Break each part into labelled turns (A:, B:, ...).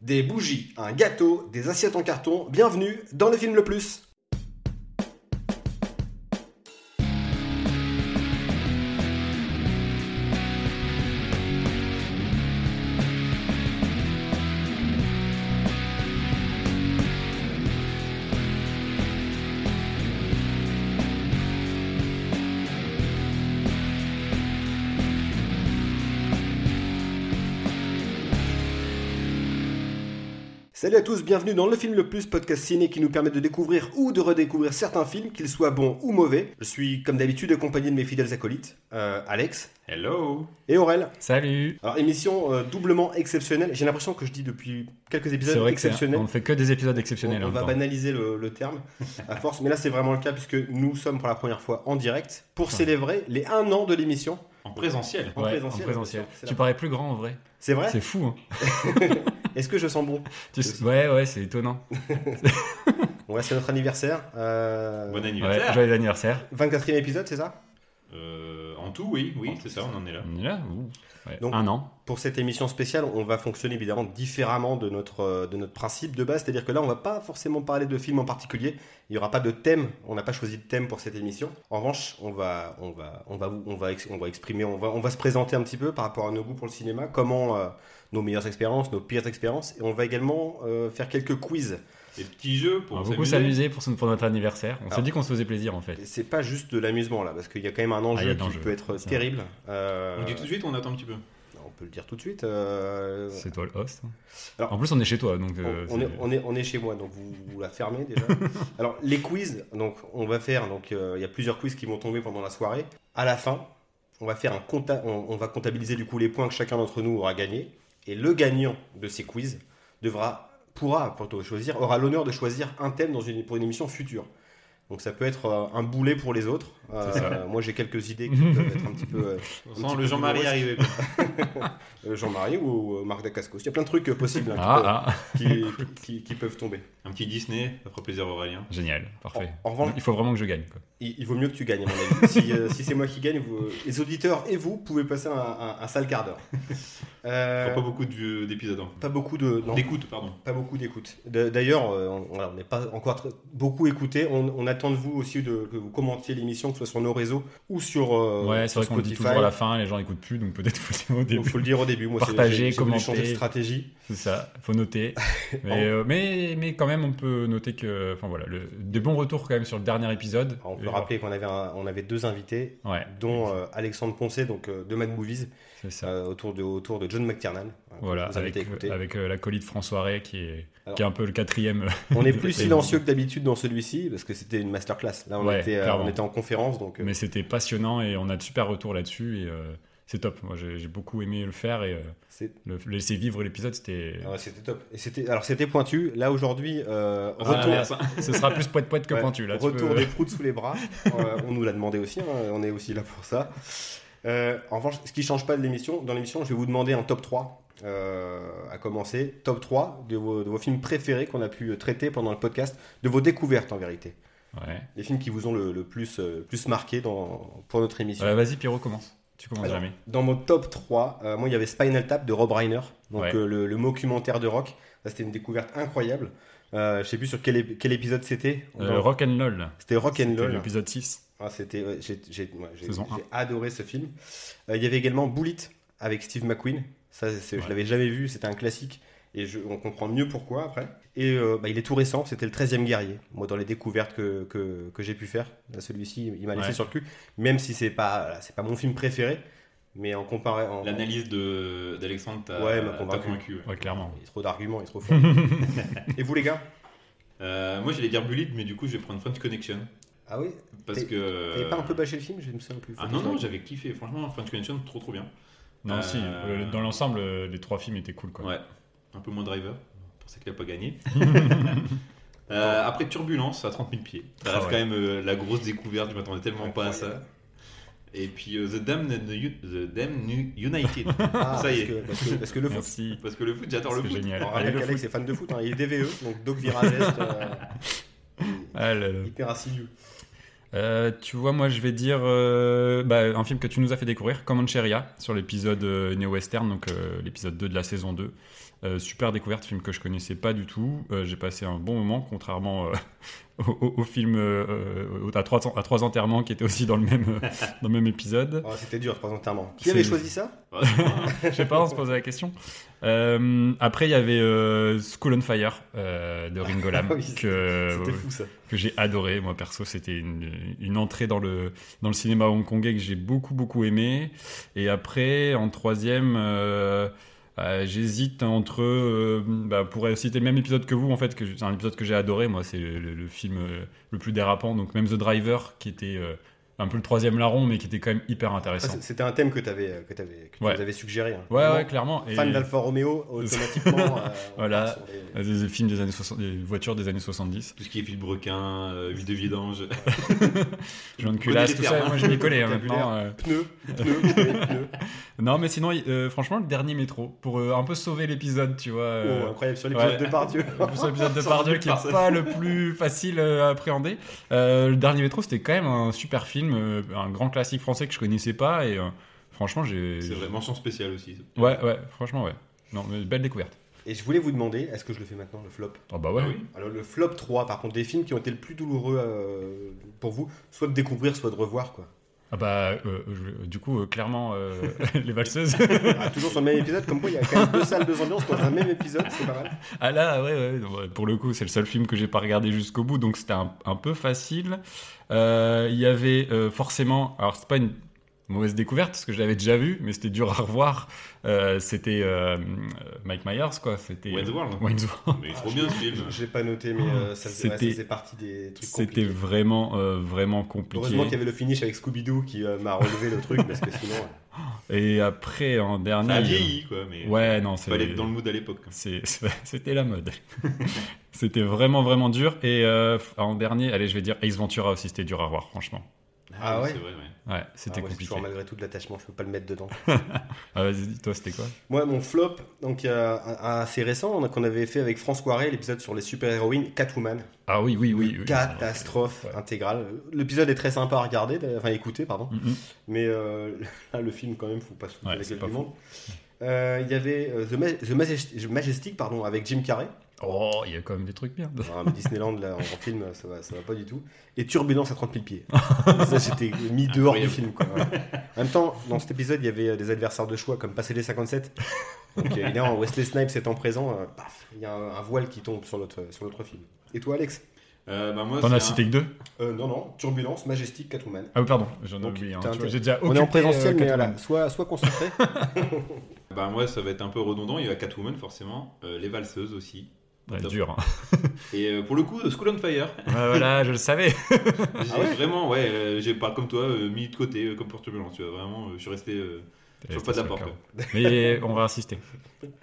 A: Des bougies, un gâteau, des assiettes en carton, bienvenue dans le film le plus. Salut à tous, bienvenue dans le film le plus podcast ciné qui nous permet de découvrir ou de redécouvrir certains films, qu'ils soient bons ou mauvais. Je suis comme d'habitude accompagné de mes fidèles acolytes, euh, Alex
B: Hello
A: et Aurel.
C: Salut
A: Alors émission euh, doublement exceptionnelle, j'ai l'impression que je dis depuis quelques épisodes
C: C'est vrai que c'est-
A: exceptionnelle.
C: on fait que des épisodes
A: On,
C: exceptionnels.
A: on
C: en
A: va
C: même temps.
A: banaliser le, le terme à force, mais là c'est vraiment le cas puisque nous sommes pour la première fois en direct pour célébrer les 1 an de l'émission.
B: En présentiel
A: en
C: Ouais,
A: présentiel,
C: en présentiel.
A: attention, c'est
C: Tu
A: la-
C: parais plus grand en vrai.
A: C'est vrai
C: C'est fou. hein.
A: Est-ce que je sens bon
C: Tu
A: C'est
C: sais- Ouais, ouais, c'est étonnant.
A: Bon là c'est notre anniversaire. euh,
B: Bon
C: Ouais,
B: anniversaire
C: joyeux anniversaire.
A: 24e épisode c'est ça
B: Euh, En tout, oui, oui, c'est ça, on en est là.
C: On est là ouh. Ouais,
A: Donc-
C: Un an.
A: Pour cette émission spéciale, on va fonctionner évidemment différemment de notre, euh, de notre principe de base, c'est-à-dire que là, on va pas forcément parler de films en particulier, il n'y aura pas de thème, on n'a pas choisi de thème pour cette émission. En revanche, on va, on va, on va, vous- on va, ex- on va exprimer, on va, on va se présenter un petit peu par rapport à nos goûts pour le cinéma, comment euh, nos meilleures expériences, nos pires expériences, et on va également euh, faire quelques quiz.
B: Des petits jeux pour
C: On va beaucoup s'amuser pour, son- pour notre anniversaire. On
A: Ah.
C: s'est dit qu'on se faisait plaisir en fait.
A: Et C'est pas juste de l'amusement là, parce qu'il y a quand même un
C: Ah, il y
A: enjeu
C: a de
A: qui
C: l'enjeu.
A: peut être
C: C'est
A: terrible. Euh,
B: On dit tout de suite, on attend un petit peu.
A: on peut le dire tout de suite. euh,
C: C'est toi le host. hein.
A: Alors-
C: en plus, on est chez toi, donc. euh,
A: on, on est,
C: c'est-
A: on est- on est chez moi, donc vous, vous la fermez déjà. Alors, les quiz, donc on va faire, donc euh, il y a plusieurs quiz qui vont tomber pendant la soirée. À la fin, on va faire un compta- on, on va comptabiliser du coup les points que chacun d'entre nous aura gagné. Et le gagnant de ces quiz devra, pourra plutôt choisir, aura l'honneur de choisir un thème dans une, pour une émission future. Donc ça peut être euh, un boulet pour les autres. Euh, moi j'ai quelques idées qui peuvent être un petit peu euh,
B: On
A: petit
B: sent
A: peu
B: le Jean-Marie
A: douloureux.
B: arriver. quoi.
A: euh, Jean-Marie ou euh, Marc Dacascos. Il y a plein de trucs euh, possibles hein, qui peuvent-
C: Ah, ah,
A: qui- qui- qui peuvent tomber.
B: Un petit Disney, ça fera plaisir à Aurélien.
C: génial, parfait.
A: En- en revanche-
C: Il faut vraiment que je gagne. quoi.
A: Il, il vaut mieux que tu gagnes, à mon avis. si euh, si c'est moi qui gagne, vous- les auditeurs et vous pouvez passer un, un- un sale quart d'heure.
B: On
A: Euh,
B: fera pas beaucoup de- d'épisodes. hein.
A: pas beaucoup de non,
B: D'écoute, pardon.
A: pas beaucoup d'écoute. D- D'ailleurs, euh, on voilà, on n'est pas encore très- beaucoup écouté. On, on attend de vous aussi de, que vous commentiez l'émission, que ce soit sur nos réseaux ou sur, euh,
C: ouais, c'est
A: sur
C: vrai qu'on le dit
A: Spotify.
C: toujours à la fin, les gens écoutent plus, donc peut-être faut le dire au
A: Il
C: début.
A: faut le dire au début. Moi, c'est-
C: Partagez,
A: j'ai- j'ai voulu
C: commentez.
A: changer de stratégie.
C: C'est ça, faut noter. Mais, euh, mais, mais quand même, on peut noter que. Enfin voilà, le, des bons retours quand même sur le dernier épisode.
A: Alors, Ah, on peut
C: Et
A: rappeler qu'on avait, un- on avait deux invités,
C: voilà. Ouais,
A: dont euh, Alexandre Poncet, donc euh, de Mad Movies,
C: c'est ça.
A: euh, autour, de, autour de John McTiernan.
C: voilà,
A: Vous avez
C: avec,
A: été écouté.
C: avec euh, l'acolyte François Ray qui est,
A: Alors-
C: qui est un peu le quatrième.
A: On est
C: de
A: plus
C: passer.
A: silencieux que d'habitude dans celui-ci parce que c'était une masterclass. Là, on,
C: Ouais,
A: était, euh,
C: clairement.
A: on était en conférence, donc euh,
C: mais c'était passionnant et on a de super retours là-dessus. Et euh, c'est top. Moi, j'ai j'ai beaucoup aimé le faire et euh,
A: c'est-
C: le, laisser vivre l'épisode, c'était.
A: ah ouais, c'était top. Et c'était, alors c'était pointu. Là aujourd'hui, euh,
B: Ah,
A: retour,
B: l'inverse, hein.
C: Ce sera plus poète poète que
A: ouais,
C: pointu. Là, tu
A: retour
C: peux-
A: des proutes sous les bras. Euh, on nous l'a demandé aussi. hein, on est aussi là pour ça. Euh, en revanche, ce qui change pas de l'émission, dans l'émission, je vais vous demander un top 3 euh, à commencer. Top 3 de vos, de vos films préférés qu'on a pu euh, traiter pendant le podcast, de vos découvertes en vérité.
C: euh, Ouais.
A: Les films qui vous ont le, le plus, euh, plus marqué dans, pour notre émission.
C: Voilà, Euh, Vas-y, Pierrot, commence. Tu commences
A: Alors,
C: jamais.
A: Dans mon top 3, euh, moi il y avait Spinal Tap de Rob Reiner, donc
C: Ouais.
A: euh, le, le mockumentaire de rock. Ça, c'était une découverte incroyable. Euh, je sais plus sur quel, ép- quel épisode c'était.
C: Euh,
A: Dans-
C: rock and LOL.
A: C'était Rock and
C: C'était
A: Roll.
C: L'épisode 6.
A: Ah, c'était, ouais, j'ai, j'ai- ouais, j'ai-
C: Saison
A: j'ai
C: un.
A: adoré ce film. Euh, il y avait également Bullet avec Steve McQueen. Ça, c'est- je
C: Ouais.
A: l'avais jamais vu. C'était un classique et je- on comprend mieux pourquoi après. Et euh, bah, il est tout récent. C'était le 13e guerrier. Moi, dans les découvertes que, que, que j'ai pu faire, là, celui-ci, il m'a laissé
C: Ouais.
A: sur le cul. Même si c'est pas, c'est pas mon film préféré, mais en comparé, en,
B: L'analyse de- d'Alexandre t'a
A: Ouais, bah, elle m'a
B: t'a
A: convaincu.
B: convaincu. ouais.
C: Ouais, clairement.
A: Il y a trop d'arguments, il est trop fort. et vous les gars
B: Euh, moi, j'allais dire Bullitt, mais du coup, je vais prendre French Connection.
A: Ah oui
B: Parce
A: T'es-
B: que.
A: Vous avez pas un peu bâché le film Je me souviens plus.
B: Euh, Ah non, non, j'avais kiffé. Franchement, French Connection, trop trop bien.
C: Non,
B: Euh,
C: si, euh, dans l'ensemble, euh, les trois films étaient cool. Quoi.
B: Ouais, un peu moins driver. Pour ça qu'il a pas gagné. Euh, après Turbulence à 30 000 pieds. Ça
C: Ah
B: reste
C: ouais.
B: quand même euh, la grosse découverte. Je m'attendais tellement pas à ça. Et puis euh, The Damned U- The Damned U- United.
A: Ah,
B: ça y est.
A: Parce que, parce que- parce que le foot.
C: Merci.
B: Parce que le foot, j'adore le
C: C'est
B: foot.
C: génial.
A: On
C: Allez,
A: rappelle
C: le
A: qu'Alex est fan de foot, hein, il est DVE, donc Doc Viragest, euh,
C: Ah là là.
A: hyper assidu.
C: Euh, tu vois, moi je vais dire euh, bah, un film que tu nous as fait découvrir, Comancheria, sur l'épisode euh, néo-western, donc euh, l'épisode 2 de la saison 2. Euh, super découverte, film que je connaissais pas du tout. Euh, J'ai passé un bon moment, contrairement euh, au, au- au film euh, euh, à, trois, à trois enterrements qui était aussi dans le même, euh, dans le même épisode.
A: Oh, C'était dur, trois enterrements. Qui
C: C'est-
A: avait choisi ça
B: Ouais, c'est pas-
C: Je sais pas, on se posait la question. Euh, après, il y avait euh, School on Fire euh, de Ringo Lam,
A: Ah oui,
C: que,
A: C'était fou ça.
C: que j'ai adoré. Moi, perso, c'était une, une entrée dans le, dans le cinéma hongkongais que j'ai beaucoup, beaucoup aimé. Et après, en troisième, euh, euh, j'hésite entre. euh, bah, pour citer le même épisode que vous, en fait, que j'ai- c'est un épisode que j'ai adoré. Moi, c'est le, le film euh, le plus dérapant. Donc, même The Driver, qui était euh, un peu le troisième larron, mais qui était quand même hyper
A: Ah,
C: intéressant.
A: c'est- C'était un thème que, t'avais- que, t'avais- que tu
C: Ouais.
A: nous avais suggéré. hein.
C: ouais, ouais,
A: Vraiment,
C: clairement. Et-
A: Fan d'Alfa Romeo, automatiquement. euh, on
C: Voilà.
A: part sur les-
C: Euh, Des, des films des années 60, des voitures des années 70.
B: Tout ce qui est fil brequin, euh, huile de vidange.
C: Jean
B: Connais les
C: de culasse, tout
B: termes,
C: ça,
B: hein.
C: moi je m'y connais hein,
A: Vocabulaire.
C: maintenant. euh.
A: Pneus, pneus, pneus, pneus.
C: Non, mais sinon, euh, franchement, le dernier métro, pour euh, un peu sauver l'épisode, tu vois. euh,
A: Oh, incroyable, sur l'épisode
C: ouais.
A: de Pardieu.
C: En plus, l'épisode de Pardieu qui
B: Personne.
C: est pas le plus facile euh, à appréhender. Euh, le dernier métro, c'était quand même un super film, euh, un grand classique français que je connaissais pas. Et euh, franchement, j'ai.
B: C'est vraiment mention spéciale aussi.
C: Ouais, ouais, franchement, ouais. Non, mais belle découverte.
A: Et je voulais vous demander, est-ce que je le fais maintenant, le flop
C: Ah bah
B: Ah
C: ouais.
B: oui.
A: Alors, le flop 3, par contre, des films qui ont été le plus douloureux euh, pour vous, soit de découvrir, soit de revoir, quoi.
C: Ah bah, euh, je- du coup, euh, clairement, euh, les valseuses.
A: Ah, toujours sur le même épisode, comme quoi il y a quand même deux salles, deux ambiances dans un même épisode, c'est pas mal.
C: Ah là, ouais, ouais, non, ouais, pour le coup, c'est le seul film que j'ai pas regardé jusqu'au bout, donc c'était un, un peu facile. Euh, Il y avait euh, forcément, alors c'est pas une mauvaise découverte parce que je l'avais déjà vu, mais c'était dur à revoir. Euh, c'était euh, euh, Mike Myers, quoi. C'était
B: Wayne's World.
C: euh, Wayne's World.
B: Mais il est trop bien ce film.
A: Je l'ai pas noté, mais euh, ça, faisait, ouais, ça
C: C'était-
A: faisait partie des trucs
C: C'était
A: compliqués.
C: vraiment, euh, vraiment
A: Heureusement qu'il y
C: compliqué.
A: avait le finish avec Scooby-Doo qui euh, m'a relevé le truc, parce que sinon. euh,
C: Et après, en dernier. euh,
B: Ça a vieilli quoi, mais
C: Ah, Ouais, non,
B: fallait
C: c'est.
B: être dans le mood à l'époque.
C: C'est- C'était la mode. c'était vraiment, vraiment dur. Et euh, en dernier, allez, je vais dire Ace Ventura aussi, c'était dur à voir, franchement.
A: Ah ouais
B: C'est vrai, ouais.
C: Ouais, c'était
A: ah ouais, c'est
C: compliqué.
A: toujours malgré tout de l'attachement, je peux pas le mettre dedans.
C: Ah vas-y, dis toi, c'était quoi
A: Moi, mon flop, donc euh, assez récent, on a- qu'on avait fait avec François Ray, l'épisode sur les super-héroïnes, Catwoman.
C: Ah oui, oui, oui. oui.
A: Catastrophe
C: Ouais.
A: intégrale. L'épisode est très sympa à regarder, d'ailleurs, enfin écouter, pardon.
C: Mhm.
A: Mais euh, là, le film, quand même, faut pas se foutre
C: Ouais,
A: de la
C: c'est
A: gueule
C: pas
A: du
C: fou.
A: monde. Euh, Il y avait euh, The, Ma- The Majest- The Majestic pardon, avec Jim Carrey.
C: Oh, il y a quand même des trucs bien.
A: Ah, mais Disneyland, là, en film, ça va, ça va pas du tout. Et Turbulence à 30 000 pieds. ça, j'étais mis dehors du
B: Incroyable.
A: film. Quoi. Voilà. En même temps, dans cet épisode, il y avait euh, des adversaires de choix comme Passer les 57. Donc, euh, là, en Wesley Snipes étant présent, euh, paf, il y a un, un voile qui tombe sur l'autre sur l'autre film. Et toi, Alex
B: Euh, bah, moi,
C: T'en
B: c'est
C: as
B: un-
C: cité que deux
A: Euh, Non, non, Turbulence, Majestic, Catwoman.
C: Ah oui, pardon, j'en ai
A: Donc,
C: oublié. hein.
A: t'as
C: Tu vois,
A: un-
C: J'ai déjà
A: On est en
C: occupé,
A: présentiel,
C: euh,
A: mais
C: 80.
A: voilà, soit, soit concentré.
B: Bah moi ça va être un peu redondant, il y a Catwoman forcément, euh, les valseuses aussi.
C: Ouais,
B: Top.
C: dur. hein.
B: Et euh, pour le coup, School on Fire,
C: Ouais, voilà, je le savais.
B: j'ai vraiment, ouais, euh, j'ai pas comme toi euh, mis de côté euh, comme pour Turbulence, tu vois, vraiment, euh, je suis resté euh, sur le pas de la porte. quoi.
C: Mais on va insister.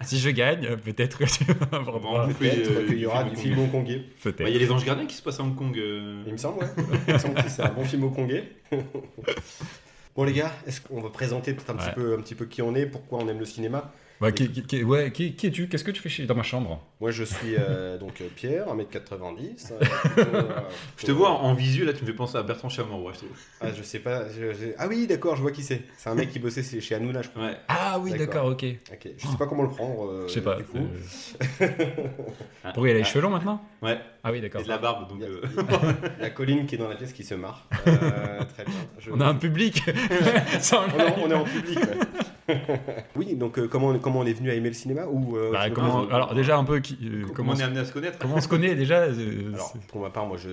C: Si je gagne, euh, peut-être que tu vas avoir
B: Bon,
C: droit.
B: on fait,
A: Peut-être
B: euh,
A: qu'il y aura du film hongkongais.
B: Bah, Il
C: Peut-être.
B: y a les anges gardiens qui se passent à Hong Kong. euh,
A: Il me semble, ouais. Il me semble que c'est un bon film hongkongais. bon, les gars, est-ce qu'on va présenter peut-être un, petit
C: Ouais.
A: peu, un petit peu qui on est, pourquoi on aime le cinéma
C: Ouais, Bah, qui, qui- qui- ouais, qui- qui es-tu Qu'est-ce que tu fais chez... dans ma chambre
A: Moi, je suis euh, donc euh, Pierre, 1m90. euh, plutôt, euh,
B: Je te vois
C: hein.
B: en visu, là tu me fais penser à Bertrand Chamorrois, je trouve.
A: Ah, je sais pas. je- je- Ah oui, d'accord, je vois qui c'est. C'est un mec qui bossait chez chez Hanouna, je crois.
B: Ouais.
C: Ah oui,
A: D'accord. Euh,
C: d'accord, ok.
A: Ok, Je sais pas comment le prendre. euh,
C: Je sais pas.
A: du coup.
C: euh, Pour il a les cheveux longs maintenant
B: Ouais,
C: Ah oui,
B: et
C: d'accord.
B: de la barbe, donc...
A: Il y a-
B: euh,
A: Il y a Colline qui est dans la pièce qui se marre. Euh, très bien. Je-
C: On a un public. Sans
A: On est en- on est en public. ouais. oui, donc euh, comment, on- comment on est venu à aimer le cinéma ou euh,
C: Bah,
A: je-
C: comment...
B: euh,
C: Alors déjà un peu, qui, euh,
B: Comment
C: comment,
B: on est amené à se connaître hein.
C: comment on se connaît déjà euh,
A: Alors,
C: c'est-
A: pour ma part, moi, je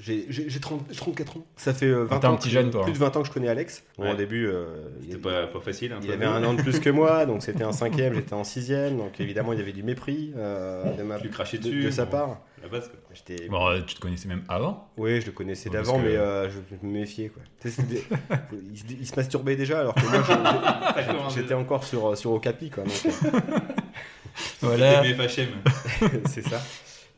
A: j'ai j'ai- j'ai 30 j'ai 34 ans. Ça fait euh, 20
C: T'es un
A: ans,
C: petit
A: que-
C: jeune, toi,
A: plus
C: hein.
A: de 20 ans que je connais Alex. Bon,
B: Ouais.
A: Au début, euh, il,
B: C'était pas, pas facile. hein,
A: il
B: toi.
A: avait un an de plus que moi, donc c'était un cinquième, j'étais en sixième, donc évidemment, il y avait du mépris euh, de, ma-
B: Tu lui crachais
A: de-
B: dessus.
A: de sa
B: bon,
A: part.
B: à La base, quoi.
A: J'étais
C: Bon, euh, tu te connaissais même avant
A: Oui, je le connaissais
C: Ouais, parce
A: d'avant,
C: que-
A: mais euh, je je me méfiais. Quoi. Tu sais, c'était- il, se- il se masturbait déjà, alors que moi, je-
B: Ça commence
A: j'étais encore sur, euh, sur Okapi. Quoi, donc, euh,
C: Voilà.
B: T'aimais FHM.
A: c'est ça.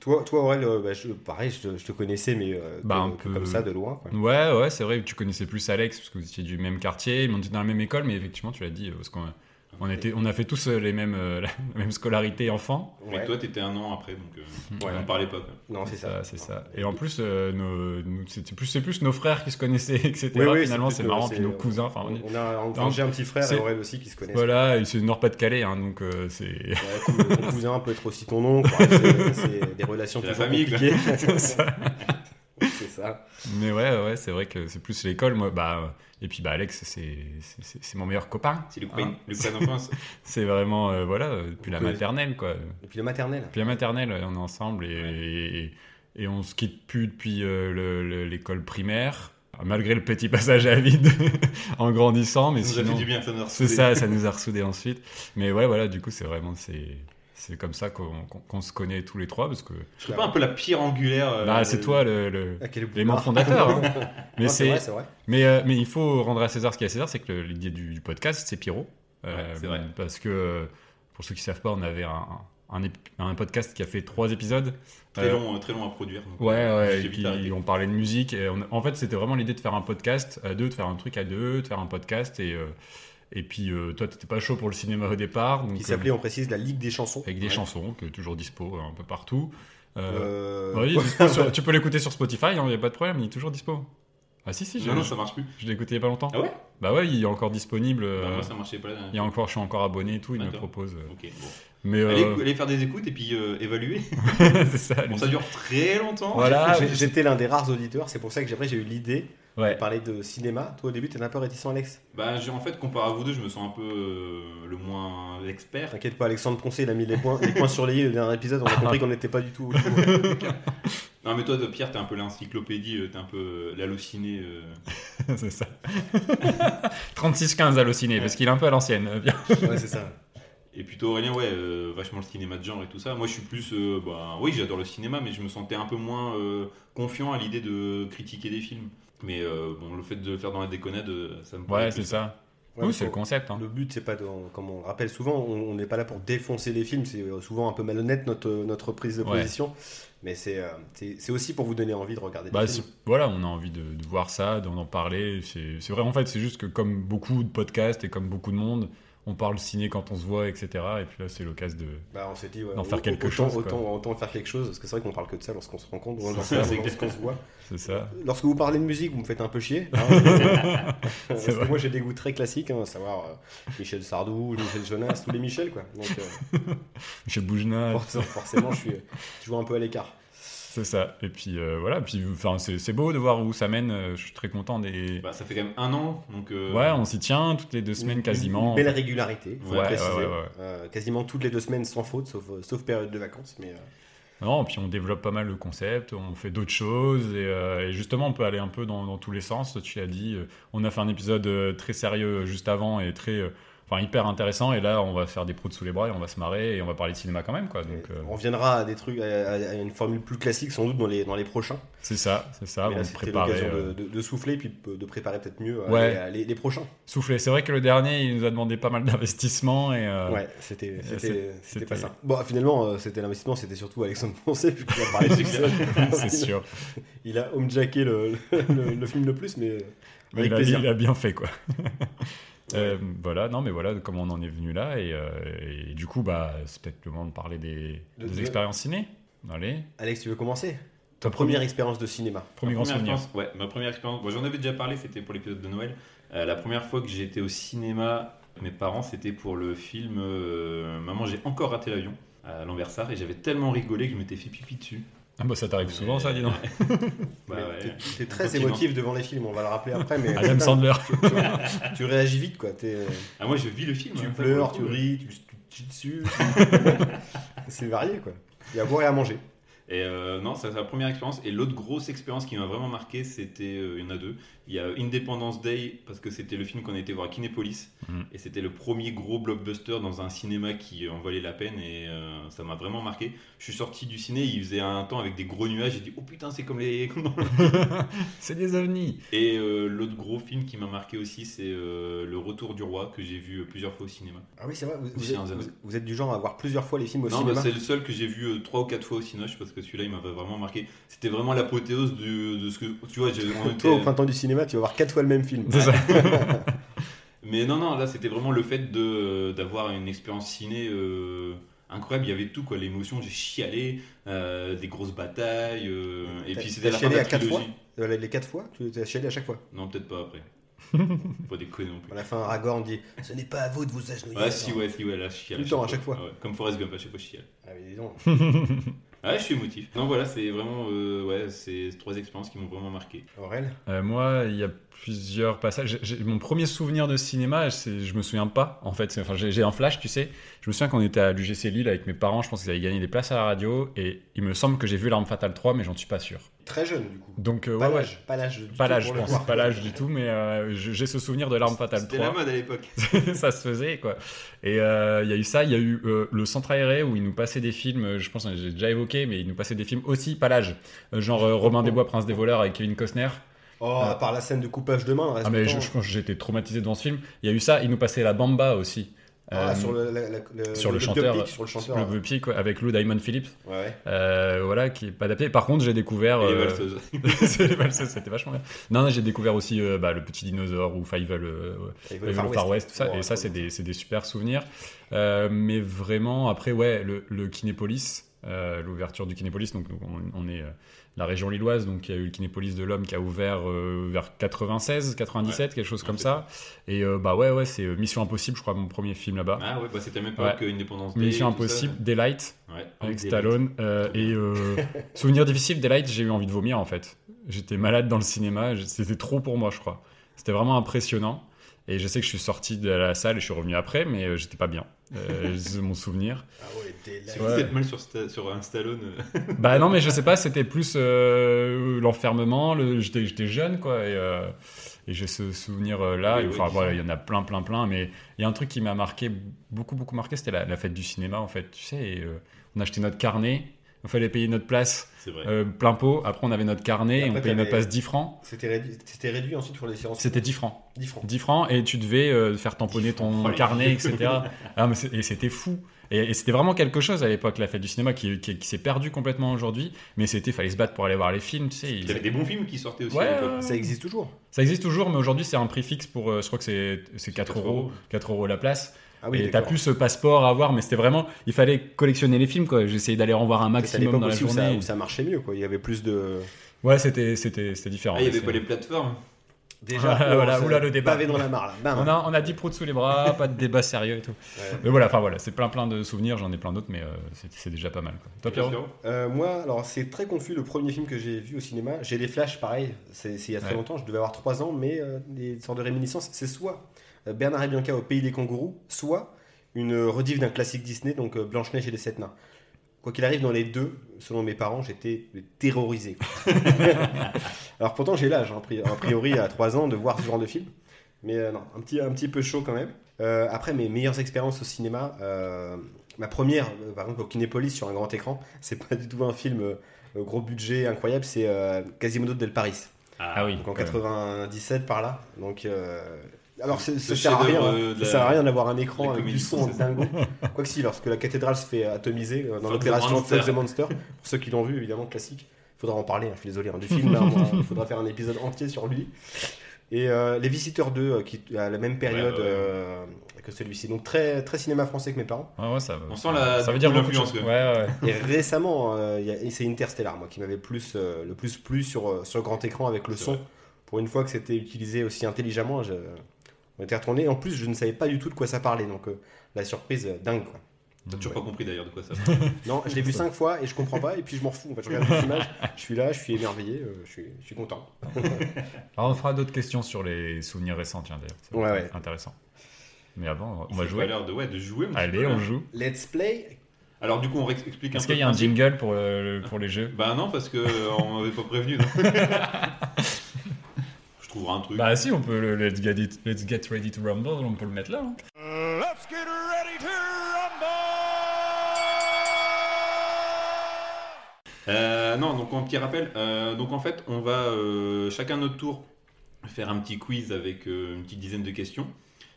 A: Toi, toi Aurel, euh, bah, je- pareil, je, te- je te connaissais, mais euh,
C: Bah,
A: de-
C: un peu-
A: comme ça, de loin. Quoi.
C: Ouais, ouais, c'est vrai, tu connaissais plus Alex parce que vous étiez du même quartier, ils m'ont dit dans la même école, mais effectivement, tu l'as dit, euh, parce qu'on On, était, on a fait tous euh, les mêmes, euh, la même scolarité enfant.
B: Mais
A: Ouais.
B: toi, t'étais un an après, donc euh,
A: Ouais.
B: on en parlait pas. quoi.
A: Non, c'est
C: C'est
A: ça.
C: ça, c'est ça. Et en plus, euh, nos- nous- c'était plus, c'est plus nos frères qui se connaissaient, etc.
A: Oui, oui,
C: Finalement,
A: c'est
C: c'est
A: plutôt-
C: marrant.
A: c'est- euh,
C: Puis nos cousins. Enfin, on est-
A: On a, enfin,
C: Non,
A: j'ai un petit frère et
C: c'est-
A: Aurel aussi qui se connaissent.
C: Voilà, et c'est le Nord-Pas-de-Calais, hein, donc euh, c'est.
A: Ouais, cool. Ton cousin peut être aussi ton oncle. Ouais, c'est- C'est des relations
B: C'est la
A: toujours
B: famille, quoi.
A: compliquées.
C: C'est ça.
A: C'est ça.
C: Mais ouais, ouais, c'est vrai que c'est plus l'école, moi. Bah, et puis, bah, Alex, c'est- c'est c'est- c'est mon meilleur copain.
B: C'est le coin
C: Hein
B: le coin d'enfance.
C: C'est vraiment, euh, voilà, euh, depuis la
A: Vous connaissez-
C: maternelle, quoi.
A: Depuis la maternelle.
C: Depuis la maternelle, euh, on est ensemble et, et, et on se quitte plus depuis euh, le- le- l'école primaire, malgré le petit passage à vide en grandissant. Mais
B: Ça nous a
C: sinon-
B: fait du bien, ça nous a
C: C'est
B: ressoudé.
C: ça, ça nous a ressoudés ensuite. Mais ouais, voilà, du coup, c'est vraiment c'est c'est comme ça qu'on qu'on- qu'on se connaît tous les trois parce que
B: Je serais pas un peu la pierre angulaire. euh,
C: bah, c'est toi le, le-
A: À Ah, quel
C: l'élément fondateur. hein. Mais
A: Non,
C: c'est
A: c'est vrai, c'est vrai.
C: mais euh, mais il faut rendre à César ce qu'il y a à César, c'est que le- l'idée du, du podcast c'est Pierrot Euh,
B: Ouais, c'est vrai.
C: parce que euh, pour ceux qui savent pas, on avait un un, ép- un podcast qui a fait trois épisodes.
B: Très
C: Euh,
B: long, euh, très long à produire. donc,
C: Ouais,
B: euh,
C: ouais,
B: j'ai
C: et
B: vite
C: puis
B: arrêté.
C: on parlait de musique. et on- en fait, c'était vraiment l'idée de faire un podcast à deux, de faire un truc à deux, de faire un podcast. Et, euh, et puis, euh, toi, t'étais pas chaud pour le cinéma au départ. Donc,
A: Qui
C: euh,
A: s'appelait, on précise, la Ligue des chansons.
C: avec des
B: Ouais.
C: chansons que toujours dispo euh, un peu partout. Euh,
A: Euh,
C: oui,
A: ouais.
C: dispo sur- tu peux l'écouter sur Spotify, il n'y a pas de problème, il est toujours dispo. Ah si si, je,
B: Non, non, ça marche plus.
C: je l'ai écouté il n'y a pas longtemps.
B: Ah ouais
C: Bah ouais, il est encore disponible. euh,
B: Bah, moi, ça marchait pas la
C: il y
B: dernière
C: a encore, je suis encore abonné et tout, il me
B: D'accord.
C: propose. euh,
B: fois. Ok, bon.
C: Mais
B: Allez,
C: euh,
B: écou- allez faire des écoutes et puis euh, évaluer.
C: c'est ça.
B: Bon,
C: lui.
B: ça dure très longtemps.
C: Voilà.
A: J'ai- J'étais l'un des rares auditeurs, c'est pour ça que après j'ai eu l'idée de
C: Ouais.
A: parler de cinéma. Toi au début, t'es un peu réticent, Alex.
B: Bah, j'ai- en fait, comparé à vous deux, je me sens un peu euh, le moins expert.
A: T'inquiète pas, Alexandre Poncé, il a mis les points, les points sur les i le dernier épisode. On a compris qu'on n'était pas du tout. au niveau.
B: Non, mais toi, de- Pierre, t'es un peu l'encyclopédie, euh, t'es un peu euh, l'halluciné. euh.
C: c'est ça. 36-15 halluciné, parce qu'il est un peu à l'ancienne. euh, bien.
A: Ouais, c'est ça.
B: Et puis toi, Aurélien, ouais, euh, vachement le cinéma de genre et tout ça. Moi, je suis plus. euh, bah, oui, j'adore le cinéma, mais je me sentais un peu moins euh, confiant à l'idée de critiquer des films. Mais euh, bon, le fait de le faire dans la déconnade, euh, ça me plaît
C: Ouais,
B: plus.
C: c'est ça.
A: Ouais,
C: oui, c'est le
A: faut-
C: concept. hein.
A: Le but, c'est pas de. Comme on le rappelle souvent, on on n'est pas là pour défoncer les films. C'est euh, souvent un peu malhonnête notre, euh, notre prise de
C: Ouais.
A: position. Mais c'est euh, c'est c'est aussi pour vous donner envie de regarder des
C: Bah,
A: films.
C: c'est- voilà, on a envie de, de voir ça, d'en en parler. C'est c'est vrai, en fait, c'est juste que comme beaucoup de podcasts et comme beaucoup de monde, on parle ciné quand on se voit, etc. Et puis là, c'est l'occasion de.
A: Bah, on s'est dit, ouais,
C: D'en
A: au-
C: faire quelque
A: autant,
C: chose, quoi.
A: Autant, autant faire quelque chose. Parce que c'est vrai qu'on parle que de ça lorsqu'on se rencontre, ou
B: C'est
A: lorsqu'on
B: ça,
A: lorsqu'on se voit.
C: C'est ça.
A: Lorsque vous parlez de musique, vous me faites un peu chier. hein. Parce que
C: vrai.
A: moi, j'ai des goûts très classiques, hein, à savoir euh, Michel Sardou, Michel Jonas, tous les Michel, quoi. Donc, euh,
C: Chez Boujna,
A: forc- forcément, je suis euh, toujours un peu à l'écart.
C: c'est ça. Et puis euh, voilà, puis enfin, c'est c'est beau de voir où ça mène. euh, Je suis très content des.
B: Bah, ça fait quand même un an, donc. euh,
C: ouais, on s'y tient toutes les deux
A: Une-
C: semaines
A: une-
C: quasiment.
A: Une belle régularité, faut
B: Ouais,
A: le
B: ouais,
A: préciser.
C: ouais, ouais.
A: Euh, quasiment toutes les deux semaines sans faute, sauf, euh, sauf période de vacances. Mais, euh,
C: Non, puis on développe pas mal le concept, on fait d'autres choses, et, euh, et justement on peut aller un peu dans, dans tous les sens, tu l'as dit, euh, on a fait un épisode euh, très sérieux juste avant et très, euh, enfin hyper intéressant, et là on va faire des proutes sous les bras et on va se marrer et on va parler de cinéma quand même, quoi. Donc euh,
A: on reviendra à des trucs, à, à- à une formule plus classique sans doute dans les, dans les prochains.
C: c'est ça, c'est ça,
A: mais
C: on
A: là,
C: se
A: c'était
C: préparait.
A: l'occasion
C: euh,
A: de, de- de souffler puis de de préparer peut-être mieux euh,
C: Ouais.
A: les- les, les prochains.
C: Souffler, c'est vrai que le dernier il nous a demandé pas mal d'investissement et euh,
A: Ouais, c'était c'était-
C: c'est-
A: c'était
C: c'était-
A: pas ça. Bon, finalement, euh, c'était l'investissement, c'était surtout Alexandre Poncet, vu qu'il a parlé
B: C'est
A: tout
B: clair.
A: seul.
C: c'est sûr.
A: Il a homejacké le, le, le- le film le plus, mais
C: Mais
A: Avec
C: il, a,
A: plaisir.
C: il a bien fait quoi. Euh, voilà, non mais voilà comment on en est venu là et, euh, et du coup bah c'est peut-être le moment de parler des,
A: De-
C: des
A: de-
C: expériences ciné. Allez,
A: Alex, tu veux commencer
C: ta
A: Première expérience de cinéma.
C: premier
B: Ma
C: grand
B: première
C: souvenir.
B: expérience- ouais, ma première expérience. Bon, j'en avais déjà parlé, c'était pour l'épisode de Noël. Euh, la première fois que j'ai été au cinéma, mes parents, c'était pour le film euh, Maman, j'ai encore raté l'avion à l'Anversard et j'avais tellement rigolé que je m'étais fait pipi dessus.
C: Ah bah ça t'arrive souvent ça dis donc.
B: Bah
A: Mais
B: ouais.
A: t'es- T'es très
B: continue.
A: émotif devant les films, on va le rappeler après, mais
C: Adam
A: putain,
C: Sandler.
A: tu, tu- tu réagis vite, quoi. t'es- euh,
B: Ah, moi je vis le film.
A: tu
B: hein, ça,
A: pleures,
B: pour
A: tu
B: le coup.
A: ris, tu, tu te chies dessus. C'est varié, quoi. Il y a à boire et à manger.
B: Et euh, non, ça, c'est la première expérience. Et l'autre grosse expérience qui m'a vraiment marqué, c'était. euh, il y en a deux. Il y a Independence Day, parce que c'était le film qu'on a été voir à Kinépolis.
A: Mm.
C: Mhm.
B: Et c'était le premier gros blockbuster dans un cinéma qui en valait la peine. Et euh, ça m'a vraiment marqué. Je suis sorti du ciné, il faisait un temps avec des gros nuages. J'ai dit, oh putain, c'est comme les. comme dans le-
C: c'est des ovnis.
B: et euh, l'autre gros film qui m'a marqué aussi, c'est euh, Le Retour du Roi, que j'ai vu euh, plusieurs fois au cinéma.
A: Ah oui, c'est vrai, vous, vous
B: Chien
A: êtes,
B: Zano.
A: vous- vous êtes du genre à voir plusieurs fois les films au
B: Non, bah,
A: cinéma.
B: c'est le seul que j'ai vu euh, trois ou quatre fois au Cinoche parce que celui-là il m'avait vraiment marqué. C'était vraiment l'apothéose du- de ce que tu vois. j'ai- on
A: Toi, au
B: était-
A: printemps du cinéma, tu vas voir quatre fois le même film.
C: C'est ça.
B: Mais Mais non, non, là c'était vraiment le fait de- euh, d'avoir une expérience ciné euh, incroyable. Il y avait tout, quoi. L'émotion, j'ai chialé, euh, des grosses batailles. euh, et
A: T'as-
B: puis c'était
A: t'as
B: la fin de
A: chialé
B: la
A: à quatre
B: trilogie.
A: Euh, les- Les quatre fois, tu t'es chialé à chaque fois.
B: Non, peut-être pas après. pas déconner non plus.
A: À la fin, Aragorn dit Ce n'est pas à vous de vous agenouiller.
B: Ouais, si, ouais, si, ouais, là je chiale.
A: Tout le temps, à chaque fois.
B: Ah ouais, Comme Forrest Gump, à chaque fois je chiale.
A: Ah, mais dis donc.
B: Ah, je suis émotif. Non, voilà, c'est vraiment euh, ouais, ces trois expériences qui m'ont vraiment marqué.
A: Aurel
C: Euh, moi, il y a plusieurs passages. J'ai- j'ai- Mon premier souvenir de cinéma, c'est- je me souviens pas. En fait, C'est- enfin, j'ai j'ai un flash, tu sais. Je me souviens qu'on était à l'UGC Lille avec mes parents. Je pense qu'ils avaient gagné des places à la radio. Et il me semble que j'ai vu L'Arme Fatale 3, mais j'en suis pas sûr.
A: Très jeune, du coup.
C: Donc, euh,
A: pas
C: ouais, ouais.
A: l'âge. Pas l'âge, du
C: Pas
A: tout
C: l'âge, je
A: pour le
C: pense.
A: voir.
C: Pas l'âge du tout, mais euh, je- j'ai ce souvenir de L'Arme Fatale 3.
B: C'était la mode à l'époque.
C: ça se faisait quoi. Et euh, il y a eu ça, il y a eu euh, le centre aéré où ils nous passaient des films, euh, je pense que j'ai déjà évoqué, mais ils nous passaient des films aussi pas l'âge, Euh, genre euh, Romain Desbois, Prince des voleurs avec Kevin Costner.
A: Oh, à part la scène de coupage de main, le reste
C: Ah mais
A: du
C: je,
A: temps-
C: je pense que j'étais traumatisé devant ce film. Il y a eu ça, ils nous passaient La Bamba aussi.
A: Ah,
C: Euh,
A: sur le, la- la- le-
C: sur le
A: le
C: chanteur,
A: biopic, sur le chanteur. hein.
C: le biopic, quoi, avec Lou Diamond Phillips,
A: ouais, ouais.
C: Euh, voilà, qui est pas adapté. Par contre, j'ai découvert.
B: Et les
C: euh,
B: valseuses.
C: c'est les valseuses, c'était vachement bien. Non, non j'ai découvert aussi euh, bah, le petit dinosaure ou Five euh,
A: Il veut
C: le Far, West, tout ça.
A: Oh,
C: et ça,
A: trop
C: c'est
A: bien.
C: des, c'est des super souvenirs. Euh, mais vraiment, après, ouais, le, le Kinépolis, euh, l'ouverture du Kinépolis, donc donc, on, on est euh, la région lilloise, donc il y a eu le Kinépolis de l'Homme qui a ouvert euh, vers 96, 97, quelque chose
B: Ouais,
C: comme
B: c'est
C: ça. Et euh, bah ouais, ouais, c'est euh, Mission Impossible, je crois, mon premier film là-bas.
B: Ah ouais, bah c'était même pas
C: Ouais.
B: que Indépendance Day.
C: Mission
B: et tout ça.
C: Impossible, Daylight
B: Ouais.
C: avec
B: Des-
C: Stallone euh,
B: Trop bien.
C: et euh, souvenir difficile. Daylight, j'ai eu envie de vomir en fait. J'étais malade dans le cinéma, j- c'était trop pour moi, je crois. C'était vraiment impressionnant. Et je sais que je suis sorti de la salle et je suis revenu après, mais euh, j'étais pas bien. Euh, c'est mon souvenir.
A: Ah ouais, t'es là.
B: Si
C: Ouais.
B: vous êtes mal sur, Sta- sur un Stallone, euh,
C: Bah non, mais je sais pas, c'était plus euh, l'enfermement. le- J'étais j'étais jeune, quoi. Et, euh, et j'ai ce souvenir euh, là.
B: Oui,
C: Et,
B: oui,
C: enfin,
B: disons.
C: voilà, il y en a plein, plein, plein. Mais il y a un truc qui m'a marqué, beaucoup, beaucoup marqué, c'était la, la fête du cinéma, en fait. Tu sais, et, euh, on achetait notre carnet, on fallait payer notre place.
B: c'est vrai.
C: Euh, plein pot. Après, on avait notre carnet
A: Et
C: et, on
A: après,
C: payait notre
A: t'avais-
C: passe 10 francs.
A: C'était réduit, c'était réduit ensuite pour les séances.
C: C'était 10 francs.
A: 10 francs.
C: 10 francs et tu devais euh, faire tamponner
B: 10 francs,
C: ton
B: oh, les
C: carnet,
B: vieux.
C: etc. Ah, mais c'est- et c'était fou. Et, et c'était vraiment quelque chose à l'époque, la fête du cinéma, qui, qui- qui s'est perdue complètement aujourd'hui. Mais c'était, fallait se battre pour aller voir les films, tu sais.
B: Il
C: Ils-
B: y avait des bons films qui sortaient aussi
C: Ouais,
B: à l'époque.
C: ouais,
A: Ça existe toujours.
C: Ça existe toujours, mais aujourd'hui, c'est un prix fixe pour, euh, je crois que c'est c'est 4
B: 4
C: euros, 4 euros la place.
A: Ah oui,
C: et t'as
A: d'accord.
C: plus ce passeport à avoir, mais c'était vraiment, il fallait collectionner les films, quoi. J'essayais d'aller en voir un
A: C'était à
C: maximum
A: l'époque
C: dans la
A: aussi où ça,
C: journée.
A: où ça marchait mieux, quoi. Il y avait plus de.
C: Ouais, c'était c'était- c'était différent.
B: Ah, il n'y avait
C: C'est-
B: pas les plateformes.
A: Déjà,
C: Voilà,
A: oh,
C: voilà,
A: ça-
C: oula, le débat.
A: Pavé dans la mare, là. Bam.
C: On a, on a 10 proutes sous les bras, pas de débat sérieux et tout.
A: Ouais.
C: Mais voilà, enfin voilà, c'est plein plein de souvenirs, j'en ai plein d'autres, mais euh, c'est c'est déjà pas mal. Quoi. Toi, Pierrot
A: Euh, moi, alors c'est très confus le premier film que j'ai vu au cinéma. J'ai des flashs, pareil, c'est c'est il y a très
C: Ouais.
A: longtemps, je devais avoir 3 ans, mais euh, des sortes de réminiscences. C'est soit euh, Bernard et Bianca au pays des kangourous, soit une euh, rediff d'un classique Disney, donc euh, Blanche-Neige et les Sept Nains. Quoi qu'il arrive, dans les deux, selon mes parents, j'étais terrorisé. alors pourtant, j'ai l'âge, hein, a pri- a priori, à 3 ans, de voir ce genre de film. Mais euh, non, un petit, un petit peu chaud quand même. Euh, après, mes meilleures expériences au cinéma, euh, ma première, euh, par exemple, au Kinépolis sur un grand écran, c'est pas du tout un film euh, gros budget incroyable, c'est euh, Quasimodo del Paris.
C: Ah oui.
A: Donc en
C: quand même.
A: 97 par là. Donc euh, alors c'est- ça
B: Le
A: sert à rien,
B: chef-d'œuvre,
A: hein.
B: euh,
A: ça
B: de la-
A: sert à rien d'avoir un
B: de
A: écran
B: la
A: avec du
B: comédie
A: son en
B: française.
A: dingo. Quoique si, lorsque la cathédrale se fait atomiser euh, dans
B: Fuck the
A: l'opération
B: Monster.
A: Fuck the Monster, pour ceux qui l'ont vu évidemment classique, faudra en parler. hein, je suis désolé hein, du film, là, moi, il faudra faire un épisode entier sur lui. Et euh, les visiteurs 2 euh, qui à la même période
B: Ouais, ouais, ouais.
A: euh, que celui-ci, donc très très cinéma français que mes parents.
C: Ouais, ouais, ça,
B: On sent la-
C: ça veut dire
B: beaucoup
C: beaucoup de
B: l'influence,
C: choses.
B: quand
C: Ouais, ouais.
A: Et récemment, euh, il y a- c'est Interstellar, moi, qui m'avait plus, euh, le plus plu sur, euh, sur grand écran avec le
B: C'est
A: son.
B: vrai.
A: Pour une fois que c'était utilisé aussi intelligemment, je- on était retourné. En plus, je ne savais pas du tout de quoi ça parlait, donc euh, la surprise, euh, dingue. Quoi.
B: T'as toujours pas compris d'ailleurs de quoi ça
A: Non, je l'ai vu cinq fois et je comprends pas, et puis je m'en fous. En fait, je regarde les images, je suis là, je suis émerveillé, euh, je, suis, je suis content.
C: Alors, on fera d'autres questions sur les souvenirs récents, tiens d'ailleurs. C'est
A: Ouais, ouais.
C: Intéressant. Mais avant, on
B: Faut
C: va
B: pas
C: jouer.
B: l'heure de, ouais, de jouer. un petit
C: Allez,
B: peu, là.
C: on joue.
A: Let's play.
B: Alors, du coup, on réexplique un
C: Est-ce
B: peu.
C: qu'il y a un jingle pour, euh, pour les jeux
B: Bah non, parce que euh, on m'avait pas prévenu. non. Je trouverai un truc.
C: Bah si, on peut le let's get, it- let's get ready to rumble, on peut le mettre là. hein.
D: Let's get ready to rumble!
B: Euh, non, donc un petit rappel. Euh, donc en fait, on va euh, chacun notre tour faire un petit quiz avec euh, une petite dizaine de questions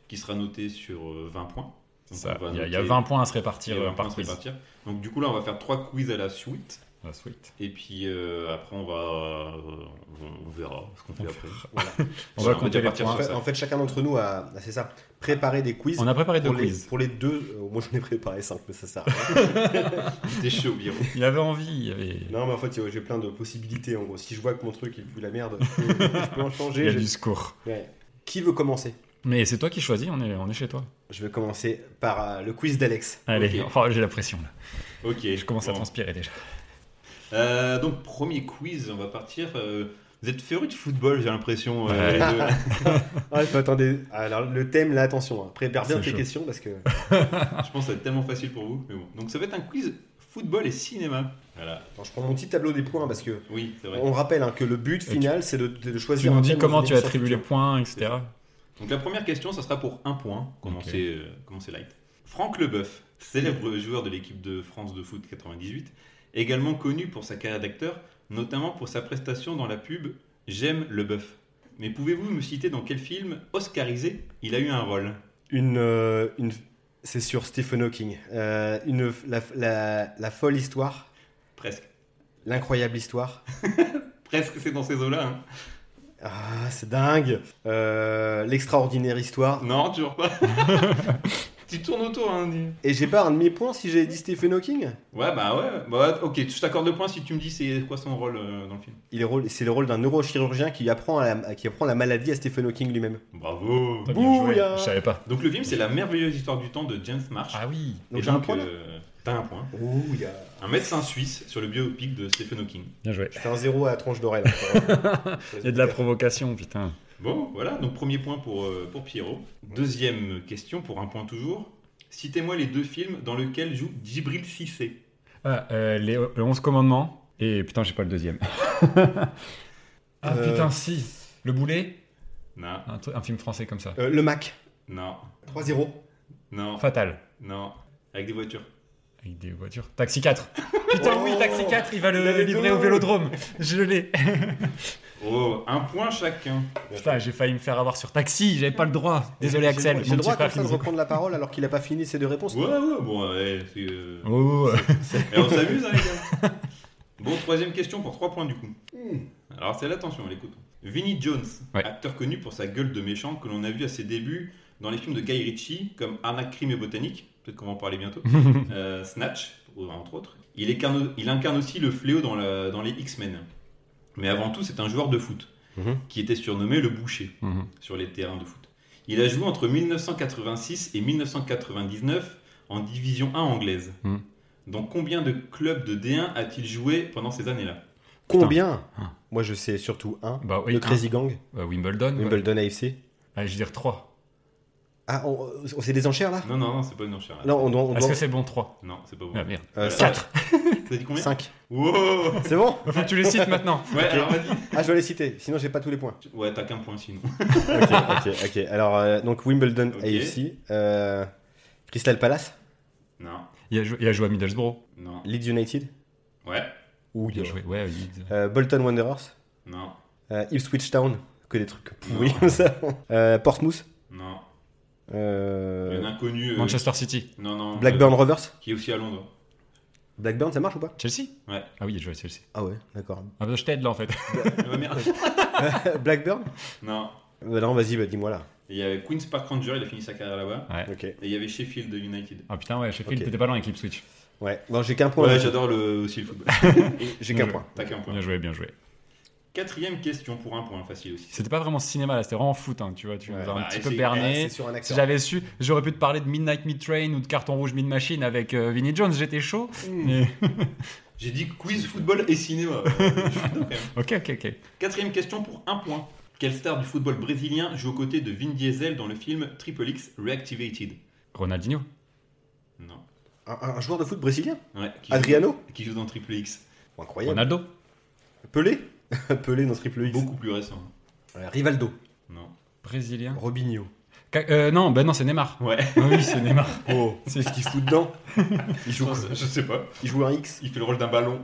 B: qui sera notée sur euh, 20 points. Donc,
C: Ça,
B: on va
C: Il y, a- il y a
B: noter-
C: 20 points à se
B: il y a
C: répartir
B: 20
C: euh,
B: points à
C: par
B: se
C: quiz.
B: répartir. Donc du coup là, on va faire trois quiz à la suite.
C: Ah, sweet.
B: Et puis euh, après, on va. euh, on- on verra ce qu'on fait après. Voilà.
C: On
B: Voilà,
C: va compter
B: déjà
C: les
B: partir sur
C: points.
A: En fait,
B: ça.
A: en fait, chacun d'entre nous a, a- c'est ça, préparé des quiz.
C: On a préparé deux
A: pour les,
C: quiz.
A: pour les deux, euh, moi j'en ai préparé cinq, mais ça sert à rien.
B: J'étais chaud au bureau.
C: Il avait envie. Il, avait...
A: Non, mais en fait, j'ai plein de possibilités en gros. Si je vois que mon truc il pue la merde, je peux, je peux en
C: il y
A: changer.
C: a
A: j'ai-
C: du secours.
A: Ouais. Qui veut commencer
C: Mais c'est toi qui choisis, on est, on est chez toi.
A: Je vais commencer par euh, le quiz d'Alex.
C: Allez,
B: Ok.
C: oh, j'ai la pression là.
B: Ok.
C: Je commence à
B: bon.
C: transpirer déjà.
B: Euh, donc, premier quiz, on va partir. euh, vous êtes férus de football, j'ai l'impression. euh,
C: Ouais.
B: les deux.
A: Ah, faut- attendez, alors le thème là, attention, hein. prépare bien
C: C'est
A: tes
C: chaud.
A: questions parce que.
B: je pense que ça va être tellement facile pour vous. Mais bon. Donc, ça va être un quiz football et cinéma. Voilà.
A: Attends, je prends mon petit tableau des points parce que.
B: Oui, c'est vrai.
A: On rappelle hein, que le but final c'est de, de
C: Tu
A: choisir.
C: nous
A: un
C: dis
A: thème
C: comment
A: dans
C: tu
A: une émission
C: attribues les
A: future.
C: points, etc.
B: Donc, la première question, ça sera pour un point. Commencez,
C: Ok.
B: euh, commencez light. Franck Leboeuf, célèbre joueur de l'équipe de France de foot 98, également connu pour sa carrière d'acteur, notamment pour sa prestation dans la pub J'aime le bœuf. Mais pouvez-vous me citer dans quel film Oscarisé il a eu un rôle
A: Une, euh, une- c'est sur Stephen Hawking. Euh, une, la, la- la folle histoire,
B: Presque.
A: l'incroyable histoire.
B: Presque, c'est dans ces eaux-là. hein.
A: Ah, c'est dingue. Euh, L'extraordinaire histoire.
B: Non, toujours pas. tu tournes autour. Hein. du-
A: Et j'ai pas un demi-point si j'ai dit Stephen Hawking
B: Ouais, bah ouais. Bah, ok, je t'accorde le point si tu me dis c'est quoi son rôle euh, dans le film.
A: Il est rôle- C'est le rôle d'un neurochirurgien qui apprend, à la, qui apprend la maladie à Stephen Hawking lui-même.
B: Bravo.
C: T'as bien joué. hein.
A: Bouya
C: Je savais pas.
B: Donc le film, c'est La merveilleuse histoire du temps de James Marsh.
C: Ah oui.
B: Et
A: Donc j'ai un
B: donc,
A: point là
B: euh, T'as un point.
A: Ouya.
B: Un médecin suisse sur le biopic de Stephen Hawking.
C: Bien joué.
A: Je fais un zéro à la tranche d'oreille. là.
C: Il y a de la provocation, putain.
B: Bon, voilà. Donc premier point pour, euh, pour Pierrot. Deuxième question pour un point toujours. Citez-moi les deux films dans lesquels joue Djibril Cissé.
C: Ah, euh, les, le 11 commandements. Et putain, j'ai pas le deuxième. ah
A: Euh.
C: putain, si. Le boulet
B: Non,
C: un, truc- un film français comme ça.
A: Euh, le Mac.
B: non,
A: 3-0.
B: non,
C: Fatal.
B: non. Avec des voitures.
C: Avec des voitures. Taxi 4. Putain,
A: Oh
C: oui, Taxi 4, il va le,
A: Il avait
C: livrer
A: deux.
C: au vélodrome. Je l'ai.
B: Oh, un point chacun.
C: Putain, j'ai failli me faire avoir sur Taxi, j'avais pas le droit. Désolé, Axel.
A: J'ai le
C: mon petit
A: droit
C: frère
A: comme
C: qui
A: ça de
C: nous
A: reprendre la parole alors qu'il a pas fini ses deux réponses
B: Ouais, ouais, bon, ouais, c'est, euh,
C: écoute. Oh, euh,
B: Et on s'amuse, hein, les gars. Hmm. Bon, troisième question pour 3 points du coup. Alors, c'est l'attention, elle écoute. Vinnie Jones,
C: Ouais.
B: acteur connu pour sa gueule de méchant que l'on a vu à ses débuts dans les films de Guy Ritchie comme Arnaque, Crime et Botanique, peut-être qu'on va en parler bientôt, Euh, Snatch, entre autres. Il, écarne- il incarne aussi le fléau dans, la- dans les X-Men. Mais avant tout, c'est un joueur de foot
A: Mhm.
B: qui était surnommé le boucher
C: Mhm.
B: sur les terrains de foot. Il a joué entre 1986 et 1999 en Division 1 anglaise.
C: Mhm.
B: Dans combien de clubs de D1 a-t-il joué pendant ces années-là
A: Combien
C: Hein.
A: Moi je sais surtout un.
C: Bah oui,
A: Le Crazy Gang,
C: un. Bah, Wimbledon. ouais.
A: Wimbledon AFC.
C: Allez, je vais dire 3.
A: Ah, on, on- c'est des enchères là
B: Non, non, non, c'est pas une enchère. là.
A: Non, on doit. On
C: Est-ce
A: doit...
C: que c'est bon 3
B: Non, c'est pas bon.
C: Ah merde.
A: Euh,
B: Voilà.
A: cinq.
C: 4.
B: T'as dit combien
A: 5.
B: Wow Ouais,
A: C'est bon
C: Faut que tu les cites maintenant.
B: alors vas-y.
A: Ah, je dois les citer, sinon j'ai pas tous les points.
B: Ouais, t'as qu'un point sinon.
A: ok, ok, ok. Alors, euh, donc Wimbledon
B: Ok.
A: AFC, euh, Crystal Palace,
B: Non,
C: Il a, joué, il a joué à Middlesbrough.
B: non.
A: Leeds United,
B: Ouais,
A: ou
C: Il a joué, ouais, il-
A: euh, Bolton Wanderers,
B: non,
A: euh, Ipswich Town, que des trucs pourris comme ça. Euh, Portsmouth,
B: non. Il y en a
A: euh,
B: un connu. euh,
C: Manchester City.
B: Non, non.
A: Blackburn Rovers.
B: euh, qui est aussi à Londres.
A: Blackburn, ça marche ou pas
C: Chelsea
B: Ouais.
C: Ah oui, il a joué à Chelsea.
A: Ah ouais, d'accord.
C: Ah bah, je t'aide là en fait.
B: Ah, merde.
A: Blackburn
B: non.
A: Bah Non, vas-y, bah, dis-moi là.
B: Il y avait Queen's Park Ranger, il a fini sa carrière là-bas.
A: Ok.
B: Et il y avait Sheffield United.
C: Ah putain, ouais, Sheffield,
A: Ok.
C: t'étais pas loin avec Ipswich.
A: Ouais, non, j'ai qu'un point.
B: Ouais,
A: là.
B: j'adore le, aussi le football.
A: j'ai qu'un
C: Ouais.
A: point.
B: T'as qu'un point.
C: Bien joué, bien joué.
B: Quatrième question pour un point facile aussi.
C: C'était pas vraiment cinéma là, c'était vraiment foot, hein, tu vois, tu
A: Ouais.
C: nous as un
B: Bah,
C: petit
B: c'est-
C: peu
A: Ah,
C: berné.
A: c'est sur un
C: Si
A: accent.
C: j'avais su, j'aurais pu te parler de Midnight Mid Train ou de Carton Rouge Mid Machine avec euh, Vinnie Jones, j'étais chaud.
B: Hmm.
A: Hmm.
C: mais-
B: J'ai dit quiz football et cinéma. Je suis dedans, quand même.
C: ok, ok, ok.
B: Quatrième question pour un point. Quelle star du football brésilien joue aux côtés de Vin Diesel dans le film Triple X Reactivated
C: Ronaldinho.
B: Non.
A: Un, un joueur de foot brésilien
B: Ouais, qui joue-
A: Adriano
B: Qui joue dans Triple X
A: Oh, Incroyable.
C: Ronaldo.
A: Pelé Pelé dans Triple X.
B: Beaucoup plus récent.
A: Euh, Rivaldo.
B: Non.
C: Brésilien.
A: Robinho.
C: Ca- euh, non, ben non, c'est Neymar.
B: Ouais.
C: Ah oui, c'est Neymar.
A: Oh, c'est ce qu'il fout dedans. Il joue,
B: Non, c'est- je sais pas.
A: il joue un X.
B: Il fait le rôle d'un ballon.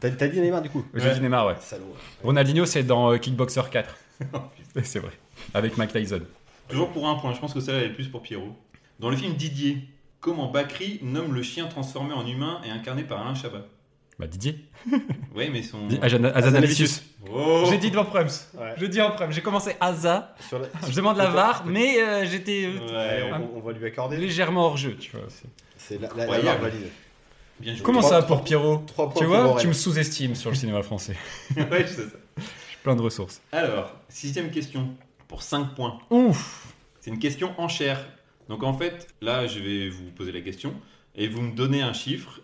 A: T'as t'as dit Neymar du coup
C: J'ai
B: Ouais.
C: dit Neymar, ouais.
A: Salaud.
C: Ronaldinho, c'est dans euh, Kickboxer 4.
B: Oh, putain.
C: C'est vrai. Avec Mike Tyson.
B: Toujours pour un point. Je pense que celle-là elle est plus pour Pierrot. Dans le film Didier, Comment Bakri nomme le chien transformé en humain et incarné par Alain Chabat
C: Bah Didier. Ah,
B: Oui, mais son.
A: Ah,
C: Di- Ajana- Azanavicius.
B: Oh
E: J'ai dit devant Prems.
A: Ouais.
E: Je dis en Prems. J'ai commencé Aza.
A: Sur la-
E: Je demande la VAR, mais euh, j'étais euh,
B: Ouais,
A: Ouais, on, on va lui accorder.
E: légèrement hors jeu, tu vois.
A: C'est la, la, la
B: Incroyable.
A: valide.
B: bien joué.
C: Comment
A: Trois-
C: ça pour Pierrot
A: Trois points
C: Tu
A: pour
C: vois,
A: Morel.
C: tu me sous-estimes sur le cinéma français.
B: Ouais, c'est ça.
C: J'ai plein de ressources.
B: Alors, sixième question, pour 5 points.
C: Ouf
B: C'est une question en chair. Donc en fait, là, je vais vous poser la question et vous me donnez un chiffre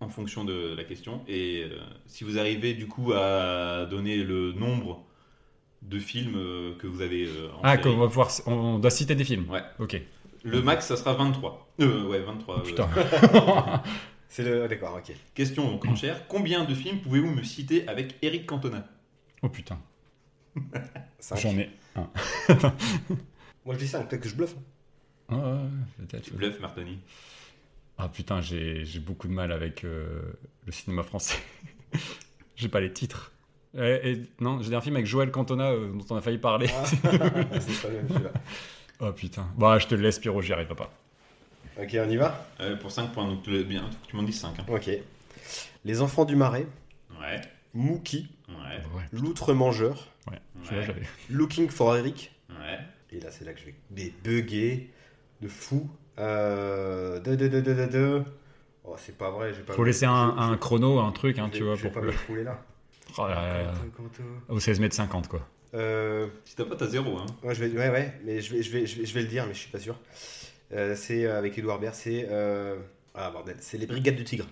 B: en fonction de la question. Et euh, si vous arrivez du coup à donner le nombre de films euh, que vous avez euh, en
C: Ah,
B: série,
C: qu'on va pouvoir- on, on doit citer des films.
B: Ouais.
C: Ok. Oh
B: le max, ça sera 23. Euh, ouais, 23. euh.
C: Putain.
A: C'est le. ah, D'accord, ok.
B: Question donc en chair. Combien de films pouvez-vous me citer avec Eric Cantona
C: Oh putain.
A: Cinq.
C: J'en ai.
A: Moi je dis 5, peut-être que je bluffe.
C: Ah, ouais, ouais, peut-être.
B: Tu bluffes, Martoni.
C: Ah putain, j'ai j'ai beaucoup de mal avec euh, le cinéma français. j'ai pas les titres. Eh, eh, non, j'ai un film avec Joël Cantona euh, dont on a failli parler.
A: Ah, c'est pas le même celui-là.
C: Oh putain. Bah, je te le laisse, Pierrot, j'y arrive pas.
A: Ok, on y va
B: Euh, pour 5 points, donc le- bien, tu m'en dis 5.
A: Ok. Les enfants du marais,
B: Ouais,
A: Mookie,
B: ouais, ouais,
C: Ouais,
A: l'outre-mangeur,
C: celui-là, je l'avais.
A: Looking for Eric.
B: ouais.
A: Et là, c'est là que je vais dé- bugger de fou. Euh. De, de, de, de, de, de. Oh, c'est pas vrai, j'ai pas.
C: Faut laisser un, un chrono, un truc, hein,
A: je-
C: tu vois,
A: je vais
C: pour
A: pas
C: que-
A: me fouler là.
C: Oh là là.
A: Quentin, Quentin.
C: Au 16 mètres 50, quoi.
A: Euh.
B: Si t'as pas, t'as 0. Hein.
A: Ouais, je vais, ouais, ouais, mais je vais, je, vais, je, vais, je vais le dire, mais je suis pas sûr. Euh, c'est euh, avec Edouard Baird, c'est. euh, Ah bordel, c'est les Brigades du Tigre.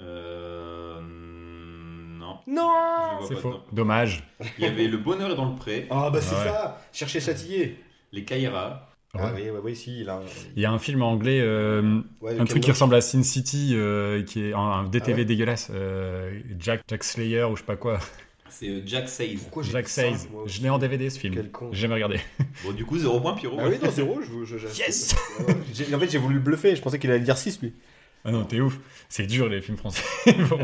B: Euh. Non.
A: Oh, bah, Non
B: Je vois
C: Ah, C'est
B: pas
C: faux.
B: dedans.
C: Dommage.
B: Il y avait Le Bonheur dans le Pré,
A: Ah bah c'est
C: Ouais.
A: ça Chercher Châtillier
B: Les Kaira.
A: Ah
C: Ouais.
A: oui, ouais, oui, si, là.
C: Il y a un film anglais, euh,
A: Ouais,
C: un
A: Ken
C: truc qui
A: Loach.
C: ressemble à Sin City, euh, qui est un, un DTV
A: Ah ouais
C: dégueulasse. euh, Jack, Jack Slayer ou je sais pas quoi.
B: C'est euh, Jack Says.
A: Pourquoi Oh, j'ai
C: Jack
A: dit ça,
C: Says.
A: moi
C: Je l'ai en DVD ce film.
A: Quel con.
C: J'ai jamais regardé.
B: Bon, du coup, 0 point Pierrot.
C: Bah
A: Ah oui, non, zéro, je, je, je-
B: Yes
A: Ah ouais, j'ai- En fait, j'ai voulu le bluffer, je pensais qu'il allait dire 6, lui.
C: Ah non, t'es ouf. C'est dur les films français. Bon.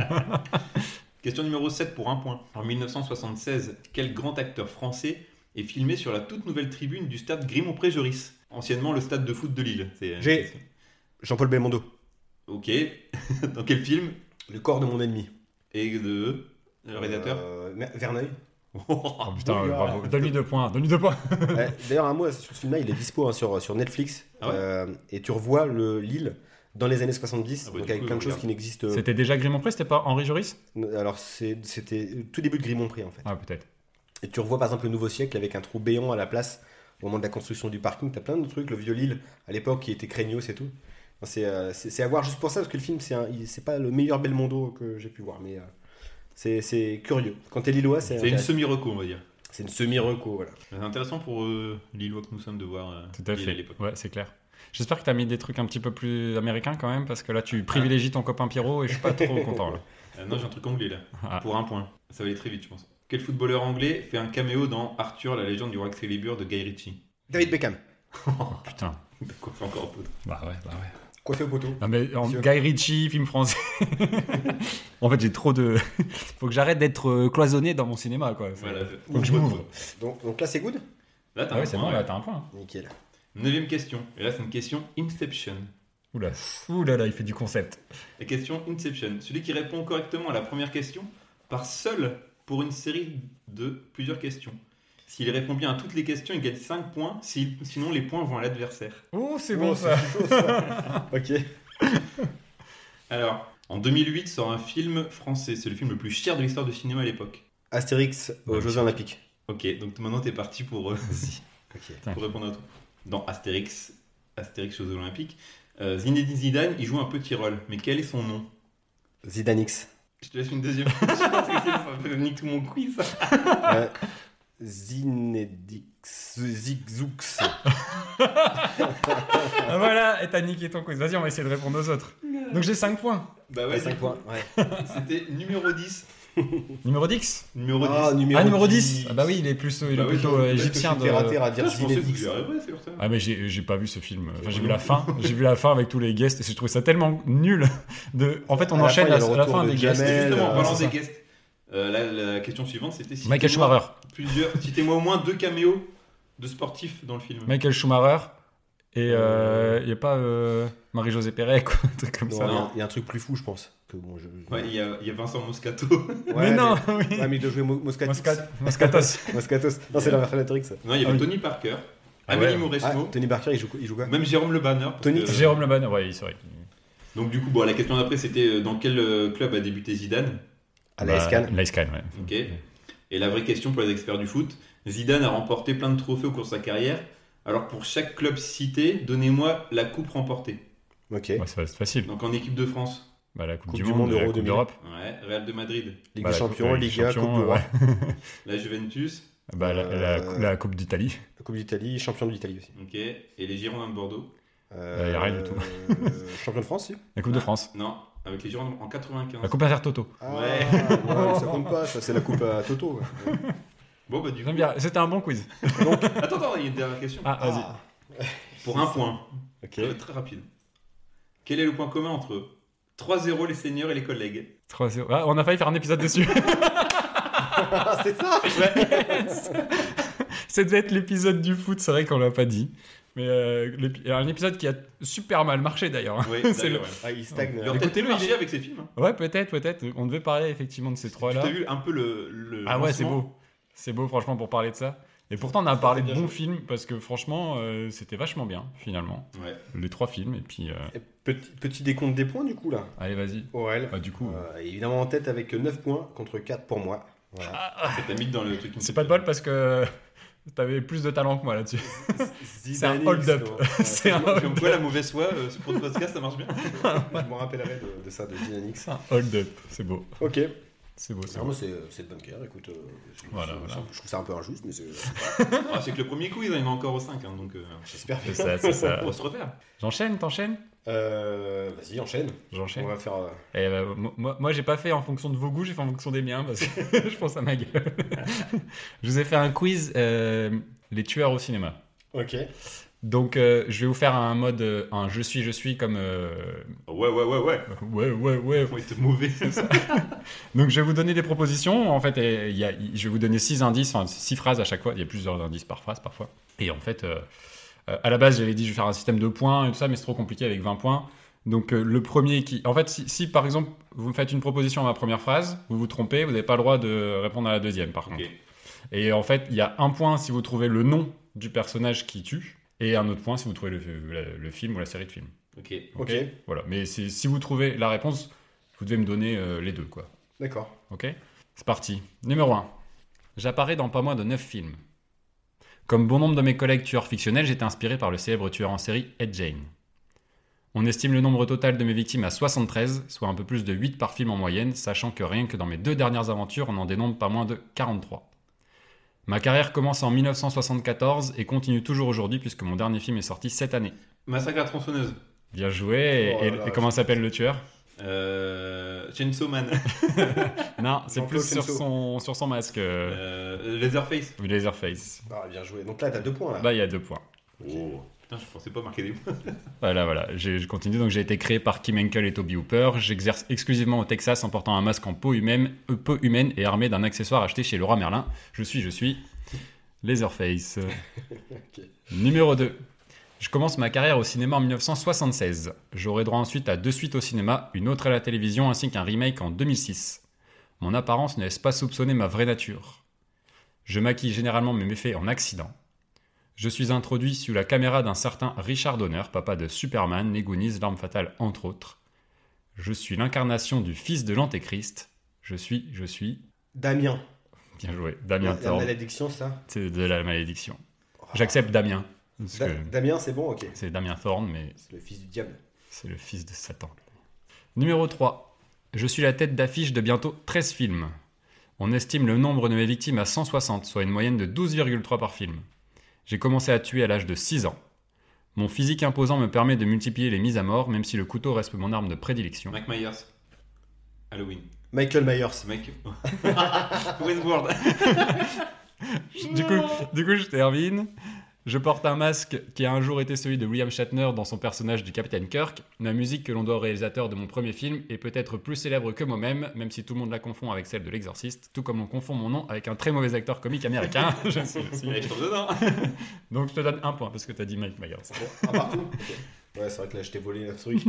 B: Question numéro 7 pour 1 point. En 1976, quel grand acteur français est filmé sur la toute nouvelle tribune du stade Grimont-Pré-Joris Anciennement le stade de foot de Lille. C'est- euh,
A: J'ai- Jean-Paul Belmondo.
B: Ok. dans quel film
A: Le corps de mon ennemi.
B: Et de. euh, Le réalisateur
A: Euh, Mer- Verneuil.
C: Oh, putain,
A: oui,
C: bravo. Donne-lui deux points. Donne-lui deux points.
A: Ouais, D'ailleurs, un mot sur ce film-là, il est dispo hein, sur, sur Netflix.
B: Ah ouais
A: Euh, et tu revois le Lille dans les années 70,
B: Ah bah,
A: donc
B: du
A: avec
B: coup,
A: plein de
B: je
A: choses
B: regarde.
A: qui n'existent euh,
C: C'était déjà Grimont Pré, c'était pas Henri Joris
A: Alors, c'est- c'était tout début de Grimont-Pré, en fait.
C: Ah, peut-être.
A: Et tu revois, par exemple, le Nouveau Siècle avec un trou béant à la place au moment de la construction du parking. T'as plein de trucs. Le vieux Lille, à l'époque, qui était craignos et tout. Enfin, C'est euh, c'est- c'est à voir juste pour ça, parce que le film, c'est un- il- c'est pas le meilleur Belmondo que j'ai pu voir, mais euh, c'est- c'est curieux. Quand t'es Lillois, c'est
B: C'est une semi-reco, on va dire.
A: c'est une semi-reco, voilà.
B: C'est intéressant pour euh, Lillois que nous sommes de voir euh,
C: Tout à
B: Lille
C: fait.
B: l'époque.
C: Ouais, c'est clair. J'espère que t'as mis des trucs un petit peu plus américains quand même, parce que là tu privilégies ton copain Pierrot et je suis pas trop content. là.
B: Euh, non, j'ai un truc anglais là.
C: Ah.
B: Pour un point. Ça va aller très vite, je pense. Quel footballeur anglais fait un caméo dans Arthur, la légende du roi Excalibur de Guy Ritchie
A: David Beckham,
C: Oh, putain.
B: Quoi fait encore un peu
C: Bah ouais, bah ouais.
A: coiffé au poteau.
C: Non mais en-
A: Sûr.
C: Guy Ritchie, film français. en fait, j'ai trop de. Faut que j'arrête d'être euh, cloisonné dans mon cinéma, quoi. Faut-
B: Voilà.
C: Faut que je m'ouvre.
A: Donc, donc là, c'est good
B: Là, t'as
C: Ah
B: un
C: ouais, c'est
B: point,
C: bon,
B: ouais.
C: là, t'as un point.
A: Nickel.
B: Neuvième question. Et là, c'est une question Inception.
C: Oula, oula, là, il fait du concept.
B: La question Inception. Celui qui répond correctement à la première question part seul pour une série de plusieurs questions. S'il répond bien à toutes les questions, il gagne 5 points. Si- Sinon, les points vont à l'adversaire.
C: Oh, c'est
A: Oh, c'est chaud, ça. ok.
B: Alors, en 2008 sort un film français. C'est le film le plus cher de l'histoire du cinéma à l'époque.
A: Astérix aux
C: Ouais,
A: Jeux Olympiques.
B: Ok, donc maintenant t'es parti pour, euh,
A: Ok.
B: pour répondre à tout. Dans Astérix, Astérix aux Olympiques, euh, Zinedine Zidane, il joue un petit rôle. Mais quel est son nom
A: Zidanix.
B: Je te laisse une deuxième. Je pense que c'est- ça va niquer tout mon quiz.
A: Euh, Zinedix. Zigzoox.
C: Ah, voilà, et t'as niqué ton quiz. Vas-y, on va essayer de répondre aux autres. Donc j'ai 5 points.
B: Bah
A: Ouais,
B: ouais,
A: cinq
B: du coup,
A: points, ouais.
B: c'était numéro 10.
C: Numéro 10
B: Numéro 10.
A: Ah, numéro,
C: Ah, numéro 10 Ah Bah oui, il est plus, il est
B: Bah oui,
C: plutôt
B: je-
C: euh,
B: je-
C: égyptien
A: Égyptien
C: de.
A: à dire
B: Putain, Ah, je pensais que
A: Zinedix.
B: vous y arriverez sur ça.
C: Ah mais j'ai j'ai pas vu ce film. Enfin, j'ai vu la fin. J'ai vu la fin avec tous les guests. J'ai trouvé ça tellement nul. De... En fait, on
A: À la
C: enchaîne
A: fin, il y a
C: la,
A: le
C: la
A: retour
C: fin
A: de
C: des
A: Jamel,
C: guests.
B: Justement,
A: euh,
B: en
C: Ouais,
B: parlant
C: c'est
B: des guests, euh, la, la question suivante, c'était si
C: Michael Schumacher.
B: plusieurs, citez-moi au moins deux caméos de sportifs dans le film.
C: Michael Schumacher Et il
A: Euh.
C: n'y a pas euh, Marie-Josée Perret, quoi, un truc comme
A: Non,
C: ça.
A: il y a- il y, a un truc plus fou, je pense. Que, bon, je...
B: Ouais, il y, a- il y a Vincent Moscato.
A: Ouais,
C: mais non, oui.
A: Ouais, mais il doit jouer Mo- Moscatus.
C: Moscat- Moscatos.
A: Moscatos. Non, c'est l'inverse de la Matrix.
B: non, il y
C: Ah
B: avait
C: oui.
B: Tony Parker,
C: Ah
B: Amélie
C: ouais.
A: Ah,
B: Mauresmo,
A: Tony Barker, il joue, il joue
C: Bah,
A: quoi
B: même Jérôme Le Banner. parce
A: Tony-
B: que-
C: Euh, Jérôme Leban, ouais, c'est vrai.
B: Donc du coup, bon, la question d'après, c'était euh, dans quel euh, club a débuté Zidane
A: À la
C: Bah,
A: SCAN.
C: La SCAN, ouais.
B: Ok. Et la vraie question pour les experts du foot, Zidane a remporté plein de trophées au cours de sa carrière. Alors pour chaque club cité, donnez-moi la coupe remportée.
A: Ok.
C: Ouais, Bah, c'est c'est facile.
B: Donc en équipe de France,
C: Bah, la Coupe, du Monde, la
A: Euro
C: Coupe
A: 2000.
C: d'Europe.
B: ouais, Real de Madrid,
A: Ligue
C: Bah,
A: des
C: la Coupe-
A: Champions,
C: ouais, les
A: Liga, Coupe
C: champions,
A: du Roi,
C: ouais.
B: la Juventus,
C: Bah, la, la-
A: Euh,
C: la Coupe d'Italie.
A: Coupe d'Italie, champion de l'Italie aussi.
B: ok, et les Girondins de Bordeaux.
A: Euh,
C: Bah, y a rien du tout.
A: euh, champion de France, si
C: La Coupe de France.
B: Non, avec les Girondins en 95.
C: La Coupe Intertoto.
A: Ah,
B: Ouais.
A: ouais, ça compte pas, ça, c'est la Coupe à Toto. ouais.
B: Bon bah du coup.
C: Ah, J'aime bien. C'était un bon quiz.
B: Attends, attends, il y a une dernière question.
C: Ah, vas-y.
A: Ah,
B: Pour un point,
A: ok.
B: Euh, très rapide. Quel est le point commun entre 3-0 les seniors et les collègues
C: 3-0. Ah, on a failli faire un épisode dessus.
A: Ah, c'est ça
C: Ça devait être l'épisode du foot, c'est vrai qu'on l'a pas dit. Mais euh, l'épi- un épisode qui a super mal marché d'ailleurs.
B: Oui,
C: C'est
B: d'ailleurs, ouais.
A: Ah, il stagne.
B: Il aurait peut-être
C: Écoutez-le,
B: marché
C: il est-
B: avec ces films. hein.
C: Ouais, peut-être, peut-être. On devait parler effectivement de ces
B: Tu
C: trois-là.
B: t'as vu euh, un peu le. le
C: Ah ouais, c'est
B: lancement
C: beau. C'est beau, franchement, pour parler de ça. Et pourtant, on a parlé de bons films parce que franchement, euh, c'était vachement bien, finalement.
B: Ouais.
C: Les trois films. Et puis, euh,
A: Et Petit, petit décompte des points, du coup, là.
C: allez, vas-y.
A: Aurel.
C: Bah, du coup,
A: Euh, évidemment en tête avec 9 points contre 4 pour moi. Voilà.
B: T'as mis dans le truc.
C: c'est pas de bol parce que euh, t'avais plus de talent que moi là-dessus. c'est un
A: Zidane,
C: hold-up.
A: justement.
C: C'est un
B: Comme comme quoi, la mauvaise foi euh, pour le podcast, ça marche bien.
A: Je me rappellerai de, de ça, de Dynamix.
C: hold-up. C'est beau.
A: Ok.
C: C'est beau, c'est
A: Alors,
C: beau.
A: moi, c'est c'est de bonne guerre. Écoute, euh, je-
C: Voilà,
A: je-
C: voilà.
A: je trouve ça un peu injuste, mais c'est.
B: Ah, c'est que le premier quiz, hein, il y en a encore au 5. donc, euh,
A: J'espère
C: C'est
A: bien.
C: ça, c'est ça.
B: on va se refaire.
C: J'enchaîne, t'enchaînes
A: Euh, Vas-y, enchaîne.
C: J'enchaîne.
A: On va faire. euh,
C: Eh ben, moi- moi, moi j'ai pas fait en fonction de vos goûts, j'ai fait en fonction des miens parce que je pense à ma gueule. je vous ai fait un quiz euh, les tueurs au cinéma.
A: Ok.
C: Donc euh, je vais vous faire un mode euh, un je suis je suis comme euh,
B: Ouais, ouais, ouais, ouais.
C: ouais ouais ouais.
B: Ils vont être mauvais.
C: Donc je vais vous donner des propositions en fait et il y a- je vais vous donner six indices, enfin six phrases à chaque fois, il y a plusieurs indices par phrase parfois. Et en fait euh, euh, à la base j'avais dit je vais faire un système de points et tout ça mais c'est trop compliqué avec 20 points. Donc euh, le premier qui... En fait, si, si, par exemple vous me faites une proposition à ma première phrase, vous vous trompez, vous n'avez pas le droit de répondre à la deuxième par contre.
B: Ok.
C: Et en fait, il y a un point si vous trouvez le nom du personnage qui tue, et un autre point si vous trouvez le, le- le film ou la série de films.
B: Ok.
A: Ok.
C: Voilà. Mais c'est- si vous trouvez la réponse, vous devez me donner euh, les deux, quoi.
A: D'accord.
C: Ok C'est parti. Numéro 1. J'apparais dans pas moins de 9 films. Comme bon nombre de mes collègues tueurs fictionnels, j'étais inspiré par le célèbre tueur en série Ed Jane. On estime le nombre total de mes victimes à 73, soit un peu plus de 8 par film en moyenne, sachant que rien que dans mes deux dernières aventures, on en dénombre pas moins de 43. Ma carrière commence en 1974 et continue toujours aujourd'hui puisque mon dernier film est sorti cette année.
B: Massacre à la tronçonneuse.
C: Bien joué.
A: Oh
C: et,
A: là là.
C: et comment s'appelle le tueur
B: Euh, Chainsaw Man.
C: Non, c'est
A: Jean-Claude
C: plus sur
A: Kenzo.
C: son, sur son masque. euh,
B: Euh, Leatherface.
C: Laserface.
A: Ah, bien joué. Donc là, t'as 2 points. Là.
C: Là, Bah, il y a deux points.
B: Oh. Putain, je pensais pas marquer des points.
C: Voilà, voilà. J'ai- Je continue. Donc, j'ai été créé par Kim Henkel et Toby Hooper. J'exerce exclusivement au Texas en portant un masque en peau humaine, euh, peau humaine et armé d'un accessoire acheté chez Laura Merlin. Je suis, je suis Laserface. Numéro 2. Je commence ma carrière au cinéma en 1976. J'aurai droit ensuite à deux suites au cinéma, une autre à la télévision ainsi qu'un remake en 2006. Mon apparence ne laisse pas soupçonner ma vraie nature. Je maquille généralement mes méfaits en accident. Je suis introduit sous la caméra d'un certain Richard Donner, papa de Superman, Les Goonies, L'Arme Fatale, entre autres. Je suis l'incarnation du fils de l'Antéchrist. Je suis, je suis,
A: Damien.
C: bien joué, Damien
A: la
C: Thorne.
A: malédiction, ça.
C: C'est de la malédiction. J'accepte Damien. parce
A: Da-
C: que
A: Damien, c'est bon, ok.
C: C'est Damien Thorne, mais
A: C'est le fils du diable.
C: c'est le fils de Satan. Numéro 3. Je suis la tête d'affiche de bientôt 13 films. On estime le nombre de mes victimes à 160, soit une moyenne de 12,3 par film. J'ai commencé à tuer à l'âge de 6 ans. Mon physique imposant me permet de multiplier les mises à mort, même si le couteau reste mon arme de prédilection.
B: Mike Myers. Halloween.
A: Michael Myers.
B: C'est Mike. Westworld.
C: Du coup, du coup, je termine. Je porte un masque qui a un jour été celui de William Shatner dans son personnage du Capitaine Kirk. La musique que l'on doit au réalisateur de mon premier film est peut-être plus célèbre que moi-même, même si tout le monde la confond avec celle de l'exorciste, tout comme l'on confond mon nom avec un très mauvais acteur comique américain. Je sais aussi.
B: Allez, je tombe dedans.
C: Donc je te donne un point parce que t'as dit Mike Myers.
A: Ah, partout Ok. Ouais, c'est vrai que là, je t'ai volé un truc.